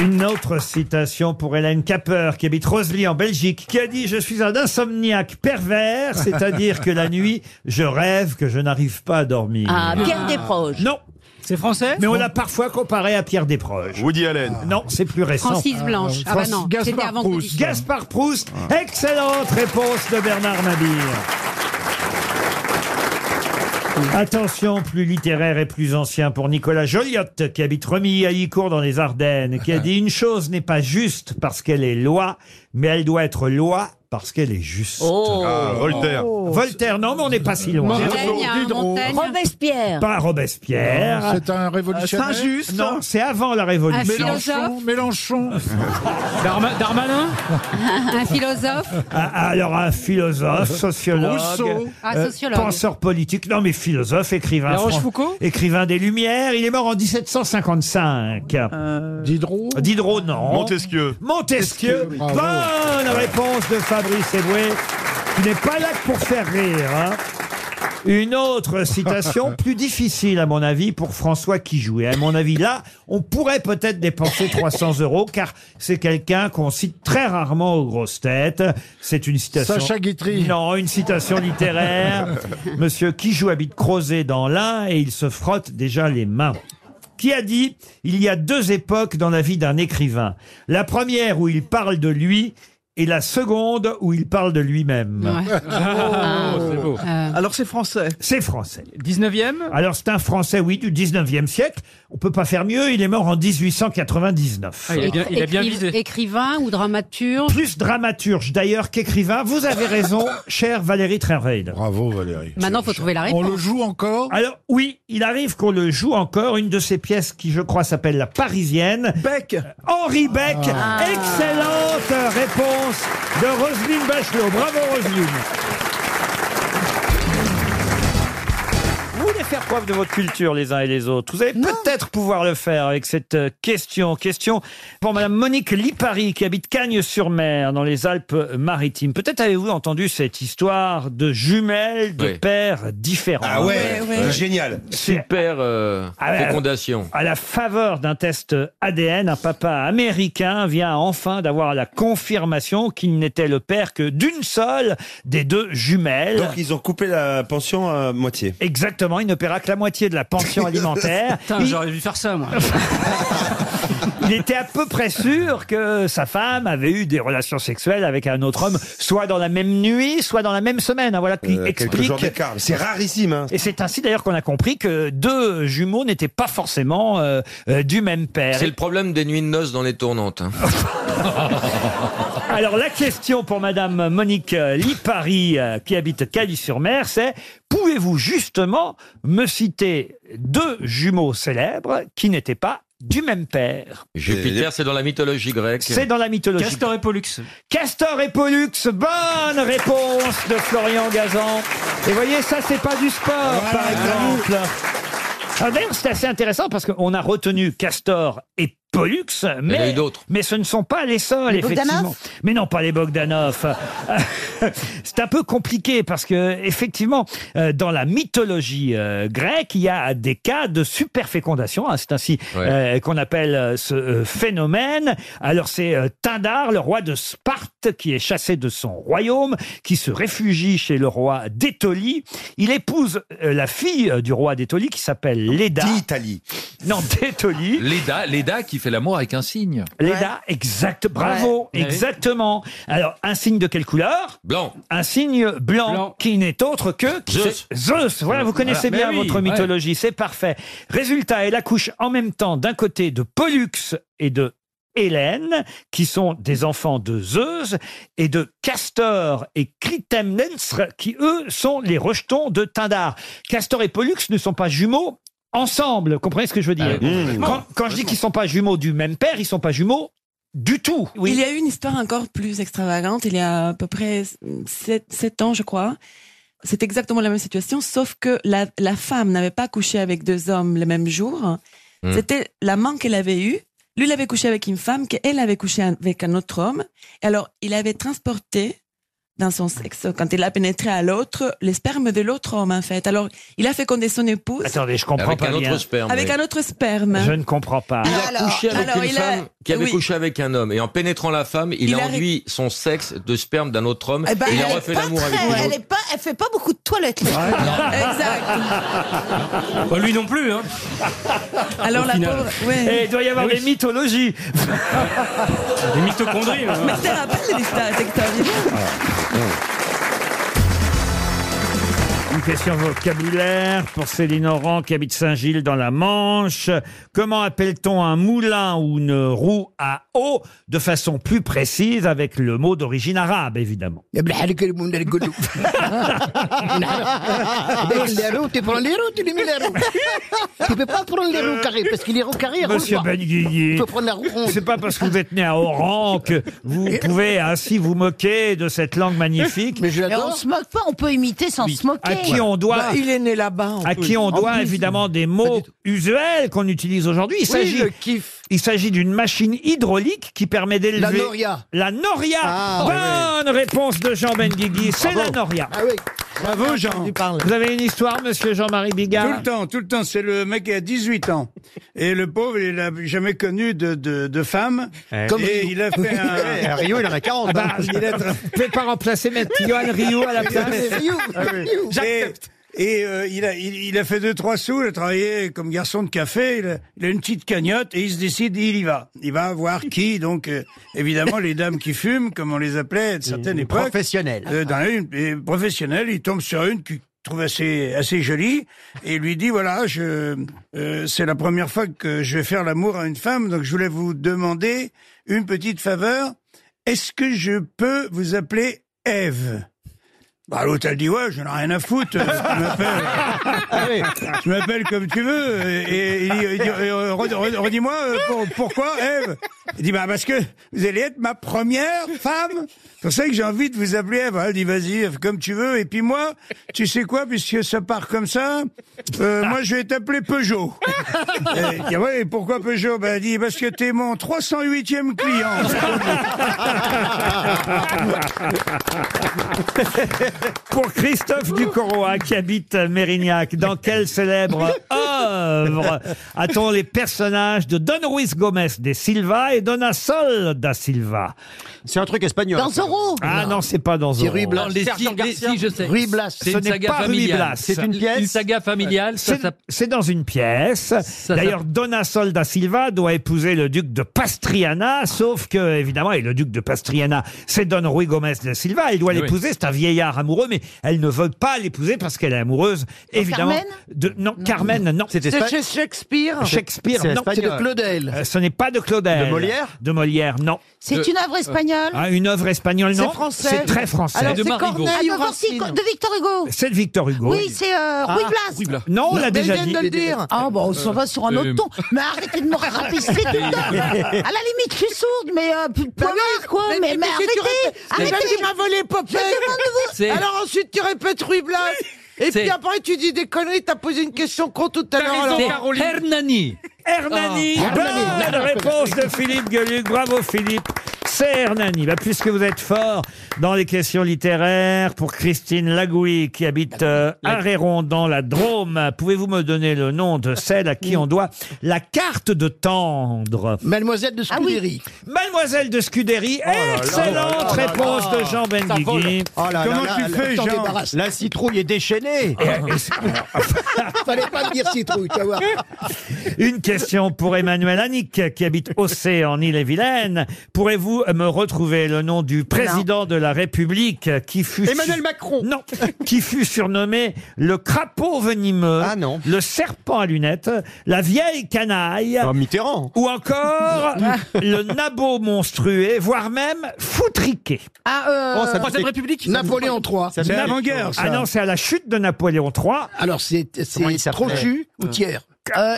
Une autre citation pour Hélène Capper, qui habite Rosely en Belgique, qui a dit Je suis un insomniaque pervers, c'est-à-dire que la nuit, je rêve que je n'arrive pas à dormir.
Ah, Pierre Desproges.
Non.
C'est français
Mais on l'a parfois comparé à Pierre Desproges. Ah.
Woody Allen.
Non, c'est plus récent.
Francis Blanche. Ah, bah non, c'était avant que vous disiez.
Gaspard Proust. Excellente réponse de Bernard Mabille. Attention, plus littéraire et plus ancien pour Nicolas Joliotte, qui habite Remy à Icourt dans les Ardennes, qui a dit Une chose n'est pas juste parce qu'elle est loi, mais elle doit être loi parce qu'elle est juste.
Oh. Ah, Voltaire.
Voltaire, non, mais on n'est pas si loin.
hein,
Robespierre.
Pas Robespierre.
C'est un révolutionnaire.
Euh, Saint-Just. Non, c'est avant la Révolution.
Un philosophe. Mélenchon.
Darmanin
Un philosophe
Ah, Alors, un philosophe, sociologue, euh,
Rousseau. Ah, sociologue.
penseur politique, non mais philosophe, écrivain,
La
fran-
Rochefoucauld
écrivain des Lumières. Il est mort en 1755. Diderot Diderot, non.
Montesquieu.
Montesquieu.
Bravo.
Bonne réponse de Fabrice Eboué, qui n'est pas là que pour faire rire. hein. Une autre citation plus difficile, à mon avis, pour François Quijou. Et à mon avis, là, on pourrait peut-être dépenser 300 euros, car c'est quelqu'un qu'on cite très rarement aux grosses têtes. C'est une citation...
Sacha Guitry.
Non, une citation littéraire. Monsieur Quijou habite Crozet dans l'Ain et il se frotte déjà les mains qui a dit Il y a deux époques dans la vie d'un écrivain. La première où il parle de lui et la seconde où il parle de lui-même.
Ah.
Ah,
Oh,
c'est beau.
Euh.
Alors c'est français C'est français.
19e
Alors c'est un français, oui, du 19e siècle. On peut pas faire mieux, il est mort en 1899.
Ah, il a bien- il a bien
Écri- Écrivain ou dramaturge
Plus dramaturge d'ailleurs qu'écrivain, vous avez raison, chère Valérie Trierweiler.
Bravo Valérie.
Maintenant, faut trouver la
On
réponse.
le joue encore
Alors oui, il arrive qu'on le joue encore. Une de ses pièces qui, je crois, s'appelle La Parisienne.
Beck.
Henri Beck. Excellente réponse de Roselyne Bachelot. Bravo Roselyne. Vous voulez faire preuve de votre culture les uns et les autres. Vous allez peut-être pouvoir le faire avec cette euh, question. Question pour Madame Monique Lipari qui habite Cagnes-sur-Mer dans les Alpes-Maritimes. Peut-être avez-vous entendu cette histoire de jumelles de
Oui.
pères différents.
Ah ouais, génial. Super euh,
Ah ouais.
fécondation.
À la faveur d'un test ADN, un papa américain vient enfin d'avoir la confirmation qu'il n'était le père que d'une seule des deux jumelles.
Donc ils ont coupé la pension à moitié.
Exactement, il ne paiera que la moitié de la pension alimentaire.
Putain,
Il-
j'aurais dû faire ça, moi.
il était à peu près sûr que sa femme avait eu des relations sexuelles avec un autre homme, soit dans la même nuit, soit dans la même semaine. Voilà qui
Euh, quelques
explique.
jours d'écart. C'est rarissime, hein.
Et c'est ainsi d'ailleurs qu'on a compris que deux jumeaux n'étaient pas forcément euh, euh, du même père.
C'est le problème des nuits de noces dans les tournantes. hein.
Alors la question pour Madame Monique euh, Lipari, euh, qui habite Cali-sur-Mer, c'est pouvez-vous justement me citer deux jumeaux célèbres qui n'étaient pas du même père
Jupiter, c'est dans la mythologie grecque.
C'est dans la mythologie.
Castor et Pollux.
Castor et Pollux, bonne réponse de Florian Gazan. Et voyez, ça c'est pas du sport, par exemple. Ah, D'ailleurs, c'est assez intéressant parce qu'on a retenu Castor et Pollux, mais,
en a eu d'autres.
mais ce ne sont pas les seuls,
Les Bogdanov
effectivement. Mais non, pas les Bogdanov. c'est un peu compliqué parce que, effectivement, euh, dans la mythologie euh, grecque, il y a des cas de superfécondation. hein, c'est ainsi
Ouais.
euh, qu'on appelle euh, ce euh, phénomène. Alors, c'est euh, Pindar, le roi de Sparte, qui est chassé de son royaume, qui se réfugie chez le roi d'Étolie. Il épouse euh, la fille euh, du roi d'Étolie qui s'appelle Leda. D'Italie. Non, d'Étolie.
Leda, Leda qui fait l'amour avec un signe.
Leda, exact, bravo,
Ouais.
exactement. Alors, un signe de quelle couleur
Blanc.
Un signe blanc, qui n'est autre que
Zeus.
c'est Zeus. Voilà, vous connaissez
Voilà.
bien
Mais oui,
votre
ouais.
mythologie, c'est parfait. Résultat, elle accouche en même temps d'un côté de Pollux et de Hélène, qui sont des enfants de Zeus, et de Castor et Clytemnestre, qui eux sont les rejetons de Tindar. Castor et Pollux ne sont pas jumeaux ensemble, comprenez ce que je veux dire
Ah oui, complètement.
Quand- quand je dis qu'ils sont pas jumeaux du même père, ils sont pas jumeaux du tout. Oui.
Il y a eu une histoire encore plus extravagante. Il y a à peu près 7, ans, je crois. C'est exactement la même situation, sauf que la, la femme n'avait pas couché avec deux hommes le même jour.
Hmm.
C'était la main qu'elle avait eue. Lui, il avait couché avec une femme, qu'elle avait couché avec un autre homme. Et alors, il avait transporté dans son sexe, quand il a pénétré à l'autre, le sperme de l'autre homme, en fait. Alors, il a fécondé son épouse.
Attendez, je comprends
Avec
pas
un autre
bien.
sperme,
Avec
oui.
un autre sperme.
Je ne comprends pas.
Il a
Alors-
couché avec
alors,
une
il a-
femme qui avait
oui.
couché avec un homme. Et en pénétrant la femme,
euh, Il
il, a
a-
enduit son sexe de sperme d'un autre homme.
Eh ben,
il a
elle est
refait
pas
l'amour avec
très-
une
elle
autre.
est pas, elle fait pas beaucoup de toilettes. là.
Bah, lui non plus, hein.
Alors,
Ah,
Au
la
final.
pauvre. ouais. Ah
Et il doit y avoir
Eh oui.
des mythologies.
Des mitochondries. hein.
Mais je te rappelle l'histoire, c'est que t'as envie de-
Une question vocabulaire pour Céline Oran qui habite Saint-Gilles dans la Manche. Comment appelle-t-on un moulin ou une roue à eau de façon plus précise avec le mot d'origine arabe, évidemment
Avec les roues, tu prends les roues, tu les mets les roues. Tu peux pas prendre les roues carrées, parce que les roues carrées, elles
Monsieur
roulent pas.
Benguigui,
Tu peux prendre la roue ronde.
c'est pas parce que vous êtes né à Oran que vous pouvez ainsi vous moquer de cette langue magnifique. Mais je
Mais on se moque pas, on peut imiter sans
Oui.
se moquer.
À qui on doit-
Bah,
il
est né là-bas.
à qui on doit évidemment des mots usuels qu'on utilise aujourd'hui. Il
Oui,
s'agit,
le
il s'agit d'une machine hydraulique qui permet d'élever
La noria.
La noria.
Ah,
Bonne réponse de Jean Benguigui. C'est
Bravo.
la noria.
Ah oui. Bravo, Jean.
Vous avez une histoire, monsieur Jean-Marie Bigard
Tout le temps, tout le temps. C'est le mec qui a 18 ans. Et le pauvre, il n'a jamais connu de, de, de femme.
Ouais.
Comme et il a fait
Ouais,
un... Bah,
à Rio, il en a 40, hein. Vous pouvez pas remplacer mettre Johan Rio à la place Ah Rio, Rio.
J'accepte. Et euh, il, a, il, il a fait deux trois sous, il a travaillé comme garçon de café, il a, il a une petite cagnotte et il se décide, il y va. Il va voir qui, donc euh, évidemment les dames qui fument, comme on les appelait à une certaine
Mmh,
époque.
professionnelles.
Euh, dans une, et professionnelles, il tombe sur une qui trouve assez assez jolie et lui dit voilà je euh, c'est la première fois que je vais faire l'amour à une femme donc je voulais vous demander une petite faveur est-ce que je peux vous appeler Ève bah, l'autre, elle dit, ouais, je n'ai rien à foutre. euh, Tu m'appelles, tu m'appelles comme tu veux. Et il dit, il dit, euh, red- red- redis-moi, euh, pour- pourquoi, Ève? Il dit, bah, parce que vous allez être ma première femme. C'est pour ça que j'ai envie de vous appeler Ève. Elle dit, vas-y, Ève, comme tu veux. Et puis moi, tu sais quoi, puisque ça part comme ça, euh, moi, je vais t'appeler Peugeot. Et, il dit, ouais, et pourquoi Peugeot? Bah, elle dit, parce que t'es mon 308e client.
Pour Christophe Ducoroy qui habite Mérignac, dans quelle célèbre œuvre a-t-on les personnages de Don Ruiz Gomez de Silva et Dona Sol da Silva C'est un truc espagnol.
Dans Zorro.
Ah non, c'est pas dans
C'est
Zorro.
Ruy Blas. Dans les- Sergent Garcia.
si, je sais.
Ruy Blas.
Ce
C'est une
n'est
saga
pas Ruy
familiale.
Blas.
C'est une pièce Une saga familiale, ça
C'est-
s'appelle-
C'est dans une pièce. D'ailleurs, Donna Sol da Silva doit épouser le duc de Pastriana, sauf que, évidemment, et le duc de Pastriana, c'est Don Ruy Gomez de Silva. Elle doit
Eh Oui.
l'épouser, c'est un vieillard amoureux, mais elle ne veut pas l'épouser parce qu'elle est amoureuse, évidemment.
Carmen
de... non, Carmen, non.
C'est espa- C'est chez
Shakespeare Shakespeare,
C'est
non.
espagnol. C'est de Claudel.
Euh, ce n'est pas de Claudel.
De Molière
De Molière, non.
C'est
De-
une œuvre espagnole
Ah, une œuvre espagnole, non.
C'est français.
C'est très français.
Alors, De Ah, c'est Marigot. Corneille
ou
Attends,
Racine
de Victor Hugo.
C'est Ah, de Victor Hugo.
Oui, c'est, euh, Ruy Blas.
Non, on
Non,
l'a
mais
déjà
il
dit.
vient de le dire.
Ah bon, on s'en va sur un autre
Euh,
ton.
Mais arrêtez de me rapisser tout le temps. À la limite, je suis sourde, mais euh, plus de
Bah
poids vert, quoi. Mais, mais,
qu'est-ce que tu
arrêtez.
répètes
Arrêtez.
Déjà, tu m'as
volé
C'est-
Popeye.
Alors
ensuite, tu répètes Ruy Blas.
Et C'est- puis
après, tu dis des conneries. T'as posé une question con tout à
l'heure, raison, alors. Caroline.
Hernani.
Hernani. Oh. Ah, Bonne réponse de Philippe Gueluc. Bravo Philippe. C'est Hernani. Bah, puisque vous êtes fort dans les questions littéraires, pour Christine Lagouy qui habite euh, Arréron dans la Drôme, pouvez-vous me donner le nom de celle à qui on doit la carte de tendre
Mademoiselle de Scudéry.
Mademoiselle de Scudéry. Excellente réponse de Jean Benguigui.
La citrouille est déchaînée.
Fallait pas me dire citrouille, tu vas voir.
Une question pour Emmanuel Annick, qui habite Océ en Ille-et-Vilaine. Pourrez-vous me retrouver le nom du président de la République qui fut.
Emmanuel
Macron Non Qui fut surnommé le crapaud venimeux, le serpent à lunettes, la vieille canaille. Oh, Mitterrand Ou encore le nabot monstrué, voire même foutriqué.
Ah, euh,
Oh, ça me Troisième fait- République
Napoléon III.
C'est Ah non, c'est à la chute de Napoléon III.
Alors, c'est
Comment il s'appelait
Trochu ou Thiers
Euh,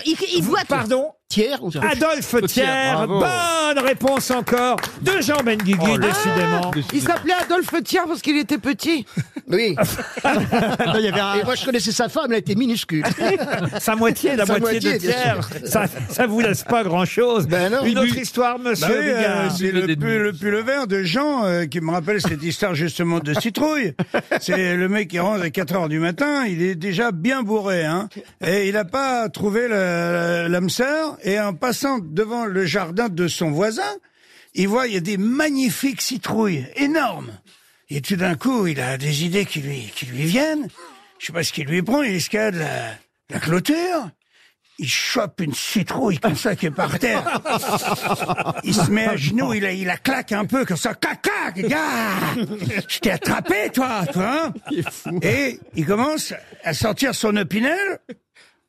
Pardon
Thiers ou
Adolphe Thiers, bonne réponse encore de Jean Benguigui, décidément.
Il s'appelait Adolphe Thiers parce qu'il était petit. Oui. Et moi, je connaissais sa femme, elle était minuscule.
Sa moitié, la
Sa
moitié, de
bien
Thiers,
sûr.
ça, ça vous laisse pas grand-chose.
Ben
Une autre histoire, monsieur
Bah oui, euh,
Bigard.
c'est le, pull- le pull vert de Jean euh, qui me rappelle cette histoire justement de citrouille. C'est le mec qui rentre à 4 heures du matin, il est déjà bien bourré, hein. Et il n'a pas trouvé la- la- l'âme sœur. Et en passant devant le jardin de son voisin, il voit il y a des magnifiques citrouilles énormes. Et tout d'un coup, il a des idées qui lui qui lui viennent. Je sais pas ce qui lui prend. Il escalade la, la clôture. il chope une citrouille comme ça qui est par terre. Il se met à genoux, il la, il la claque un peu comme ça, clac, clac, gars Je t'ai attrapé, toi, toi hein Et il commence à sortir son opinel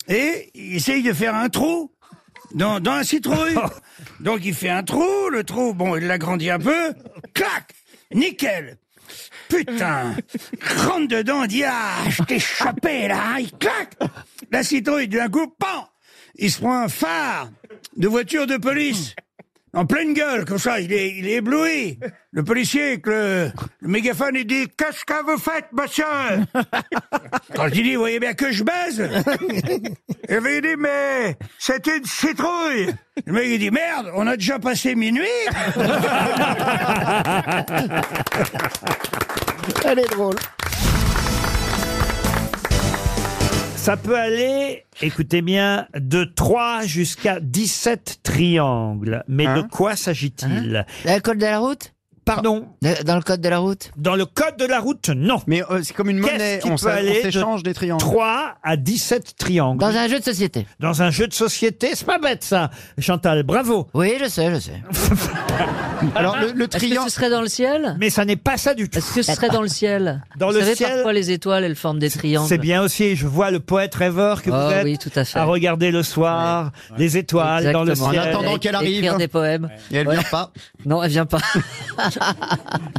et il essaye de faire un trou dans, dans la citrouille. Donc il fait un trou, le trou, bon, il l'agrandit un peu, clac Nickel Putain Rentre dedans, dit « Ah, je t'ai chopé, là hein. Il claque La citrouille, d'un coup, pan Il se prend un phare de voiture de police en pleine gueule, comme ça, il est, il est ébloui. Le policier, avec le, le mégaphone, il dit « Qu'est-ce que vous faites, monsieur ?» Quand je dis « Vous voyez bien que je baise ?» Et puis il dit « Mais c'est une citrouille !» Le mec, il dit « Merde, on a déjà passé minuit !»
Elle est drôle.
Ça peut aller, écoutez bien, de 3 jusqu'à 17 triangles. Mais de quoi s'agit-il
Hein Dans le code de la route
Pardon
Dans le code de la route
Dans le code de la route, non.
Mais euh, c'est comme une
Qu'est-ce qui peut aller de 3 à 17 triangles.
Dans un jeu de société.
Dans un jeu de société, c'est pas bête ça. Chantal, bravo.
Oui, je sais, je sais.
Alors le,
Est-ce que ce serait dans le ciel
Mais ça n'est pas ça du tout.
Est-ce que ce serait dans le ciel
Dans
Vous
le
savez,
ciel-
Parfois les étoiles elles forment des triangles.
C'est bien aussi, je vois le poète rêveur que
Oh
vous êtes
oui, tout à fait.
regarder le soir, les étoiles dans le
Exactement.
ciel.
Écrire des poèmes.
Et elle
Ouais.
vient pas.
Non, elle vient pas.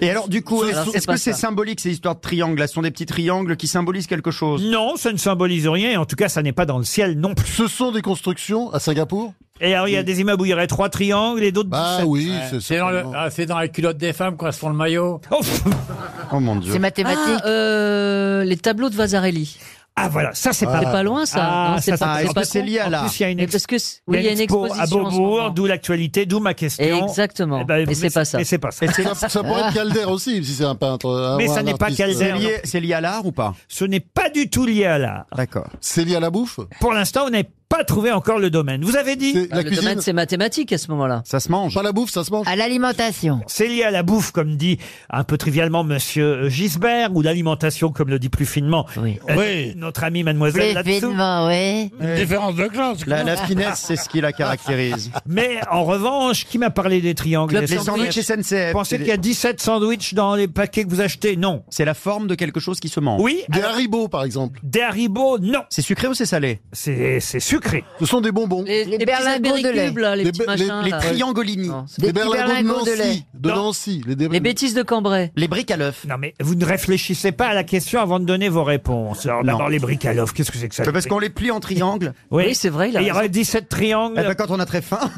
Et alors, du coup,
Alors,
est-ce
c'est
est-ce
pas
que c'est
ça.
symbolique ces histoires de triangles Là, ce sont des petits triangles qui symbolisent quelque chose
Non, ça ne symbolise rien. et En tout cas, ça n'est pas dans le ciel non plus.
Ce sont des constructions à Singapour
Et alors, il y a des immeubles où il y aurait trois triangles et d'autres
Bah
17.
oui, c'est c'est dans, le- ah, c'est dans la culotte des femmes quand elles se font le maillot.
Oh,
mon
C'est mathématique. Ah, euh, les tableaux de Vasarely.
Ah voilà, ça c'est
C'est
pas
pas loin, ça.
Ah,
Non, c'est
ça,
pas-
ça,
c'est
en
pas
plus, il y a-
con.
en plus, il y a une
Mais
ex-
parce que c- oui, il y a une
expo à
exposition en ce
Beaubourg,
moment.
d'où l'actualité, d'où ma question.
Exactement.
Eh ben,
Et c'est pas ça.
Mais c'est pas ça.
Ça, ça pourrait être Calder aussi, si c'est un peintre. un-
Mais
ou
ça
un
n'est pas
artiste.
Calder.
à l'art ou pas
Ce n'est pas du tout lié à l'art.
D'accord.
C'est lié à la bouffe
Pour l'instant, on n'a pas trouvé encore le domaine. Vous avez dit
Bah, le domaine, c'est mathématique à ce moment-là.
Ça se mange.
Pas la bouffe, ça se mange.
À l'alimentation.
C'est lié à la bouffe, comme dit un peu trivialement Monsieur Gisbert, ou l'alimentation, comme le dit plus finement euh,
Oui.
notre amie Mademoiselle
Plus
là-dessous.
finement, oui.
Différence de classe.
La, la finesse, c'est ce qui la caractérise.
Mais en revanche, qui m'a parlé des triangles
Les sandwichs SNCF.
Pensez qu'il y a 17 sandwichs dans les paquets que vous achetez Non.
C'est la forme de quelque chose qui se mange.
Oui.
Des haribots, par exemple.
Des haribots, non.
C'est sucré ou c'est salé
C'est c'est sucré.
Ce sont des bonbons.
Les, les,
berlingots de lait.
apéricubes, là, les,
Les
petits
be- les-
machins.
les
là.
triangolini.
Non, c'est-
Des,
Des petits
berlingots de
berlingots de
Nancy.
lait.
De
Non.
Nancy. Les,
Les bêtises de Cambrai.
Les briques à l'œuf.
Non mais vous ne réfléchissez pas à la question avant de donner vos réponses. Alors d'abord les briques à l'offre, qu'est-ce que c'est que ça
Parce qu'on les plie en triangle.
Oui,
Oui, c'est vrai. Il a
Et il y
raison.
aurait 17 triangles.
Eh ben, quand on a très faim.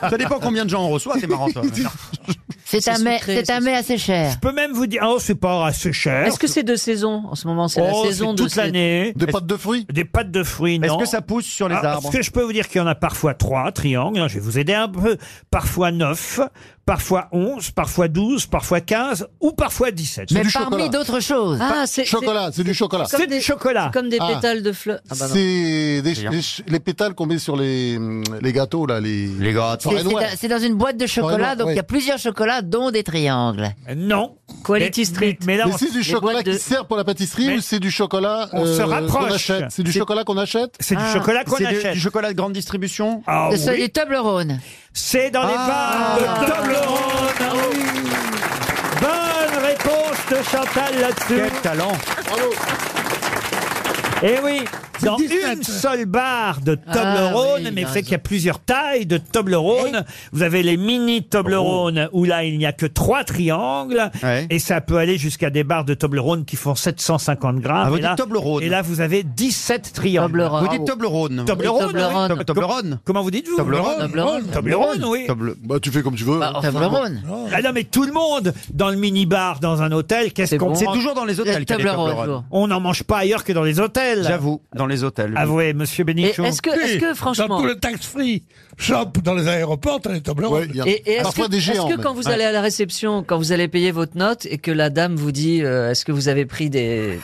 ça dépend combien de gens on reçoit, c'est marrant. toi.
C'est un, mets,
sucré,
c'est un
c'est
mets assez cher.
Je peux même vous dire, oh c'est pas assez cher.
Est-ce que c'est de saison en ce moment C'est
Oh,
la saison
c'est
de
toute
ces-
l'année.
Des pâtes de fruits
Des pâtes de fruits, non.
Est-ce que ça pousse sur les
Ah,
arbres
Parce que je peux vous dire qu'il y en a parfois trois triangles, hein, je vais vous aider un peu, parfois 9, parfois 11, parfois 12, parfois 15 ou parfois 17.
Mais
du chocolat.
parmi d'autres choses.
Ah, c'est
Chocolat, c'est du chocolat.
C'est du chocolat.
c'est comme des
Ah.
pétales de fleurs. Ah, bah non.
C'est des-
Rien.
les, les pétales qu'on met sur les, les gâteaux, là. Les,
Les gâteaux.
C'est-
Forêt
C'est
Noire.
dans- c'est dans une boîte de chocolat,
Forêt-Noire,
donc il y
ouais.
a plusieurs chocolats, dont des triangles.
Euh, Non.
Quality
Mais-
Street.
Mais, mais là,
Mais
on-
c'est du chocolat qui sert pour la pâtisserie
Mais-
ou c'est du chocolat
On se
euh,
rapproche.
qu'on achète C'est du
C'est-
chocolat qu'on achète Ah.
c'est du chocolat qu'on
Ah, C'est de-
achète.
du chocolat de grande distribution
Ah
C'est celui
oui,
du Toblerone.
c'est dans les
Ah.
bars de Toblerone. Bonne réponse de Chantal là-dessus.
Quel talent
Eh oui, dans
17.
une seule barre de
Ah
Toblerone,
oui,
mais
il a
fait qu'il y a plusieurs tailles de Toblerone. Vous avez les mini Toblerone où là il n'y a que trois triangles
Oh. Ouais.
et ça peut aller jusqu'à des barres de Toblerone qui font 750 grammes.
Ah, vous
et,
dites
là,
Toblerone.
et là vous avez 17 triangles.
Toblerone.
Vous dites Toblerone.
Toblerone,
Toblerone.
oui. Com-
Toblerone.
Comment vous dites vous
Toblerone.
Toblerone.
Toblerone, oui.
Toble-
Bah, tu fais comme tu veux.
Bah, Toblerone.
Ah non mais tout le monde dans le mini bar dans un hôtel, qu'est-ce
C'est
qu'on
bon.
C'est
mange
toujours dans les hôtels
Le
qu'il y a les
Toblerone,
Toblerone.
toujours.
On n'en mange pas ailleurs que dans les hôtels.
J'avoue, dans les hôtels.
Avouez, Ah Monsieur
Et
Bénichon.
est-ce que, est-ce que franchement,
tax-free shop dans les aéroports, t'as les tableaux.
Ouais, il y a-
et, et est-ce
Parfois
que,
des
est-ce
géants.
que
même.
quand vous allez à la réception, quand vous allez payer votre note et que la dame vous dit, euh, est-ce que vous avez pris des,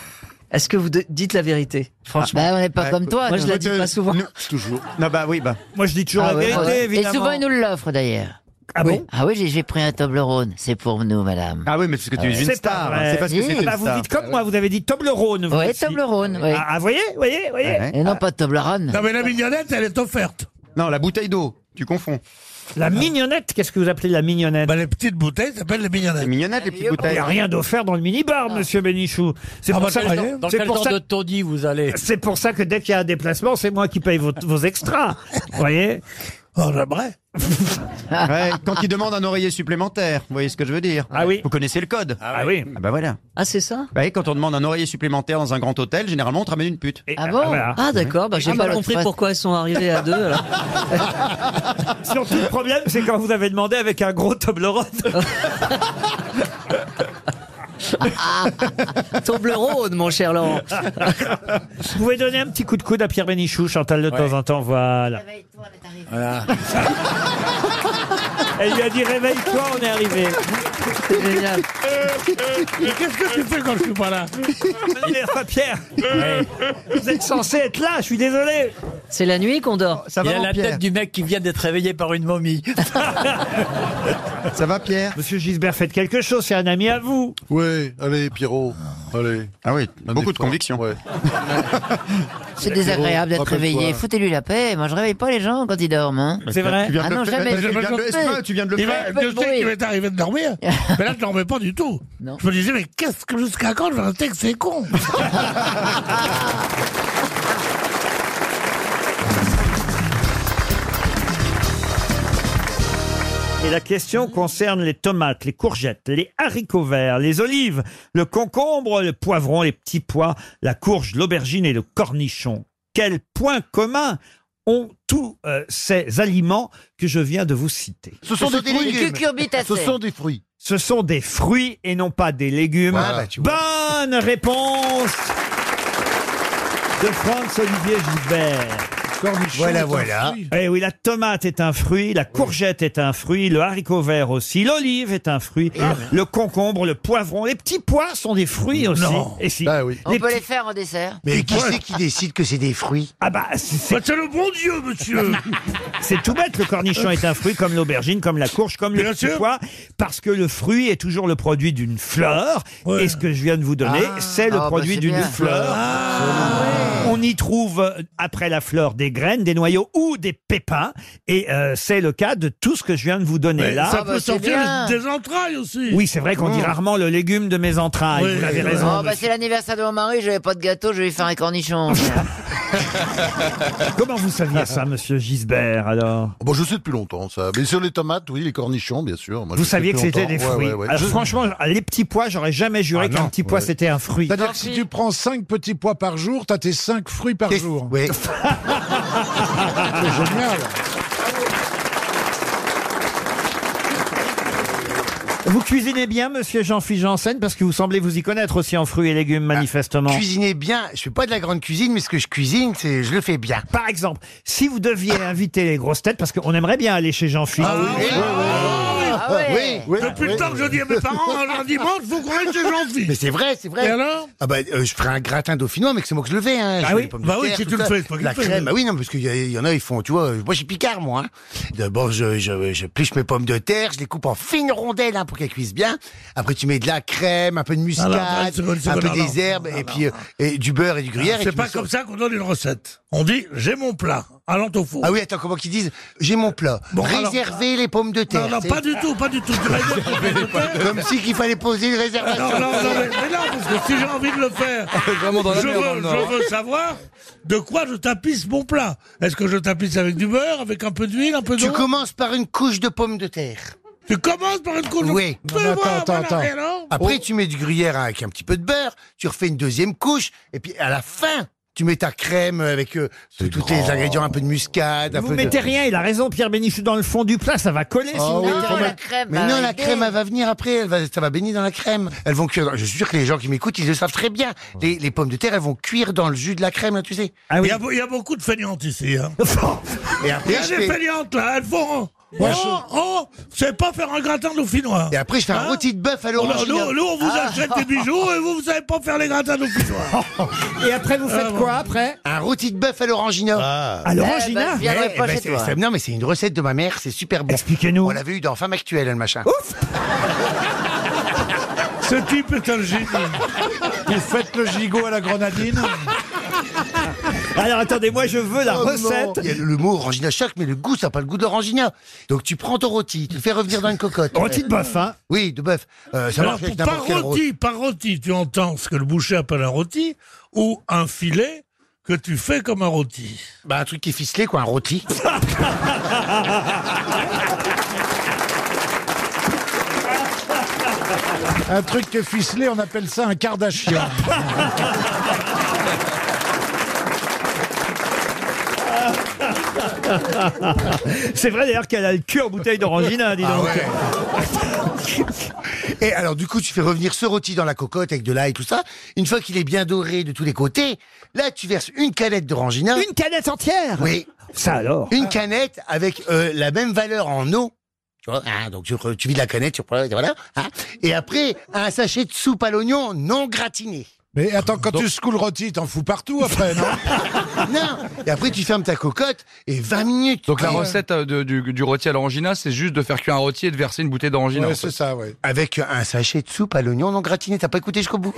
est-ce que vous de- dites la vérité Franchement,
Ah,
Bah, on n'est pas
Ouais.
comme toi.
moi je
nous.
la dis pas souvent.
Toujours.
Non, bah oui, bah.
Moi je dis toujours
Ah
la
ouais,
vérité,
ouais. Et
évidemment.
souvent, ils nous l'offrent d'ailleurs.
Ah
oui. Ah oui, j'ai- j'ai pris un Toblerone. C'est pour nous, madame. Ah oui, mais parce que
C'est pas
Euh,
vrai. Eh ben, vous dites comme moi, vous avez dit Toblerone. vous
Oui,
aussi.
Toblerone. oui.
Ah, ah, voyez, voyez, voyez.
Et non pas de Toblerone.
Non, mais la
mignonnette, elle est offerte.
Non, la bouteille d'eau, tu confonds.
La mignonnette, qu'est-ce que vous appelez la mignonnette
Les petites bouteilles s'appellent les mignonnettes. Les mignonnettes, les petites
Il
bouteilles.
n'y a rien d'offert dans le
Ah.
minibar, monsieur Bénichou. C'est
Ah,
pour
bah,
ça
quel temps- dans
c'est
quel
pour
temps
ça-
de taudis vous allez
C'est pour ça que dès qu'il y a un déplacement, c'est moi qui paye vos, vos extras. Vous voyez
Oh, j'aimerais. ouais, quand ils demandent un oreiller supplémentaire, vous voyez ce que je veux dire
Ah oui.
Vous connaissez le code
Ah oui.
Ah bah voilà.
Ah, c'est ça
Bah oui, quand on demande un oreiller supplémentaire dans un grand hôtel, généralement on te ramène une pute.
Ah bon Ah, d'accord, bah, j'ai
Ah,
pas
bah,
compris
l'autre
pourquoi ils sont arrivés à deux. alors.
Surtout le problème, c'est quand vous avez demandé avec un gros Toblerone.
Toblerone, mon cher Laurent.
vous pouvez donner un petit coup de coude à Pierre Bénichou, Chantal, de temps en temps, voilà. Voilà. Elle lui a dit réveille-toi, on est arrivé.
C'est génial.
Mais qu'est-ce que tu fais quand je suis pas là Pierre, vous êtes censé être là, je suis désolé.
C'est la nuit qu'on dort.
Il y a la tête du mec qui vient d'être réveillé par une momie.
Ça va, Pierre Monsieur Gisbert, faites quelque chose, c'est un ami à vous.
Oui, allez, Pierrot, allez.
Ah oui,
beaucoup de conviction.
C'est désagréable d'être
Rappelle-toi.
réveillé. Foutez-lui la paix. Moi, je réveille pas les gens quand ils dorment. hein.
C'est vrai Tu viens de
Ah
le
non,
faire.
jamais.
Tu viens de le- est-ce que tu viens de le
Il
faire
va-
Peu de
Je sais
bruit.
qu'il m'est arrivé de dormir, mais là je dormais pas du tout. Je me disais mais qu'est-ce que jusqu'à quand je vais rester que c'est con
Et la question concerne les tomates, les courgettes, les haricots verts, les olives, le concombre, le poivron, les petits pois, la courge, l'aubergine et le cornichon. Quel point commun ont tous euh, ces aliments que je viens de vous citer
Ce sont Ce des sont des fruits. légumes. Cucurbitacées. Ce sont des fruits.
Ce sont des fruits et non pas des légumes.
Voilà. Ah bah, tu
Bonne réponse de Franz-Olivier Gilbert.
Voilà, est un voilà. fruit.
Eh oui, la tomate est un fruit, la courgette est un fruit, le haricot vert aussi, l'olive est un fruit, le concombre, le poivron, les petits pois sont des fruits aussi.
Non. Bah
Et si. Les
On peut
petits-
les faire en dessert.
Mais qui c'est
qui décide que c'est des fruits
Ah bah c'est
le bon Dieu, monsieur
C'est tout bête, le cornichon est un fruit comme l'aubergine, comme la courge, comme le
Bien
petit
sûr.
pois, parce que le fruit est toujours le produit d'une fleur, et ce que je viens de vous donner, c'est le
Ah, bah,
produit
c'est
d'une
bien.
fleur.
Ah.
On y trouve, euh, après la fleur, des graines, des noyaux ou des pépins, et euh, c'est le cas de tout ce que je viens de vous donner
Mais
là.
Ah
Ah,
ça
bah,
bah,
peut sortir des entrailles aussi.
Oui, c'est vrai qu'on dit
Mmh.
rarement le légume de mes entrailles,
Oui.
Ah, vous avez raison.
Ah,
Oh, bah, c'est l'anniversaire de mon mari. J'avais pas de gâteau. Je vais lui faire un cornichon.
Comment vous saviez ça, monsieur Gisbert, alors
Bon, je sais depuis longtemps, ça. Mais sur les tomates, oui, les cornichons, bien sûr. Moi,
Vous
je sais
saviez que
depuis
c'était
longtemps.
des
Ouais,
fruits.
ouais, ouais.
Alors
Je-
franchement, les petits pois, j'aurais jamais juré
Ah, non.
qu'un petit pois
Ouais.
c'était un fruit.
C'est-à-dire que si tu prends 5 petits pois par jour, t'as tes 5 fruits par jour.
Oui.
C'est génial.
Vous cuisinez bien, monsieur Jean-Philippe Janssen, parce que vous semblez vous y connaître aussi en fruits et légumes, manifestement.
Bah, Cuisiner bien, je suis pas de la grande cuisine, mais ce que je cuisine, c'est je le fais bien.
Par exemple, si vous deviez inviter les grosses têtes, parce qu'on aimerait bien aller chez Jean-Philippe.
Ah
Ah
oui, oui.
Depuis le
Ah, Oui.
temps que je dis à mes parents un lundi dimanche, vous courez chez Jean-Philippe.
Mais c'est vrai, c'est vrai.
Et alors
Ah bah, euh, je ferai un gratin dauphinois, mais c'est moi que je le fais. Hein.
Bah
Je
oui.
fais des pommes de
Bah oui,
terre,
si
tout
tu le
ça.
fais, c'est toi qui
La
le fais.
crème, bah oui, non, parce qu'il y, a- il y en a, ils font, tu vois, euh, moi je suis picard, moi. hein. D'abord, je, je, je pliche mes pommes de terre, je les coupe en fines rondelles hein, pour qu'elles cuisent bien. Après, tu mets de la crème, un peu de muscade,
Non, non, attends une seconde, une
un
seconde,
peu
non, non,
des herbes,
non,
et
non, Ah,
puis euh, et du beurre et du gruyère. et
C'est
tu
pas
mets ça
comme ça qu'on donne une recette. On dit j'ai mon plat, allons au four.
Ah oui, attends, comment qu'ils disent J'ai mon plat.
Bon, alors-
Réservez les pommes de terre.
Non, non,
c'est-
pas du tout, pas du tout. Tu réserves les pommes de terre.
Comme si qu'il fallait poser une réservation.
Non, non, non, mais, mais non, parce que si j'ai envie de le faire,
Vraiment dans la
je,
merde, hein, dans
veux,
le Nord,
je veux savoir de quoi je tapisse mon plat. Est-ce que je tapisse avec du beurre, avec un peu d'huile, un peu d'eau
Tu commences par une couche de pommes de terre.
Tu commences par une couche de-
Oui.
Non, mais attends, Voilà, attends, voilà, attends. et alors
Après, tu mets du gruyère avec un petit peu de beurre, tu refais une deuxième couche, et puis à la fin, tu mets ta crème avec euh, tous tes ingrédients, un peu de muscade, un
Vous
peu de... Oh
mettez rien, il a raison, Pierre Bénichou, dans le fond du plat, ça va coller. si vous
oui,
mettez
quand
rien.
même. Mais non, la crème, elle va venir après. Elle va, ça va baigner dans la crème. Elles vont cuire. dans- Je suis sûr que les gens qui m'écoutent, ils le savent très bien. Les, les pommes de terre, elles vont cuire dans le jus de la crème, là, tu sais.
il, y a, be- il y a beaucoup de fainéantes ici. Hein.
Et
il y
après,
a
je
des
fais-
fainéantes là, elles font. Oh, oh, c'est pas faire un gratin dauphinois. Et
après, je fais un rôti de bœuf à l'orange.
Oh, bah, Nous, nous, on vous
Ah.
achète des bijoux et vous, vous savez pas faire les gratins dauphinois.
Et après, vous faites quoi après Un rôti de bœuf à l'orangina.
Ah. À l'orangina
Eh ben, je viendrai pas chez toi. c'est- Non, mais c'est une recette de ma mère, c'est super bon. Expliquez-nous. On l'avait eu dans Femme Actuelle, le machin.
Oh,
Ouf
Ce type est un génie.
Vous faites le gigot à la grenadine
Alors attendez, moi je veux la recette.
Oh Il y a le, le mot orangina chaque, mais le goût, ça n'a pas le goût de l'orangina. Donc tu prends ton rôti, tu le fais revenir dans une cocotte. Euh,
Rôti de bœuf, hein
Oui, de bœuf. Euh, ça
Alors,
marche avec
pour- par
n'importe quel
rôti, par rôti, tu entends ce que le boucher appelle un rôti ou un filet que tu fais comme un rôti.
Bah, un truc qui est ficelé, quoi, un rôti.
Un truc que ficelé, on appelle ça un Kardashian.
C'est vrai d'ailleurs qu'elle a le cul en bouteille d'orangina, dis donc.
Et alors, du coup, tu fais revenir ce rôti dans la cocotte avec de l'ail, tout ça. Une fois qu'il est bien doré de tous les côtés, là, tu verses une canette d'orangina. Une
canette entière
Oui.
Ça alors
Une canette avec euh, la même valeur en eau. Tu vois, hein, donc tu, re- tu vides la canette, tu reprends, voilà. hein. et après, un sachet de soupe à l'oignon non gratiné.
Mais attends, quand tu secoues le rôti, t'en fous partout après, non
non Et après, tu fermes ta cocotte et 20 minutes.
Donc la
Et, euh,
recette euh, de- du, du rôti à l'orangina, c'est juste de faire cuire un rôti et de verser une bouteille d'orangina.
Ouais,
en fait.
Avec un sachet de soupe à l'oignon non gratiné. T'as pas écouté jusqu'au bout